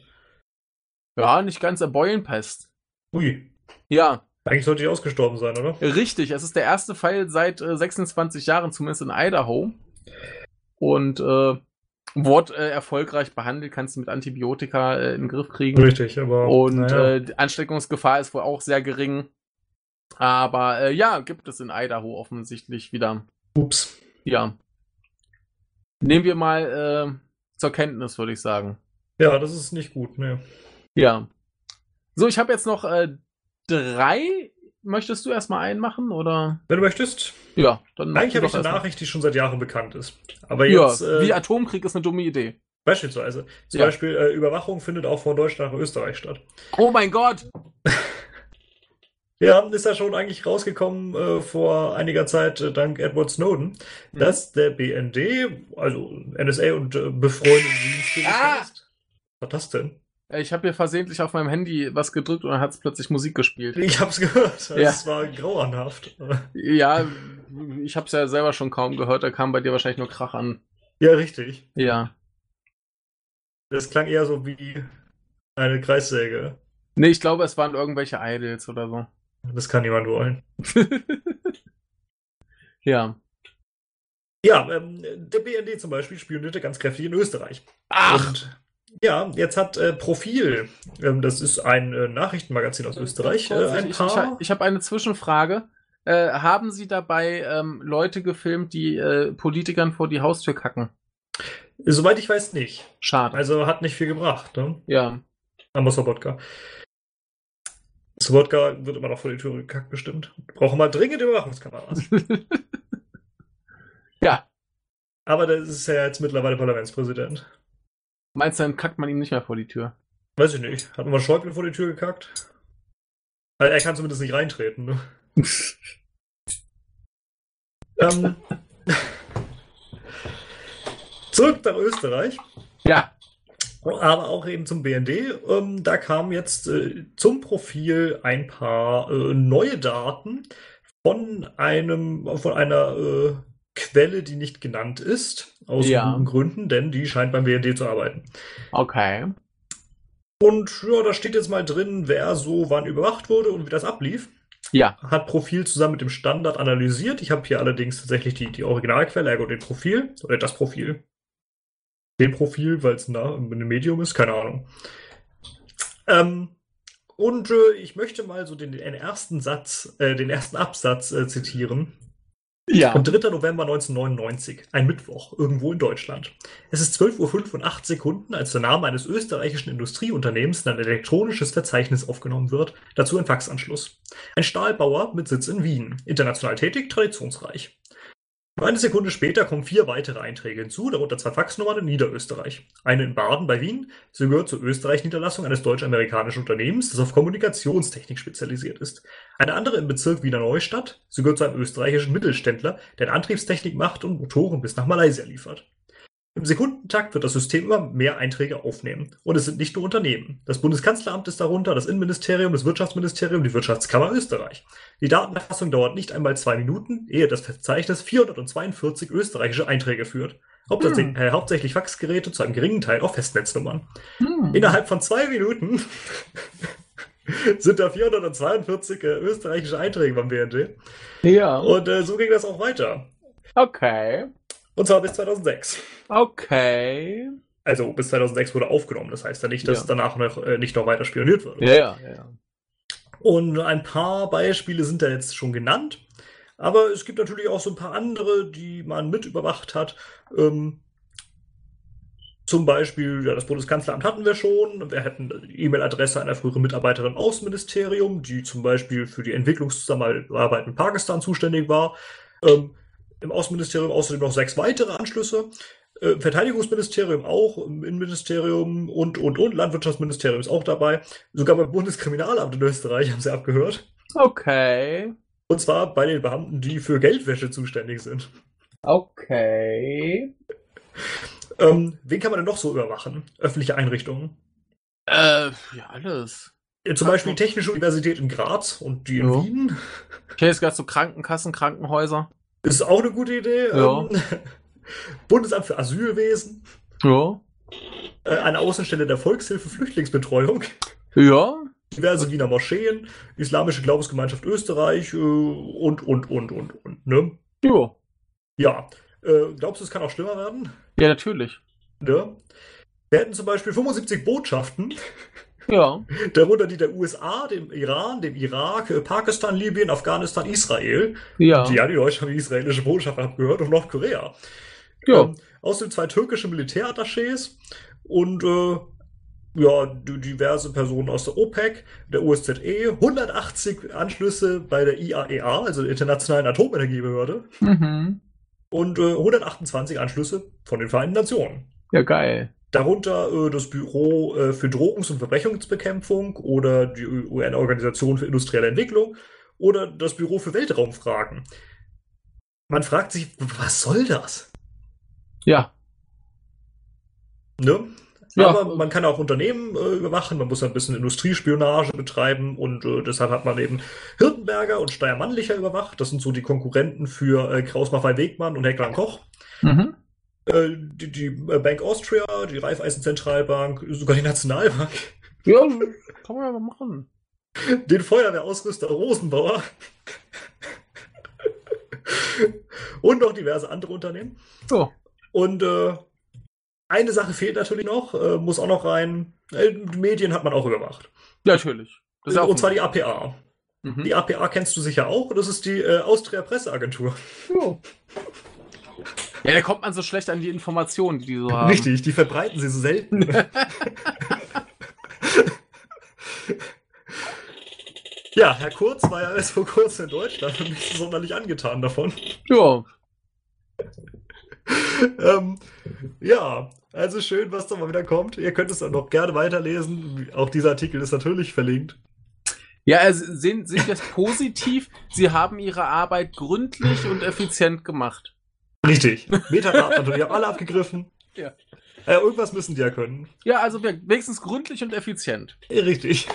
Speaker 2: Ja, nicht ganz, äh, Beulenpest.
Speaker 1: Ui.
Speaker 2: Ja,
Speaker 1: Eigentlich sollte ich ausgestorben sein, oder?
Speaker 2: richtig. Es ist der erste Fall seit äh, 26 Jahren, zumindest in Idaho. Und äh, Wort äh, erfolgreich behandelt, kannst du mit Antibiotika äh, in den Griff kriegen.
Speaker 1: Richtig, aber.
Speaker 2: Und
Speaker 1: naja.
Speaker 2: äh, die Ansteckungsgefahr ist wohl auch sehr gering. Aber äh, ja, gibt es in Idaho offensichtlich wieder.
Speaker 1: Ups.
Speaker 2: Ja. Nehmen wir mal äh, zur Kenntnis, würde ich sagen.
Speaker 1: Ja, das ist nicht gut, ne.
Speaker 2: Ja. So, ich habe jetzt noch äh, drei. Möchtest du erstmal einen machen oder?
Speaker 1: Wenn du möchtest.
Speaker 2: Ja, dann mach
Speaker 1: Eigentlich
Speaker 2: du
Speaker 1: habe
Speaker 2: doch
Speaker 1: ich eine
Speaker 2: erst mal.
Speaker 1: Nachricht, die schon seit Jahren bekannt ist. Aber
Speaker 2: Ja,
Speaker 1: jetzt. äh,
Speaker 2: wie Atomkrieg ist eine dumme Idee.
Speaker 1: Beispielsweise. Zum
Speaker 2: Ja.
Speaker 1: Beispiel äh, Überwachung findet auch von Deutschland nach Österreich statt.
Speaker 2: Oh mein Gott!
Speaker 1: Ja, ist ja schon eigentlich rausgekommen äh, vor einiger Zeit äh, dank Edward Snowden, Mhm. dass der BND, also NSA und äh, befreundete Dienste
Speaker 2: Ah!
Speaker 1: das heißt. Was war das denn?
Speaker 2: Äh, Ich habe hier versehentlich auf meinem Handy was gedrückt und dann hat es plötzlich Musik gespielt.
Speaker 1: Ich hab's gehört.
Speaker 2: Ja.
Speaker 1: Es war grauenhaft.
Speaker 2: Ja, ich habe es ja selber schon kaum gehört, da kam bei dir wahrscheinlich nur Krach an.
Speaker 1: Ja, richtig.
Speaker 2: Ja.
Speaker 1: Das klang eher so wie eine Kreissäge.
Speaker 2: Nee, ich glaube, es waren irgendwelche Idols oder so.
Speaker 1: Das kann niemand wollen.
Speaker 2: Ja.
Speaker 1: Ja, ähm, der BND zum Beispiel spionierte ganz kräftig in Österreich. Und ja, jetzt hat äh, Profil, ähm, das ist ein äh, Nachrichtenmagazin aus Österreich, äh,
Speaker 2: Kurz,
Speaker 1: ein
Speaker 2: ich ich,
Speaker 1: paar.
Speaker 2: ich habe eine Zwischenfrage. Äh, haben Sie dabei ähm, Leute gefilmt, die äh, Politikern vor die Haustür kacken?
Speaker 1: Soweit ich weiß nicht.
Speaker 2: Schade.
Speaker 1: Also hat nicht viel gebracht, ne?
Speaker 2: ja.
Speaker 1: Aber Sobotka. Sobotka wird immer noch vor die Tür gekackt, bestimmt. Brauchen mal dringend Überwachungskameras.
Speaker 2: Ja.
Speaker 1: Aber das ist ja jetzt mittlerweile Parlamentspräsident.
Speaker 2: Meinst du, dann kackt man ihm nicht mehr vor die Tür?
Speaker 1: Weiß ich nicht. Hat mal Schäuble vor die Tür gekackt? Also er kann zumindest nicht reintreten, ne? ähm, (laughs) zurück nach Österreich.
Speaker 2: ja.
Speaker 1: aber auch eben zum BND. Ähm, da kamen jetzt äh, zum Profil ein paar äh, neue Daten von einem, von einer äh, Quelle, die nicht genannt ist, aus
Speaker 2: Ja.
Speaker 1: guten Gründen, denn die scheint beim BND zu arbeiten.
Speaker 2: Okay.
Speaker 1: Und ja, da steht jetzt mal drin, wer so wann überwacht wurde und wie das ablief.
Speaker 2: Ja.
Speaker 1: Hat Profil zusammen mit dem Standard analysiert. Ich habe hier allerdings tatsächlich die, die Originalquelle, ergo den Profil, oder das Profil. Den Profil, weil es ein, Na- ein Medium ist, keine Ahnung. Ähm, und äh, ich möchte mal so den, den ersten Satz, äh, den ersten Absatz äh, zitieren.
Speaker 2: Ja.
Speaker 1: Am 3. November 1999, ein Mittwoch, irgendwo in Deutschland. Es ist 12.05 Uhr Sekunden, als der Name eines österreichischen Industrieunternehmens in ein elektronisches Verzeichnis aufgenommen wird, dazu ein Faxanschluss. Ein Stahlbauer mit Sitz in Wien, international tätig, traditionsreich. Nur eine Sekunde später kommen vier weitere Einträge hinzu, darunter zwei Faxnummern in Niederösterreich. Eine in Baden bei Wien, sie gehört zur Österreich-Niederlassung eines deutsch-amerikanischen Unternehmens, das auf Kommunikationstechnik spezialisiert ist. Eine andere im Bezirk Wiener Neustadt, sie gehört zu einem österreichischen Mittelständler, der in Antriebstechnik macht und Motoren bis nach Malaysia liefert. Im Sekundentakt wird das System immer mehr Einträge aufnehmen. Und es sind nicht nur Unternehmen. Das Bundeskanzleramt ist darunter, das Innenministerium, das Wirtschaftsministerium, die Wirtschaftskammer Österreich. Die Datenerfassung dauert nicht einmal zwei Minuten, ehe das Verzeichnis 442 österreichische Einträge führt. Hauptsächlich, äh, hauptsächlich Faxgeräte, zu einem geringen Teil auch Festnetznummern.
Speaker 2: Hm.
Speaker 1: Innerhalb von zwei Minuten sind da 442 äh, österreichische Einträge beim BND.
Speaker 2: Ja.
Speaker 1: Und äh, so ging das auch weiter.
Speaker 2: Okay.
Speaker 1: Und zwar bis 2006.
Speaker 2: Okay.
Speaker 1: Also bis 2006 wurde aufgenommen. Das heißt ja nicht, dass
Speaker 2: Ja.
Speaker 1: danach noch, äh, nicht noch weiter spioniert wurde.
Speaker 2: Ja, ja, ja.
Speaker 1: Und ein paar Beispiele sind da jetzt schon genannt. Aber es gibt natürlich auch so ein paar andere, die man mit überwacht hat. Ähm, zum Beispiel, ja, das Bundeskanzleramt hatten wir schon. Wir hätten die E-Mail-Adresse einer früheren Mitarbeiterin aus dem Ministerium, die zum Beispiel für die Entwicklungszusammenarbeit in Pakistan zuständig war. Ähm, Im Außenministerium außerdem noch sechs weitere Anschlüsse. Äh, Verteidigungsministerium auch, im Innenministerium und, und, und. Landwirtschaftsministerium ist auch dabei. Sogar beim Bundeskriminalamt in Österreich haben sie abgehört.
Speaker 2: Okay.
Speaker 1: Und zwar bei den Beamten, die für Geldwäsche zuständig sind.
Speaker 2: Okay.
Speaker 1: Ähm, wen kann man denn noch so überwachen? Öffentliche Einrichtungen.
Speaker 2: Äh, ja, alles.
Speaker 1: Äh, Zum Beispiel die Technische Universität in Graz und die in
Speaker 2: Ja.
Speaker 1: Wien.
Speaker 2: Ich hätte jetzt gerade so Krankenkassen, Krankenhäuser.
Speaker 1: Ist auch eine gute Idee.
Speaker 2: Ja.
Speaker 1: Ähm, (laughs) Bundesamt für Asylwesen.
Speaker 2: Ja.
Speaker 1: Äh, eine Außenstelle der Volkshilfe Flüchtlingsbetreuung.
Speaker 2: Ja.
Speaker 1: Diverse Wiener Moscheen. Islamische Glaubensgemeinschaft Österreich. Äh, und, und, und, und, und. Ne?
Speaker 2: Ja.
Speaker 1: Ja. Äh, glaubst du, es kann auch schlimmer werden?
Speaker 2: Ja, natürlich.
Speaker 1: Ne? Wir hätten zum Beispiel 75 Botschaften,
Speaker 2: Ja.
Speaker 1: darunter die der USA, dem Iran, dem Irak, äh, Pakistan, Libyen, Afghanistan, Israel.
Speaker 2: Ja.
Speaker 1: Die, ja, die Deutschen haben die israelische Botschaft abgehört und Nordkorea.
Speaker 2: Ja.
Speaker 1: Ähm, außerdem zwei türkische Militärattachés und äh, ja, d- diverse Personen aus der OPEC, der OSZE, 180 E, Anschlüsse bei der IAEA, also der Internationalen Atomenergiebehörde,
Speaker 2: Mhm.
Speaker 1: und äh, 128 Anschlüsse von den Vereinten Nationen.
Speaker 2: Ja, geil.
Speaker 1: Darunter äh, das Büro äh, für Drogenungs- und Verbrechensbekämpfung oder die UN-Organisation für industrielle Entwicklung oder das Büro für Weltraumfragen. Man fragt sich, was soll das?
Speaker 2: Ja.
Speaker 1: Ne?
Speaker 2: Ja.
Speaker 1: Aber man kann auch Unternehmen äh, überwachen, man muss ein bisschen Industriespionage betreiben und äh, deshalb hat man eben Hirtenberger und Steiermannlicher überwacht. Das sind so die Konkurrenten für äh, Kraus Maffei Wegmann und Heckler und Koch.
Speaker 2: Mhm.
Speaker 1: Äh, die, die Bank Austria, die Raiffeisenzentralbank, sogar die Nationalbank.
Speaker 2: Ja, kann man ja mal machen.
Speaker 1: den Feuerwehrausrüster Rosenbauer und noch diverse andere Unternehmen.
Speaker 2: So.
Speaker 1: Und äh, eine Sache fehlt natürlich noch, äh, muss auch noch rein. Äh, die Medien hat man auch überwacht.
Speaker 2: Ja, natürlich. Das ist ja auch
Speaker 1: und zwar die APA.
Speaker 2: Mhm.
Speaker 1: Die APA kennst du sicher auch, das ist die äh, Austria Presseagentur.
Speaker 2: Ja. ja, da kommt man so schlecht an die Informationen, die die so haben.
Speaker 1: Richtig, die verbreiten sie so selten.
Speaker 2: (laughs)
Speaker 1: ja, Herr Kurz war ja erst vor kurzem in Deutschland und nicht sonderlich angetan davon.
Speaker 2: Ja.
Speaker 1: ähm, ja, also schön, was da mal wieder kommt. Ihr könnt es dann noch gerne weiterlesen. Auch dieser Artikel ist natürlich verlinkt.
Speaker 2: Ja, also sehen, sehen das positiv. Sie haben ihre Arbeit gründlich und effizient gemacht.
Speaker 1: Richtig. Metadaten natürlich, haben alle abgegriffen.
Speaker 2: Ja.
Speaker 1: Äh, irgendwas müssen die ja können.
Speaker 2: Ja, also wir- wenigstens gründlich und effizient.
Speaker 1: Äh, Richtig.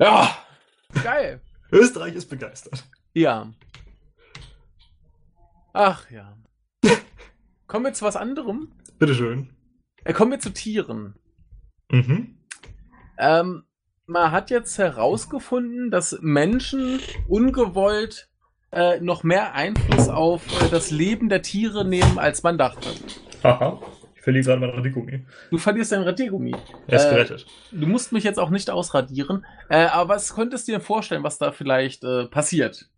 Speaker 2: Ja. Geil.
Speaker 1: Österreich ist begeistert.
Speaker 2: Ja. Ach ja.
Speaker 1: (laughs)
Speaker 2: Kommen wir zu was anderem?
Speaker 1: Bitteschön.
Speaker 2: Äh, kommen wir zu Tieren.
Speaker 1: Mhm.
Speaker 2: Ähm, man hat jetzt herausgefunden, dass Menschen ungewollt äh, noch mehr Einfluss auf äh, das Leben der Tiere nehmen, als man dachte.
Speaker 1: Haha. Ich verliere gerade mein Radiergummi.
Speaker 2: Du verlierst dein Radiergummi.
Speaker 1: Er ist
Speaker 2: Äh,
Speaker 1: gerettet.
Speaker 2: Du musst mich jetzt auch nicht ausradieren. Äh, aber was könntest du dir vorstellen, was da vielleicht äh, passiert?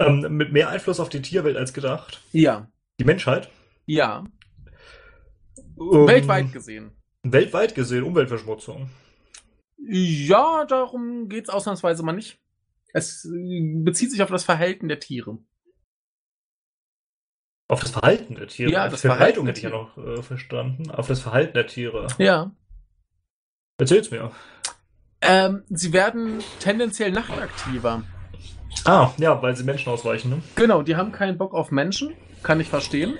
Speaker 1: Ähm, mit mehr Einfluss auf die Tierwelt als gedacht.
Speaker 2: Ja.
Speaker 1: Die Menschheit.
Speaker 2: Ja.
Speaker 1: Ähm,
Speaker 2: Weltweit gesehen.
Speaker 1: Weltweit gesehen, Umweltverschmutzung.
Speaker 2: Ja, darum geht's ausnahmsweise mal nicht. Es äh, bezieht sich auf das Verhalten der Tiere.
Speaker 1: Auf das Verhalten der Tiere.
Speaker 2: Ja,
Speaker 1: Auf
Speaker 2: das
Speaker 1: die Verbreitung
Speaker 2: Verhalten der
Speaker 1: hätte ich ja noch äh, verstanden. Auf das Verhalten der Tiere.
Speaker 2: Ja.
Speaker 1: Erzähl's mir.
Speaker 2: Ähm, sie werden tendenziell nachtaktiver.
Speaker 1: Ah, ja, weil sie Menschen ausweichen, ne?
Speaker 2: Genau, die haben keinen Bock auf Menschen. Kann ich verstehen.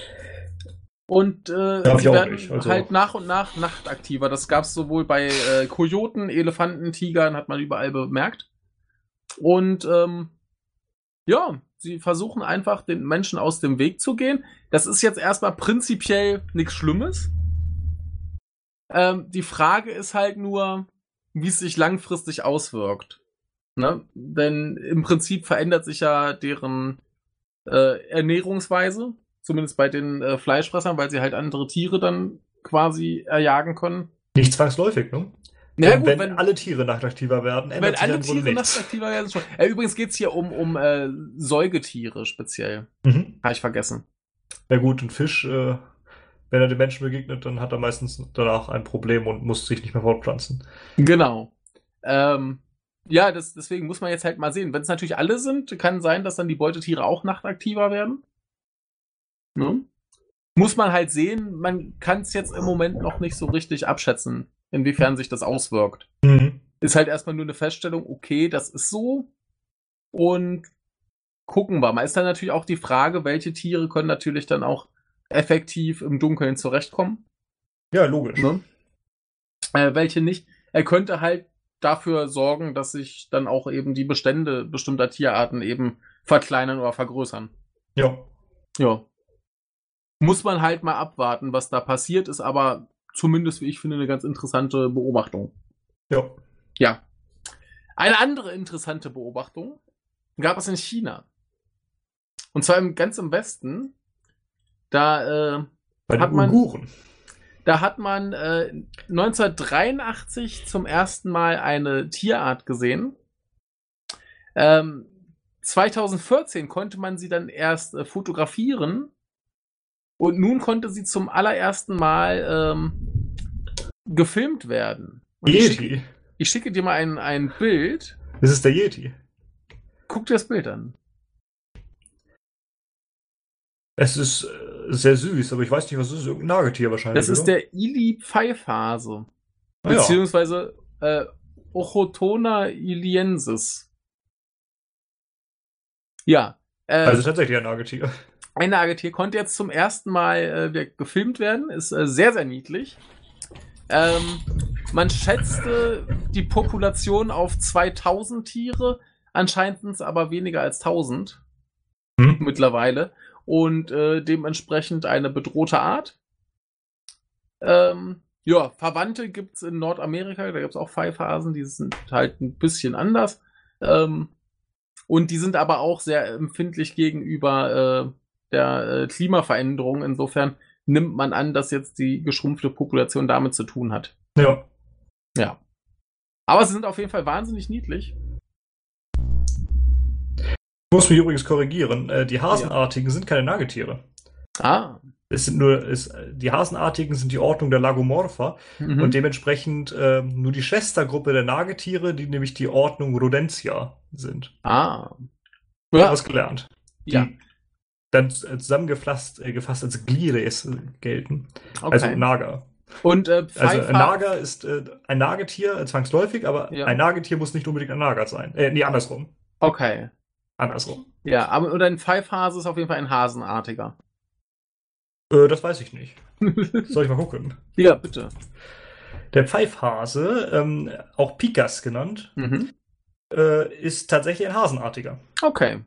Speaker 2: Und äh,
Speaker 1: Darf
Speaker 2: sie
Speaker 1: ich auch
Speaker 2: werden
Speaker 1: nicht, also-
Speaker 2: halt nach und nach nachtaktiver. Das gab es sowohl bei äh, Kojoten, Elefanten, Tigern, hat man überall bemerkt. Und ähm, ja, sie versuchen einfach den Menschen aus dem Weg zu gehen. Das ist jetzt erstmal prinzipiell nichts Schlimmes. Ähm, die Frage ist halt nur, wie es sich langfristig auswirkt. Ne? Denn im Prinzip verändert sich ja deren äh, Ernährungsweise, zumindest bei den äh, Fleischfressern, weil sie halt andere Tiere dann quasi erjagen können.
Speaker 1: Nicht zwangsläufig, ne?
Speaker 2: Na
Speaker 1: Und
Speaker 2: gut,
Speaker 1: wenn,
Speaker 2: wenn-
Speaker 1: alle Tiere nachtaktiver werden, ändert
Speaker 2: Wenn
Speaker 1: sich alle
Speaker 2: alle
Speaker 1: im Grunde
Speaker 2: Tiere
Speaker 1: nichts.
Speaker 2: nachtaktiver werden, schon. Äh, übrigens geht's hier um, um äh, Säugetiere speziell.
Speaker 1: Mhm.
Speaker 2: Habe ich vergessen.
Speaker 1: Ja gut, ein Fisch, äh, wenn er den Menschen begegnet, dann hat er meistens danach ein Problem und muss sich nicht mehr fortpflanzen.
Speaker 2: Genau. Ähm, ja, das, deswegen muss man jetzt halt mal sehen. Wenn es natürlich alle sind, kann sein, dass dann die Beutetiere auch nachtaktiver werden. Ne? Muss man halt sehen, man kann es jetzt im Moment noch nicht so richtig abschätzen, inwiefern sich das auswirkt.
Speaker 1: Mhm.
Speaker 2: ist halt erstmal nur eine Feststellung, okay, das ist so. Und gucken wir mal. Ist dann natürlich auch die Frage, welche Tiere können natürlich dann auch effektiv im Dunkeln zurechtkommen.
Speaker 1: Ja, logisch.
Speaker 2: Ne? Äh, welche nicht. Er könnte halt dafür sorgen, dass sich dann auch eben die Bestände bestimmter Tierarten eben verkleinern oder vergrößern.
Speaker 1: Ja.
Speaker 2: Ja. Muss man halt mal abwarten, was da passiert, ist aber zumindest, wie ich finde, eine ganz interessante Beobachtung.
Speaker 1: Ja.
Speaker 2: Ja. Eine andere interessante Beobachtung gab es in China. Und zwar im, ganz im Westen. Da, äh,
Speaker 1: Bei
Speaker 2: Hat
Speaker 1: den
Speaker 2: man-
Speaker 1: Uiguren.
Speaker 2: da hat man äh, 1983 zum ersten Mal eine Tierart gesehen. Ähm, 2014 konnte man sie dann erst äh, fotografieren. Und nun konnte sie zum allerersten Mal ähm, gefilmt werden. Und ich, schicke,
Speaker 1: Yeti.
Speaker 2: ich schicke dir mal ein, ein Bild.
Speaker 1: Das ist der Yeti.
Speaker 2: Guck dir das Bild an.
Speaker 1: Es ist äh, sehr süß, aber ich weiß nicht, was es ist. Irgendein Nagetier wahrscheinlich.
Speaker 2: Das ist
Speaker 1: oder?
Speaker 2: der Ili-Pfeifhase.
Speaker 1: Ah, ja.
Speaker 2: Beziehungsweise äh, Ochotona iliensis. Ja. Äh,
Speaker 1: Also tatsächlich ein Nagetier.
Speaker 2: ein Nagetier konnte jetzt zum ersten Mal äh, wieder gefilmt werden. Ist äh, sehr, sehr niedlich. Ähm, man schätzte die Population auf 2000 Tiere. Anscheinend sind es aber weniger als 1000
Speaker 1: Hm?
Speaker 2: mittlerweile und äh, dementsprechend eine bedrohte Art. Ähm, ja, Verwandte gibt es in Nordamerika, da gibt es auch Pfeifhasen, die sind halt ein bisschen anders. Ähm, und die sind aber auch sehr empfindlich gegenüber äh, der äh, Klimaveränderung. Insofern nimmt man an, dass jetzt die geschrumpfte Population damit zu tun hat.
Speaker 1: Ja.
Speaker 2: Aber sie sind auf jeden Fall wahnsinnig niedlich.
Speaker 1: Ich muss mich übrigens korrigieren. Äh, die Hasenartigen sind keine Nagetiere.
Speaker 2: Ah.
Speaker 1: Es sind nur, es, die Hasenartigen sind die Ordnung der Lagomorpha
Speaker 2: Mhm.
Speaker 1: und dementsprechend ähm, nur die Schwestergruppe der Nagetiere, die nämlich die Ordnung Rodentia sind.
Speaker 2: ah.
Speaker 1: Ich hab
Speaker 2: Ja,
Speaker 1: was gelernt. Die
Speaker 2: ja,
Speaker 1: dann z- äh, zusammengefasst äh, gefasst als Glires äh, gelten.
Speaker 2: okay.
Speaker 1: Also Nager.
Speaker 2: und äh,
Speaker 1: Also
Speaker 2: Pfeifhasen.
Speaker 1: ein Nager ist äh, ein Nagetier äh, zwangsläufig, aber
Speaker 2: Ja.
Speaker 1: ein Nagetier muss nicht unbedingt ein Nager sein. Äh, nee, andersrum.
Speaker 2: okay.
Speaker 1: Andersrum.
Speaker 2: Ja, aber oder ein Pfeifhase ist auf jeden Fall ein Hasenartiger.
Speaker 1: Äh, das weiß
Speaker 2: (laughs)
Speaker 1: ich nicht. Soll ich mal gucken.
Speaker 2: ja, bitte.
Speaker 1: Der Pfeifhase, ähm, auch Pikas genannt,
Speaker 2: Mhm.
Speaker 1: äh, ist tatsächlich ein Hasenartiger.
Speaker 2: Okay.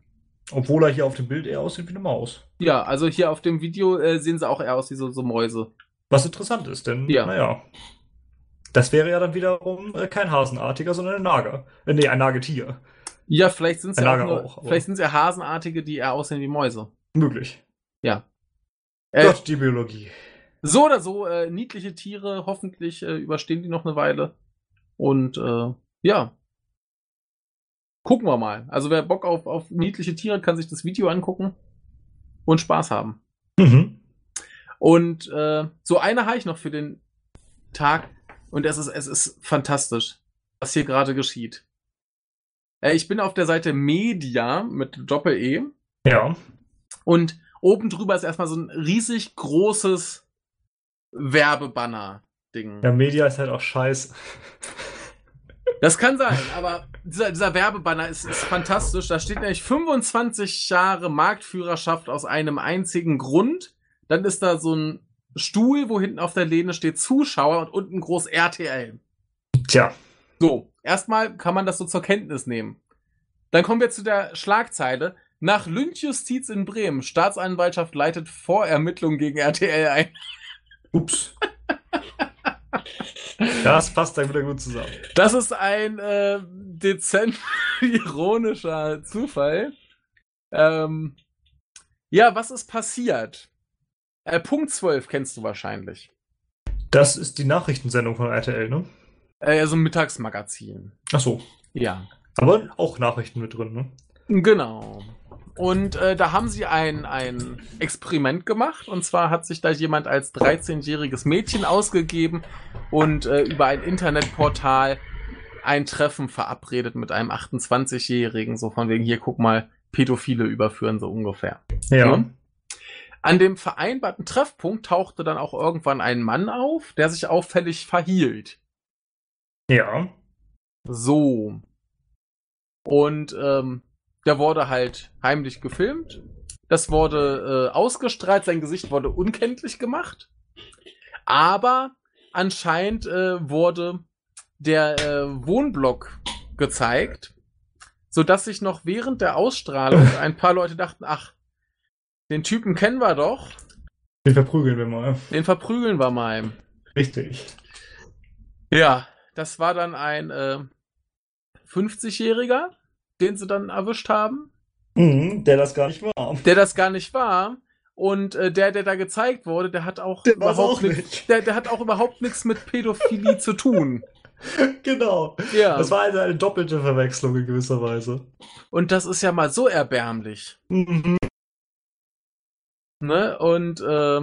Speaker 1: Obwohl er hier auf dem Bild eher aussieht wie eine Maus.
Speaker 2: Ja, also hier auf dem Video äh, sehen sie auch eher aus wie so, so Mäuse.
Speaker 1: Was interessant ist, denn
Speaker 2: Ja.
Speaker 1: naja. Das wäre ja dann wiederum äh, kein Hasenartiger, sondern ein Nager. Äh, nee, ein Nagetier.
Speaker 2: Ja, vielleicht sind es
Speaker 1: Ein
Speaker 2: ja auch,
Speaker 1: Lager
Speaker 2: nur,
Speaker 1: auch, aber-
Speaker 2: vielleicht sind ja Hasenartige, die eher aussehen wie Mäuse.
Speaker 1: Möglich.
Speaker 2: Äh,
Speaker 1: Gott, die Biologie.
Speaker 2: So oder so, äh, niedliche Tiere, hoffentlich äh, überstehen die noch eine Weile. Und äh, ja. Gucken wir mal. Also wer Bock auf, auf niedliche Tiere, kann sich das Video angucken und Spaß haben.
Speaker 1: Mhm.
Speaker 2: Und äh, so eine habe ich noch für den Tag. Und es ist, es ist fantastisch, was hier gerade geschieht. Äh, ich bin auf der Seite Media mit Doppel-E.
Speaker 1: Ja.
Speaker 2: Und oben drüber ist erstmal so ein riesig großes Werbebanner-Ding.
Speaker 1: Ja, Media ist halt auch scheiße.
Speaker 2: Das kann sein, aber dieser, dieser Werbebanner ist, ist fantastisch. Da steht nämlich 25 Jahre Marktführerschaft aus einem einzigen Grund. Dann ist da so ein Stuhl, wo hinten auf der Lehne steht Zuschauer und unten groß RTL.
Speaker 1: (laughs) Tja,
Speaker 2: So, erstmal kann man das so zur Kenntnis nehmen. Dann kommen wir zu der Schlagzeile. Nach Lynchjustiz in Bremen. Staatsanwaltschaft leitet Vorermittlung gegen RTL ein.
Speaker 1: (laughs) ups. Das passt dann wieder gut zusammen.
Speaker 2: Das ist ein äh, dezent (laughs) ironischer Zufall. Ähm, ja, was ist passiert? Äh, Punkt 12 kennst du wahrscheinlich.
Speaker 1: Das ist die Nachrichtensendung von RTL, ne?
Speaker 2: Äh, so ein Mittagsmagazin.
Speaker 1: Ach so.
Speaker 2: Ja.
Speaker 1: Aber auch Nachrichten mit drin, ne?
Speaker 2: Genau. Und äh, da haben sie ein, ein Experiment gemacht. Und zwar hat sich da jemand als 13-jähriges Mädchen ausgegeben und äh, über ein Internetportal ein Treffen verabredet mit einem 28-Jährigen. So von wegen, hier guck mal, Pädophile überführen, so ungefähr.
Speaker 1: Ja.
Speaker 2: Ne? An dem vereinbarten Treffpunkt tauchte dann auch irgendwann ein Mann auf, der sich auffällig verhielt.
Speaker 1: Ja.
Speaker 2: So. Und ähm, der wurde halt heimlich gefilmt. Das wurde äh, ausgestrahlt, sein Gesicht wurde unkenntlich gemacht. Aber anscheinend äh, wurde der äh, Wohnblock gezeigt, sodass sich noch während der Ausstrahlung ein paar Leute dachten, ach, den Typen kennen wir doch,
Speaker 1: Den verprügeln wir mal.
Speaker 2: den verprügeln wir mal.
Speaker 1: Richtig.
Speaker 2: Ja, das war dann ein äh, 50-Jähriger, den sie dann erwischt haben,
Speaker 1: Mhm, der das gar nicht war.
Speaker 2: der das gar nicht war. Und äh, der, der da gezeigt wurde, der hat auch
Speaker 1: Der war's auch
Speaker 2: überhaupt nix-
Speaker 1: nicht.
Speaker 2: Der, der hat auch überhaupt nichts mit Pädophilie zu tun.
Speaker 1: (laughs) Genau.
Speaker 2: Ja.
Speaker 1: Das war also eine doppelte Verwechslung in gewisser Weise.
Speaker 2: Und das ist ja mal so erbärmlich.
Speaker 1: Mhm.
Speaker 2: Ne? Und äh,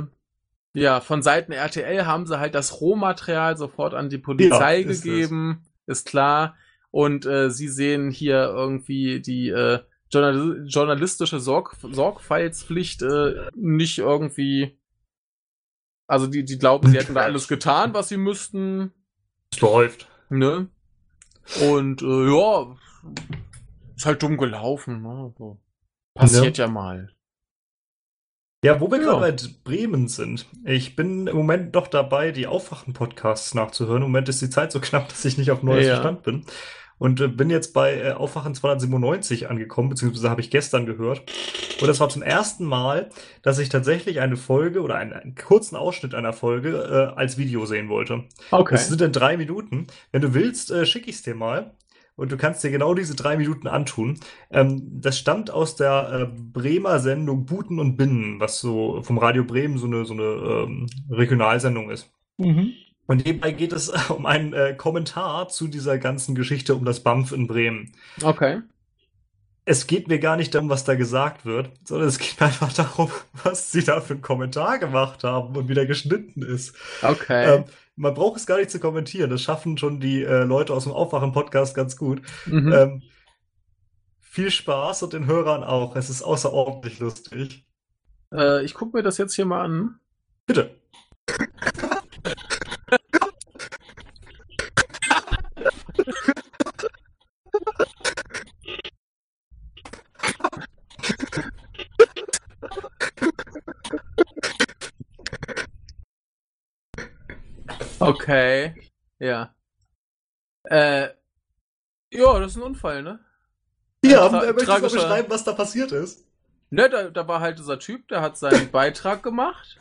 Speaker 2: ja, von Seiten RTL haben sie halt das Rohmaterial sofort an die Polizei
Speaker 1: Ja, ist es.
Speaker 2: gegeben, ist klar. Und äh, sie sehen hier irgendwie die äh, journal journalistische Sorg Sorgfaltspflicht äh, nicht irgendwie. Also die, die glauben, sie hätten da alles getan, was sie müssten.
Speaker 1: Es läuft.
Speaker 2: Ne? Und äh, ja, ist halt dumm gelaufen. Ne? So. Passiert ja mal.
Speaker 1: Ja, wo wir
Speaker 2: Ja.
Speaker 1: gerade bei Bremen sind. Ich bin im Moment noch dabei, die Aufwachen-Podcasts nachzuhören. Im Moment ist die Zeit so knapp, dass ich nicht auf neues
Speaker 2: Ja.
Speaker 1: Verstand bin. Und äh, bin jetzt bei äh, Aufwachen 297 angekommen, beziehungsweise habe ich gestern gehört. Und das war zum ersten Mal, dass ich tatsächlich eine Folge oder einen, einen kurzen Ausschnitt einer Folge äh, als Video sehen wollte.
Speaker 2: Okay.
Speaker 1: Das sind dann drei Minuten. Wenn du willst, äh, schicke ich es dir mal. Und du kannst dir genau diese drei Minuten antun. Ähm, das stammt aus der äh, Bremer Sendung Buten und Binnen, was so vom Radio Bremen so eine, so eine ähm, Regionalsendung ist.
Speaker 2: Mhm.
Speaker 1: Und nebenbei geht es (laughs) um einen äh, Kommentar zu dieser ganzen Geschichte um das BAMF in Bremen.
Speaker 2: Okay.
Speaker 1: Es geht mir gar nicht darum, was da gesagt wird, sondern es geht mir einfach darum, (laughs) was sie da für einen Kommentar gemacht haben und wie der geschnitten ist.
Speaker 2: Okay.
Speaker 1: Ähm, man braucht es gar nicht zu kommentieren. Das schaffen schon die äh, Leute aus dem Aufwachen-Podcast ganz gut.
Speaker 2: mhm.
Speaker 1: Ähm, viel Spaß und den Hörern auch. Es ist außerordentlich lustig.
Speaker 2: Äh, ich gucke mir das jetzt hier mal an.
Speaker 1: Bitte.
Speaker 2: Okay. Ja. Äh, ja, das ist ein Unfall, ne?
Speaker 1: Ja,
Speaker 2: tra-
Speaker 1: äh, möchtest du mal
Speaker 2: tragischer-
Speaker 1: beschreiben, was da passiert ist?
Speaker 2: Ne, da, da war halt dieser Typ, der hat (laughs) seinen Beitrag gemacht.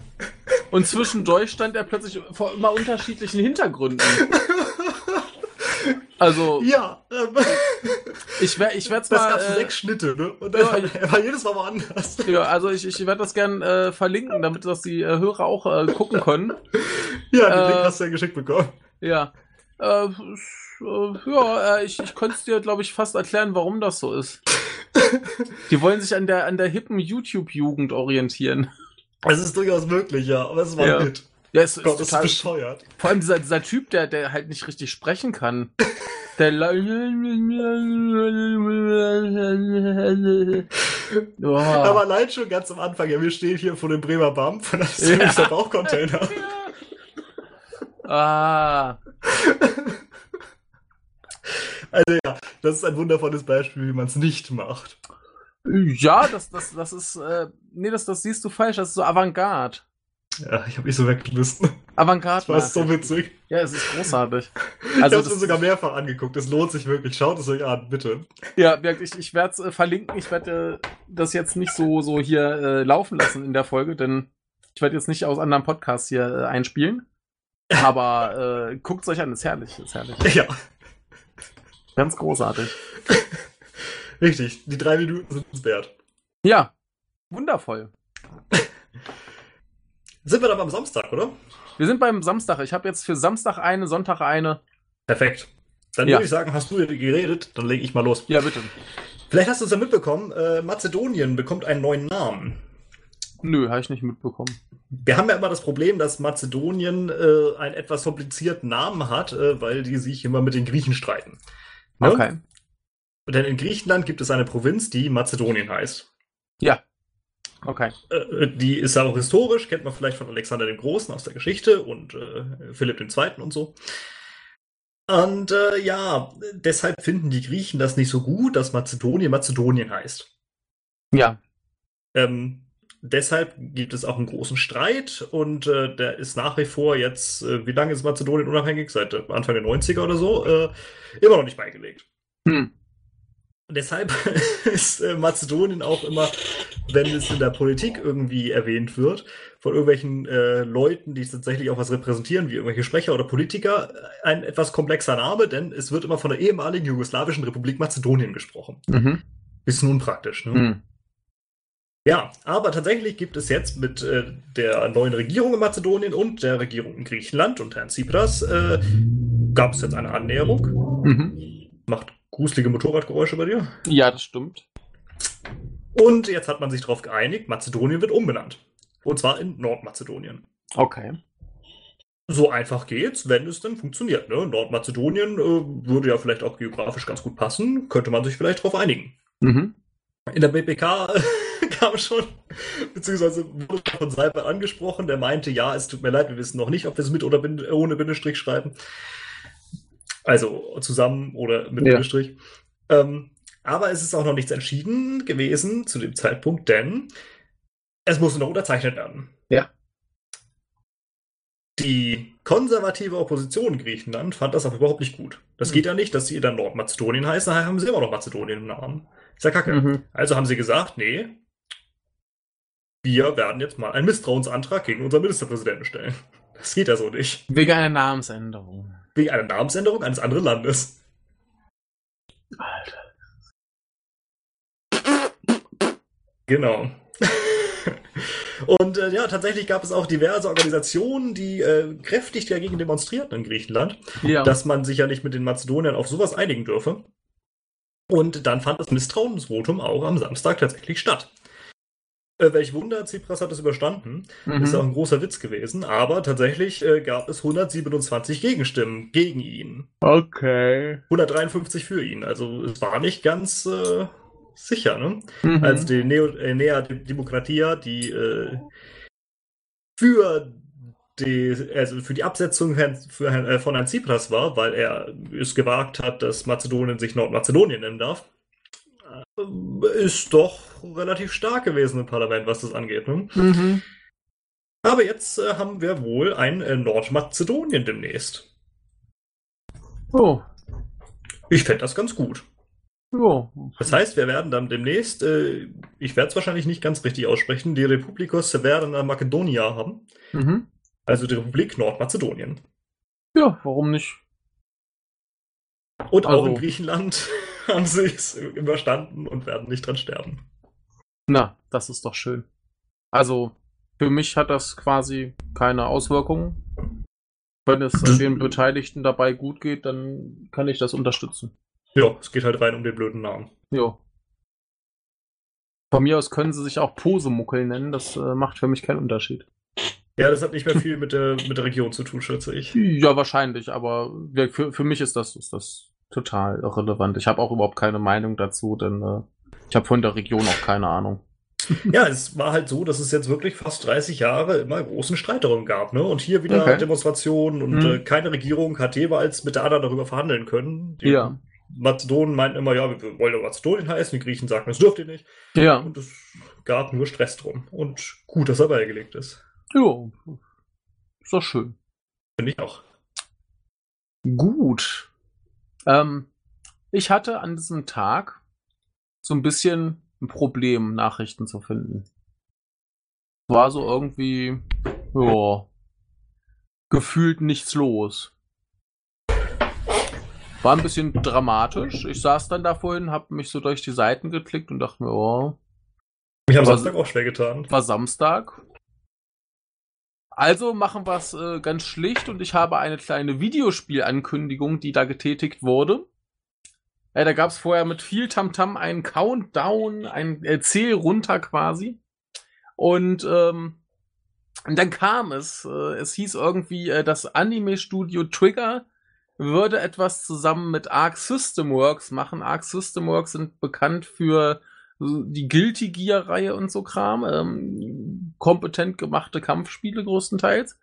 Speaker 2: Und zwischendurch stand er plötzlich vor immer unterschiedlichen (laughs) Hintergründen. Also,
Speaker 1: Ja, ähm,
Speaker 2: ich, wär, ich werde es
Speaker 1: das
Speaker 2: mal.
Speaker 1: gab
Speaker 2: äh,
Speaker 1: sechs Schnitte, ne? Und
Speaker 2: ja,
Speaker 1: dann war, war jedes Mal woanders.
Speaker 2: Ja, also ich, ich werde das gern äh, verlinken, damit das die äh, Hörer auch äh, gucken können.
Speaker 1: Ja, den
Speaker 2: äh,
Speaker 1: Link hast du ja geschickt bekommen.
Speaker 2: Ja. Äh, s- äh, ja, äh, ich, ich könnte es dir, glaube ich, fast erklären, warum das so ist.
Speaker 1: (laughs)
Speaker 2: Die wollen sich an der, an der hippen YouTube-Jugend orientieren.
Speaker 1: Es ist durchaus möglich, ja, aber es war
Speaker 2: Ja.
Speaker 1: ein Hit.
Speaker 2: Ja, es ist
Speaker 1: Gott, das ist
Speaker 2: total,
Speaker 1: bescheuert.
Speaker 2: vor allem dieser, dieser Typ, der, der halt nicht richtig sprechen kann. Der la- Boah.
Speaker 1: Aber allein schon ganz am Anfang, ja, wir stehen hier vor dem Bremer BAMF und (laughs) das ist
Speaker 2: Ja.
Speaker 1: nämlich der Bauchcontainer.
Speaker 2: Ah.
Speaker 1: Das ist ein wundervolles Beispiel, wie man es nicht macht.
Speaker 2: Ja, das, das, das ist, äh, nee, das, das siehst du falsch, das ist so Avantgarde.
Speaker 1: Ja, ich habe mich so weggeschmissen.
Speaker 2: Avantgarde.
Speaker 1: Das war so witzig.
Speaker 2: Ja, es ist großartig.
Speaker 1: ich habe
Speaker 2: Also
Speaker 1: es mir
Speaker 2: das,
Speaker 1: sogar mehrfach angeguckt. Das lohnt sich wirklich. Schaut es euch an, bitte.
Speaker 2: ja, Berg, ich, ich werde es äh, verlinken. Ich werde äh, das jetzt nicht so, so hier äh, laufen lassen in der Folge, denn ich werde jetzt nicht aus anderen Podcasts hier äh, einspielen. Aber äh, guckt es euch an, ist herrlich, ist herrlich.
Speaker 1: Ja,
Speaker 2: Ganz großartig.
Speaker 1: richtig. Die drei Minuten sind es wert.
Speaker 2: Ja, wundervoll.
Speaker 1: Sind wir dann am Samstag, oder?
Speaker 2: Wir sind beim Samstag. Ich habe jetzt für Samstag eine, Sonntag eine.
Speaker 1: Perfekt. Dann
Speaker 2: Ja.
Speaker 1: würde ich sagen, hast du geredet, dann lege ich mal los.
Speaker 2: Ja, bitte.
Speaker 1: Vielleicht hast du es ja mitbekommen, äh, Mazedonien bekommt einen neuen Namen.
Speaker 2: Nö, habe ich nicht mitbekommen.
Speaker 1: Wir haben ja immer das Problem, dass Mazedonien äh, einen etwas komplizierten Namen hat, äh, weil die sich immer mit den Griechen streiten. Ne?
Speaker 2: Okay.
Speaker 1: Denn in Griechenland gibt es eine Provinz, die Mazedonien heißt.
Speaker 2: Okay.
Speaker 1: Äh, die ist ja auch historisch, kennt man vielleicht von Alexander dem Großen aus der Geschichte und äh, Philipp II. und so. Und äh, ja, deshalb finden die Griechen das nicht so gut, dass Mazedonien Mazedonien heißt.
Speaker 2: Ja.
Speaker 1: Ähm, deshalb gibt es auch einen großen Streit und äh, der ist nach wie vor jetzt, äh, wie lange ist Mazedonien unabhängig? Seit äh, Anfang der 90er oder so, äh, immer noch nicht beigelegt.
Speaker 2: Hm.
Speaker 1: Und deshalb (laughs) ist äh, Mazedonien auch immer, wenn es in der Politik irgendwie erwähnt wird, von irgendwelchen äh, Leuten, die tatsächlich auch was repräsentieren, wie irgendwelche Sprecher oder Politiker, äh, ein etwas komplexer Name, denn es wird immer von der ehemaligen jugoslawischen Republik Mazedonien gesprochen.
Speaker 2: Mhm.
Speaker 1: Bisschen unpraktisch, ne?
Speaker 2: Hm.
Speaker 1: Ja, aber tatsächlich gibt es jetzt mit äh, der neuen Regierung in Mazedonien und der Regierung in Griechenland und Herrn Tsipras äh, gab es jetzt eine Annäherung.
Speaker 2: Mhm.
Speaker 1: Macht gruselige Motorradgeräusche bei dir.
Speaker 2: Ja, das stimmt.
Speaker 1: Und jetzt hat man sich darauf geeinigt, Mazedonien wird umbenannt. Und zwar in Nordmazedonien.
Speaker 2: Okay.
Speaker 1: So einfach geht's, wenn es denn funktioniert. Ne? Nordmazedonien äh, würde ja vielleicht auch geografisch ganz gut passen, könnte man sich vielleicht darauf einigen.
Speaker 2: Mhm.
Speaker 1: In der BPK (laughs) kam schon, beziehungsweise wurde von Seibert angesprochen, der meinte, ja, es tut mir leid, wir wissen noch nicht, ob wir es mit oder bin, ohne Bindestrich schreiben. Also zusammen oder mit
Speaker 2: Ja.
Speaker 1: Bindestrich. Ähm, aber es ist auch noch nichts entschieden gewesen zu dem Zeitpunkt, denn es muss noch unterzeichnet werden.
Speaker 2: Ja.
Speaker 1: Die konservative Opposition in Griechenland fand das aber überhaupt nicht gut. Das
Speaker 2: Hm.
Speaker 1: geht ja nicht, dass sie dann Nordmazedonien heißen, daher haben sie immer noch Mazedonien im Namen. Ist ja kacke.
Speaker 2: Mhm.
Speaker 1: Also haben sie gesagt, nee, wir werden jetzt mal einen Misstrauensantrag gegen unseren Ministerpräsidenten stellen. Das geht ja so nicht.
Speaker 2: Wegen einer Namensänderung.
Speaker 1: Wegen einer Namensänderung eines anderen Landes.
Speaker 2: Alter.
Speaker 1: Genau. (laughs) Und äh, ja, tatsächlich gab es auch diverse Organisationen, die äh, kräftig dagegen demonstrierten in Griechenland,
Speaker 2: Ja.
Speaker 1: dass man sich ja nicht mit den Mazedoniern auf sowas einigen dürfe. Und dann fand das Misstrauensvotum auch am Samstag tatsächlich statt. Äh, welch Wunder, Tsipras hat es überstanden.
Speaker 2: mhm.
Speaker 1: Ist auch ein großer Witz gewesen, aber tatsächlich äh, gab es 127 Gegenstimmen gegen ihn.
Speaker 2: Okay.
Speaker 1: 153 für ihn. Also es war nicht ganz äh, sicher, ne?
Speaker 2: Mhm.
Speaker 1: Als die Neo äh, Nea Dem- Demokratia, die äh, für die, also für die Absetzung Herrn, für Herrn, äh, von Herrn Tsipras war, weil er es gewagt hat, dass Mazedonien sich Nordmazedonien nennen darf, äh, ist doch relativ stark gewesen im Parlament, was das angeht, ne?
Speaker 2: mhm.
Speaker 1: Aber jetzt äh, haben wir wohl ein äh, Nordmazedonien demnächst.
Speaker 2: Oh.
Speaker 1: Ich fände das ganz gut.
Speaker 2: Oh.
Speaker 1: Das heißt, wir werden dann demnächst, äh, ich werde es wahrscheinlich nicht ganz richtig aussprechen, die Republika Severna Makedonia haben.
Speaker 2: Mhm.
Speaker 1: Also die Republik Nordmazedonien.
Speaker 2: Ja, warum nicht?
Speaker 1: Und auch
Speaker 2: Also-
Speaker 1: in Griechenland (laughs) haben sie es überstanden und werden nicht dran sterben.
Speaker 2: Na, das ist doch schön. Also, für mich hat das quasi keine Auswirkungen. Wenn es den Beteiligten dabei gut geht, dann kann ich das unterstützen.
Speaker 1: Ja, es geht halt rein um den blöden Namen.
Speaker 2: Jo. Von mir aus können sie sich auch Posemuckel nennen, das äh, macht für mich keinen Unterschied.
Speaker 1: Ja, das hat nicht mehr viel mit der, mit der Region zu tun, schätze ich.
Speaker 2: Ja, wahrscheinlich, aber wir- für, für mich ist das, ist das total irrelevant. Ich habe auch überhaupt keine Meinung dazu, denn äh, ich habe von der Region auch keine Ahnung.
Speaker 1: Ja, es war halt so, dass es jetzt wirklich fast 30 Jahre immer großen Streit darum gab, ne? Und hier wieder
Speaker 2: Okay.
Speaker 1: Demonstrationen und
Speaker 2: Mhm.
Speaker 1: äh, keine Regierung hat jeweils mit der anderen darüber verhandeln können. Die
Speaker 2: Ja.
Speaker 1: Mazedonen meinten immer, ja, wir- wir wollen ja Mazedonien heißen, die Griechen sagten, das dürft ihr nicht.
Speaker 2: Ja,
Speaker 1: Und es gab nur Stress drum. Und gut, dass er beigelegt ist.
Speaker 2: Ja, ist doch schön.
Speaker 1: Finde ich auch.
Speaker 2: Gut. Ähm, ich hatte an diesem Tag so ein bisschen ein Problem, Nachrichten zu finden. War so irgendwie, ja, gefühlt nichts los. War ein bisschen dramatisch. Ich saß dann da vorhin, hab mich so durch die Seiten geklickt und dachte mir, oh,
Speaker 1: Mich am
Speaker 2: Aber-
Speaker 1: Samstag auch schwer getan.
Speaker 2: war Samstag. Also machen wir es äh, ganz schlicht und ich habe eine kleine Videospielankündigung, die da getätigt wurde. Äh, da gab es vorher mit viel Tamtam einen Countdown, ein äh, Zähl runter quasi. Und, ähm, und dann kam es. Äh, es hieß irgendwie, äh, das Anime-Studio Trigger würde etwas zusammen mit Arc System Works machen. Arc System Works sind bekannt für so die Guilty Gear-Reihe und so Kram, ähm, kompetent gemachte Kampfspiele größtenteils.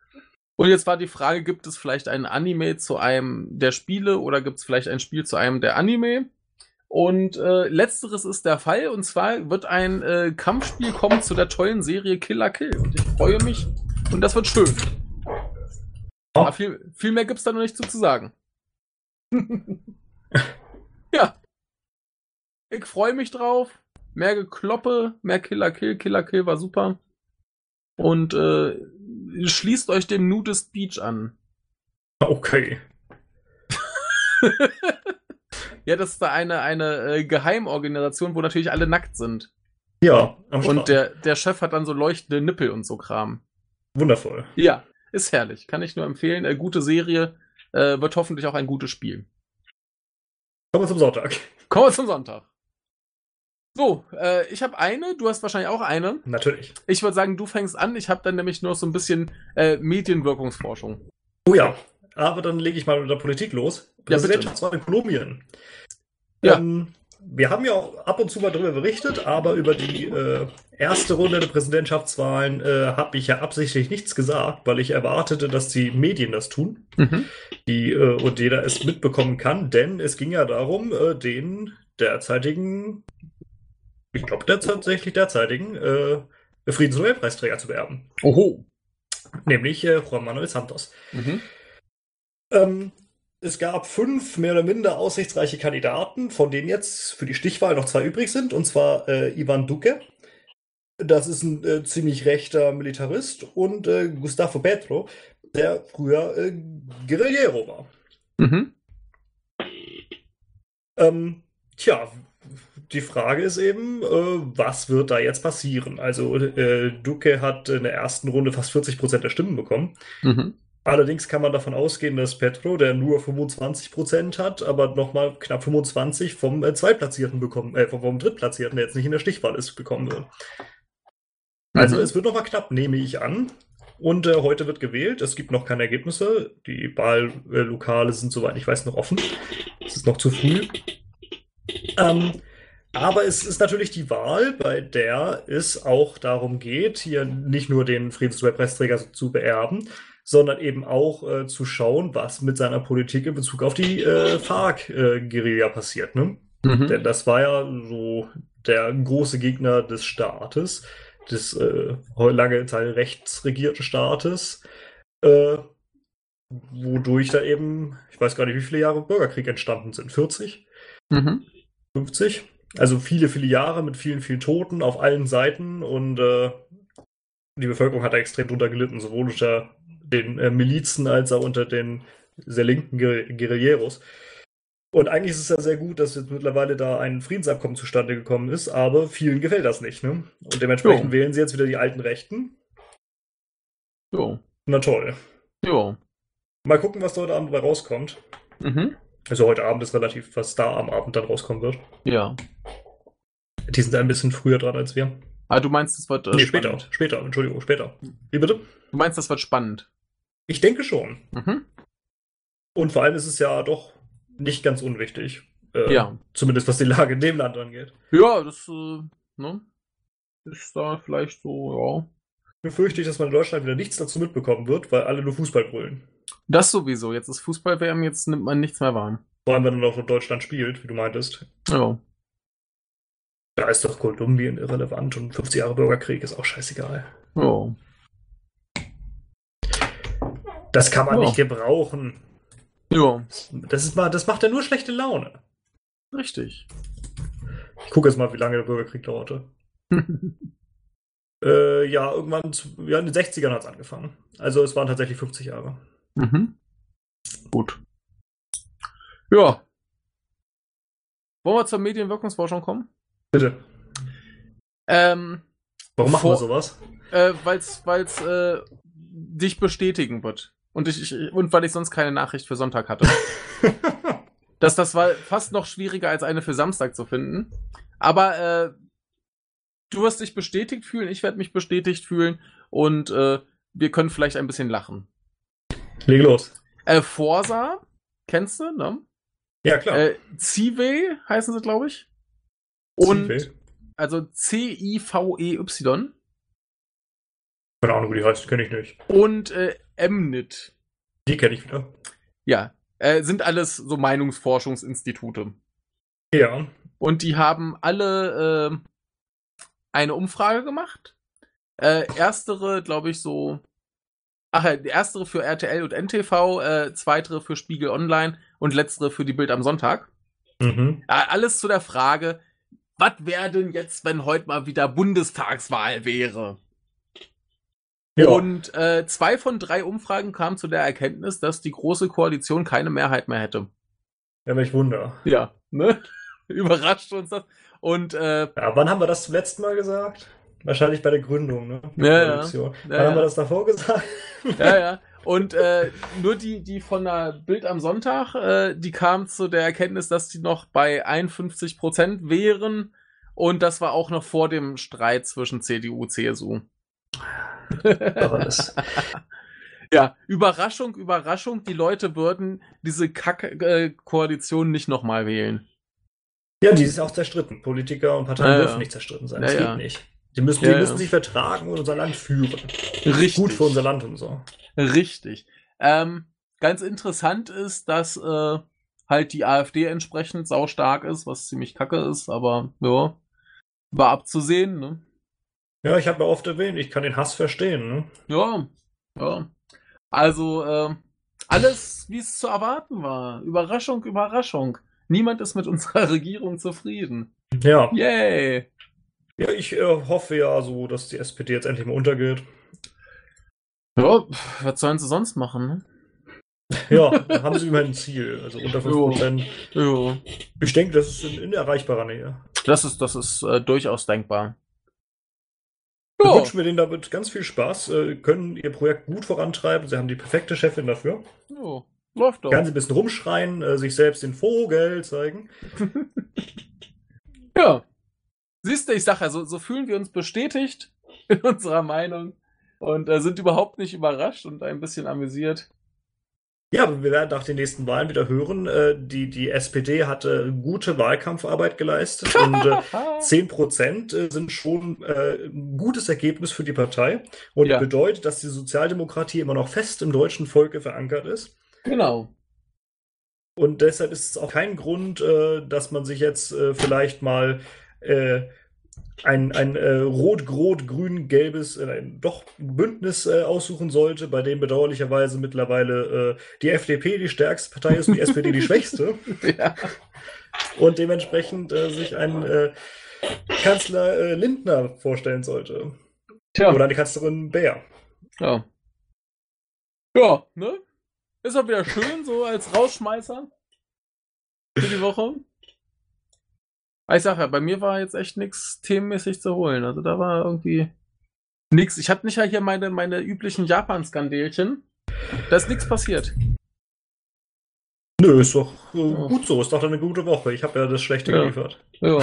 Speaker 2: Und jetzt war die Frage, gibt es vielleicht einen Anime zu einem der Spiele oder gibt es vielleicht ein Spiel zu einem der Anime? Und äh, letzteres ist der Fall, und zwar wird ein äh, Kampfspiel kommen zu der tollen Serie Killer Kill. Und ich freue mich und das wird schön.
Speaker 1: Oh.
Speaker 2: Aber viel, viel mehr gibt's da noch nicht zu, zu sagen. ja. Ich freue mich drauf mehr Gekloppe, mehr Killer Kill, Killer Kill war super. Und äh, schließt euch dem Nudist Beach an.
Speaker 1: Ah, Okay.
Speaker 2: Ja, das ist da eine, eine äh, Geheimorganisation, wo natürlich alle nackt sind.
Speaker 1: Ja, am Start.
Speaker 2: Und der, der Chef hat dann so leuchtende Nippel und so Kram.
Speaker 1: Wundervoll.
Speaker 2: Ja, ist herrlich. Kann ich nur empfehlen. Äh, gute Serie. Äh, wird hoffentlich auch ein gutes Spiel.
Speaker 1: Kommen wir zum Sonntag.
Speaker 2: Kommen wir zum Sonntag. So, äh, ich habe eine, du hast wahrscheinlich auch eine.
Speaker 1: Natürlich.
Speaker 2: Ich würde sagen, du fängst an. Ich habe dann nämlich nur so ein bisschen äh, Medienwirkungsforschung.
Speaker 1: Oh ja, aber dann lege ich mal mit der Politik los.
Speaker 2: Ja, bitte.
Speaker 1: Präsidentschaftswahl in Kolumbien.
Speaker 2: Ja.
Speaker 1: Ähm, wir haben ja auch ab und zu mal darüber berichtet, aber über die äh, erste Runde der Präsidentschaftswahlen äh, habe ich ja absichtlich nichts gesagt, weil ich erwartete, dass die Medien das tun,
Speaker 2: Mhm.
Speaker 1: die äh, und jeder es mitbekommen kann, denn es ging ja darum, äh, den derzeitigen, ich glaube der tatsächlich derzeitigen, äh, Friedensnobelpreisträger zu werben,
Speaker 2: Oho.
Speaker 1: nämlich äh, Juan Manuel Santos.
Speaker 2: Mhm.
Speaker 1: Ähm, es gab fünf mehr oder minder aussichtsreiche Kandidaten, von denen jetzt für die Stichwahl noch zwei übrig sind, und zwar äh, Ivan Duque, das ist ein äh, ziemlich rechter Militarist, und äh, Gustavo Petro, der früher äh, Guerillero war.
Speaker 2: Mhm.
Speaker 1: Ähm, tja, die Frage ist eben, äh, was wird da jetzt passieren? Also äh, Duque hat in der ersten Runde fast 40 Prozent der Stimmen bekommen.
Speaker 2: Mhm.
Speaker 1: Allerdings kann man davon ausgehen, dass Petro, der nur 25% hat, aber nochmal knapp 25 vom äh, Zweitplatzierten bekommen, äh, vom, vom Drittplatzierten, der jetzt nicht in der Stichwahl ist, bekommen wird. Also
Speaker 2: Mhm.
Speaker 1: es wird nochmal knapp, nehme ich an. Und äh, heute wird gewählt. Es gibt noch keine Ergebnisse. Die Wahllokale sind, soweit ich weiß, noch offen. Es ist noch zu früh. Ähm, aber es ist natürlich die Wahl, bei der es auch darum geht, hier nicht nur den Friedensnobelpreisträger zu beerben, sondern eben auch äh, zu schauen, was mit seiner Politik in Bezug auf die äh, FARC-Guerilla passiert. Ne? Denn
Speaker 2: Mhm.
Speaker 1: das war ja so der große Gegner des Staates, des äh, lange Zeit rechtsregierten Staates, äh, wodurch da eben, ich weiß gar nicht, wie viele Jahre Bürgerkrieg entstanden sind. 40,
Speaker 2: Mhm.
Speaker 1: 50? Also viele, viele Jahre mit vielen, vielen Toten auf allen Seiten und äh, die Bevölkerung hat da extrem drunter gelitten, sowohl unter den äh, Milizen als auch unter den sehr linken Guer- Guerilleros. Und eigentlich ist es ja sehr gut, dass jetzt mittlerweile da ein Friedensabkommen zustande gekommen ist, aber vielen gefällt das nicht. Ne? Und dementsprechend
Speaker 2: Jo.
Speaker 1: wählen sie jetzt wieder die alten Rechten.
Speaker 2: Jo.
Speaker 1: Na toll.
Speaker 2: Jo.
Speaker 1: Mal gucken, was da heute Abend dabei rauskommt.
Speaker 2: Mhm.
Speaker 1: Also heute Abend ist relativ, was da am Abend dann rauskommen wird.
Speaker 2: Ja.
Speaker 1: Die sind ein bisschen früher dran als wir.
Speaker 2: Ah, du meinst, das wird äh,
Speaker 1: Nee, später,
Speaker 2: spannend.
Speaker 1: später, Entschuldigung, später. Wie bitte?
Speaker 2: Du meinst, das wird spannend.
Speaker 1: Ich denke schon.
Speaker 2: Mhm.
Speaker 1: Und vor allem ist es ja doch nicht ganz unwichtig. Äh,
Speaker 2: Ja.
Speaker 1: Zumindest was die Lage in dem Land angeht.
Speaker 2: Ja, das äh, ne? ist da vielleicht so, ja.
Speaker 1: Nur fürchte ich, dass man in Deutschland wieder nichts dazu mitbekommen wird, weil alle nur Fußball brüllen.
Speaker 2: Das sowieso. Jetzt ist Fußball-WM, jetzt nimmt man nichts mehr wahr.
Speaker 1: Vor allem, wenn man auch in Deutschland spielt, wie du meintest.
Speaker 2: Ja.
Speaker 1: Da ist doch Kolumbien irrelevant und 50 Jahre Bürgerkrieg ist auch scheißegal.
Speaker 2: Ja.
Speaker 1: Das kann man
Speaker 2: Ja.
Speaker 1: nicht gebrauchen.
Speaker 2: Ja,
Speaker 1: Das, ist mal, das macht ja nur schlechte Laune.
Speaker 2: richtig.
Speaker 1: Ich gucke jetzt mal, wie lange der Bürgerkrieg dauerte. Äh, ja, irgendwann, zu- ja, in den 60ern hat es angefangen. Also es waren tatsächlich 50 Jahre.
Speaker 2: (laughs) Mhm. Gut. Ja. Wollen wir zur Medienwirkungsforschung kommen?
Speaker 1: Bitte.
Speaker 2: Ähm,
Speaker 1: Warum machen
Speaker 2: Vor-
Speaker 1: wir sowas?
Speaker 2: äh, weil's, weil's, äh, dich bestätigen wird. Und ich, ich, und weil ich sonst keine Nachricht für Sonntag
Speaker 1: (laughs)
Speaker 2: hatte. das, das war fast noch schwieriger als eine für Samstag zu finden. Aber, äh, du wirst dich bestätigt fühlen, ich werde mich bestätigt fühlen und, äh, wir können vielleicht ein bisschen lachen.
Speaker 1: Leg los.
Speaker 2: Äh, Forsa, kennst du, ne?
Speaker 1: Ja, klar.
Speaker 2: Äh, Cive heißen sie, glaube ich. Und
Speaker 1: Zive.
Speaker 2: also E C-I-V-E-Y
Speaker 1: Keine Ahnung, wie die heißt, kenne ich nicht.
Speaker 2: und äh, Mnit.
Speaker 1: Die kenne ich wieder.
Speaker 2: Ja, äh, sind alles so Meinungsforschungsinstitute.
Speaker 1: Ja.
Speaker 2: Und die haben alle äh, eine Umfrage gemacht. Äh, erstere, glaube ich, so. Ach, ja, die erstere für RTL und NTV, äh, zweitere für Spiegel Online und letztere für die Bild am Sonntag.
Speaker 1: Mhm.
Speaker 2: Ja, Alles zu der Frage, was wäre denn jetzt, wenn heute mal wieder Bundestagswahl wäre?
Speaker 1: Ja.
Speaker 2: Und äh, zwei von drei Umfragen kamen zu der Erkenntnis, dass die Große Koalition keine Mehrheit mehr hätte.
Speaker 1: ja, welch Wunder.
Speaker 2: Ja, ne? (laughs) Überrascht uns das. Und äh,
Speaker 1: Ja, wann haben wir das zum letzten Mal gesagt? Wahrscheinlich bei der Gründung, ne?
Speaker 2: Ja, ja.
Speaker 1: Koalition. Wann
Speaker 2: ja.
Speaker 1: haben wir das davor gesagt?
Speaker 2: (laughs) ja, ja. Und äh, nur die, die von der Bild am Sonntag, äh, die kam zu der Erkenntnis, dass die noch bei 51 Prozent wären. Und das war auch noch vor dem Streit zwischen CDU und CSU.
Speaker 1: Aber das-
Speaker 2: Ja, Überraschung, Überraschung, die Leute würden diese Kack-Koalition nicht nochmal wählen.
Speaker 1: Ja, die ist auch zerstritten. Politiker und Parteien
Speaker 2: Ja, ja.
Speaker 1: dürfen nicht zerstritten sein.
Speaker 2: Ja,
Speaker 1: das
Speaker 2: ja.
Speaker 1: geht nicht. Die müssen,
Speaker 2: Ja,
Speaker 1: die
Speaker 2: ja.
Speaker 1: müssen sich vertragen und unser Land führen.
Speaker 2: Richtig.
Speaker 1: Gut für unser Land und so.
Speaker 2: Richtig. Ähm, ganz interessant ist, dass äh, halt die AfD entsprechend saustark ist, was ziemlich kacke ist, aber ja, war abzusehen, ne?
Speaker 1: Ja, ich habe ja oft erwähnt, ich kann den Hass verstehen. Ne?
Speaker 2: Ja, ja. Also, äh, alles, wie es zu erwarten war. Überraschung, Überraschung. Niemand ist mit unserer (laughs) Regierung zufrieden.
Speaker 1: Ja.
Speaker 2: Yay!
Speaker 1: ja, ich äh, hoffe ja so, dass die SPD jetzt endlich mal untergeht.
Speaker 2: Ja, pf, was sollen sie sonst machen? ne?
Speaker 1: Ja, dann haben sie immerhin ein Ziel, also unter 5%.
Speaker 2: Ne? Ja.
Speaker 1: Ich denke, das ist in, in erreichbarer Nähe.
Speaker 2: Das ist, das ist äh, durchaus denkbar.
Speaker 1: Wir
Speaker 2: Ja,
Speaker 1: wünschen wir denen damit ganz viel Spaß, äh, können ihr Projekt gut vorantreiben. Sie haben die perfekte Chefin dafür.
Speaker 2: ja, läuft doch.
Speaker 1: Kann sie ein bisschen rumschreien, äh, sich selbst den Vogel zeigen.
Speaker 2: Ja. Siehst du, ich sag ja, so, so fühlen wir uns bestätigt (laughs) in unserer Meinung und äh, sind überhaupt nicht überrascht und ein bisschen amüsiert.
Speaker 1: Ja, aber wir werden nach den nächsten Wahlen wieder hören. Äh, die, die SPD hatte gute
Speaker 2: (laughs)
Speaker 1: Wahlkampfarbeit geleistet und äh,
Speaker 2: Ah.
Speaker 1: 10% äh, sind schon äh, ein gutes Ergebnis für die Partei und
Speaker 2: Ja.
Speaker 1: bedeutet, dass die Sozialdemokratie immer noch fest im deutschen Volke verankert ist.
Speaker 2: Genau.
Speaker 1: Und deshalb ist es auch kein Grund, äh, dass man sich jetzt äh, vielleicht mal äh, ein, ein äh, rot-grot-grün-gelbes, äh, ein doch Bündnis äh, aussuchen sollte, bei dem bedauerlicherweise mittlerweile äh, die FDP die stärkste Partei ist und
Speaker 2: (laughs)
Speaker 1: die SPD die schwächste
Speaker 2: (laughs) Ja.
Speaker 1: und dementsprechend äh, sich ein äh, Kanzler äh, Lindner vorstellen sollte.
Speaker 2: Tja.
Speaker 1: Oder eine Kanzlerin Bär.
Speaker 2: Ja. Ja, ne? Ist doch wieder schön, so als Rausschmeißer für die Woche. Aber Ich sag ja, bei mir war jetzt echt nix themenmäßig zu holen. Also da war irgendwie nix. Ich hab nicht ja hier meine, meine üblichen Japan-Skandelchen. Da ist nix passiert.
Speaker 1: Nö, ist doch äh,
Speaker 2: Ja.
Speaker 1: gut so. Ist doch eine gute Woche. Ich habe ja das Schlechte
Speaker 2: Ja.
Speaker 1: geliefert.
Speaker 2: Ja.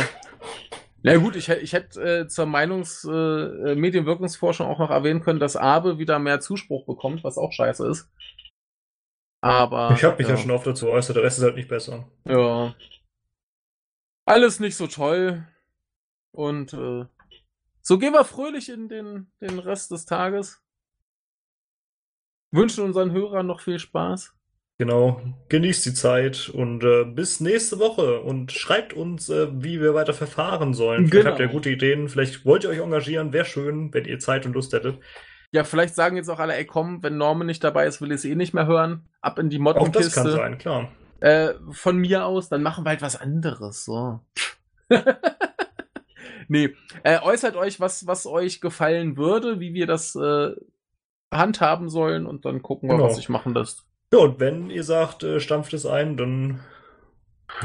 Speaker 2: Na gut, ich, hätt- ich hätte äh, zur Meinungs-, äh, äh, Medienwirkungsforschung auch noch erwähnen können, dass Abe wieder mehr Zuspruch bekommt, was auch scheiße ist. Aber.
Speaker 1: ich habe mich ja. schon oft dazu geäußert. Der Rest ist halt nicht besser.
Speaker 2: Ja. Alles nicht so toll. Und äh, so gehen wir fröhlich in den, den Rest des Tages. Wünschen unseren Hörern noch viel Spaß.
Speaker 1: Genau. Genießt die Zeit und äh, bis nächste Woche und schreibt uns, äh, wie wir weiter verfahren sollen. Vielleicht
Speaker 2: Genau.
Speaker 1: habt ihr gute Ideen. Vielleicht wollt ihr euch engagieren. Wäre schön, wenn ihr Zeit und Lust hättet.
Speaker 2: Ja, vielleicht sagen jetzt auch alle, ey komm, wenn Norman nicht dabei ist, will ich es eh nicht mehr hören. Ab in die
Speaker 1: Auch das kann
Speaker 2: Mottenkiste.
Speaker 1: sein, klar.
Speaker 2: Äh, von mir aus, dann machen wir halt was anderes. So. (laughs) nee. Äh, äußert euch, was, was euch gefallen würde, wie wir das äh, handhaben sollen und dann gucken wir,
Speaker 1: Genau.
Speaker 2: was sich machen lässt.
Speaker 1: Ja, und wenn ihr sagt, äh, stampft es ein, dann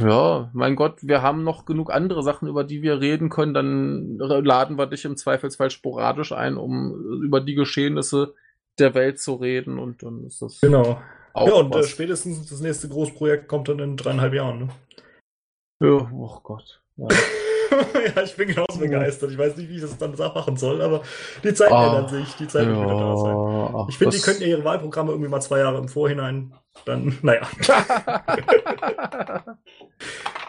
Speaker 2: Ja, mein Gott, wir haben noch genug andere Sachen, über die wir reden können. Dann re- laden wir dich im Zweifelsfall sporadisch ein, um äh, über die Geschehnisse der Welt zu reden und dann ist das
Speaker 1: genau.
Speaker 2: auch
Speaker 1: ja, und äh,
Speaker 2: was.
Speaker 1: spätestens das nächste Großprojekt kommt dann in dreieinhalb Jahren. Ne? (laughs)
Speaker 2: ja, oh Gott. Ja.
Speaker 1: ja, ich bin
Speaker 2: Oh.
Speaker 1: genauso begeistert. Ich weiß nicht, wie ich das dann machen soll, aber die Zeit
Speaker 2: Ah,
Speaker 1: ändert sich, die Zeit wird wieder da sein.
Speaker 2: ach,
Speaker 1: Ich finde, die
Speaker 2: das-
Speaker 1: könnten ja ihre Wahlprogramme irgendwie mal zwei Jahre im Vorhinein dann, naja.
Speaker 2: (laughs)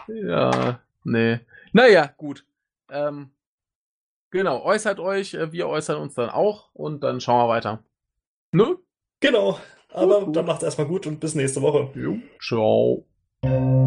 Speaker 2: ja, nee. Naja, gut. Ähm, genau, äußert euch, äh, wir äußern uns dann auch und dann schauen wir weiter. Ne?
Speaker 1: Genau. Aber
Speaker 2: Gut, gut.
Speaker 1: dann macht's erstmal gut und bis nächste Woche.
Speaker 2: Jo. Ciao.
Speaker 1: Tschüss.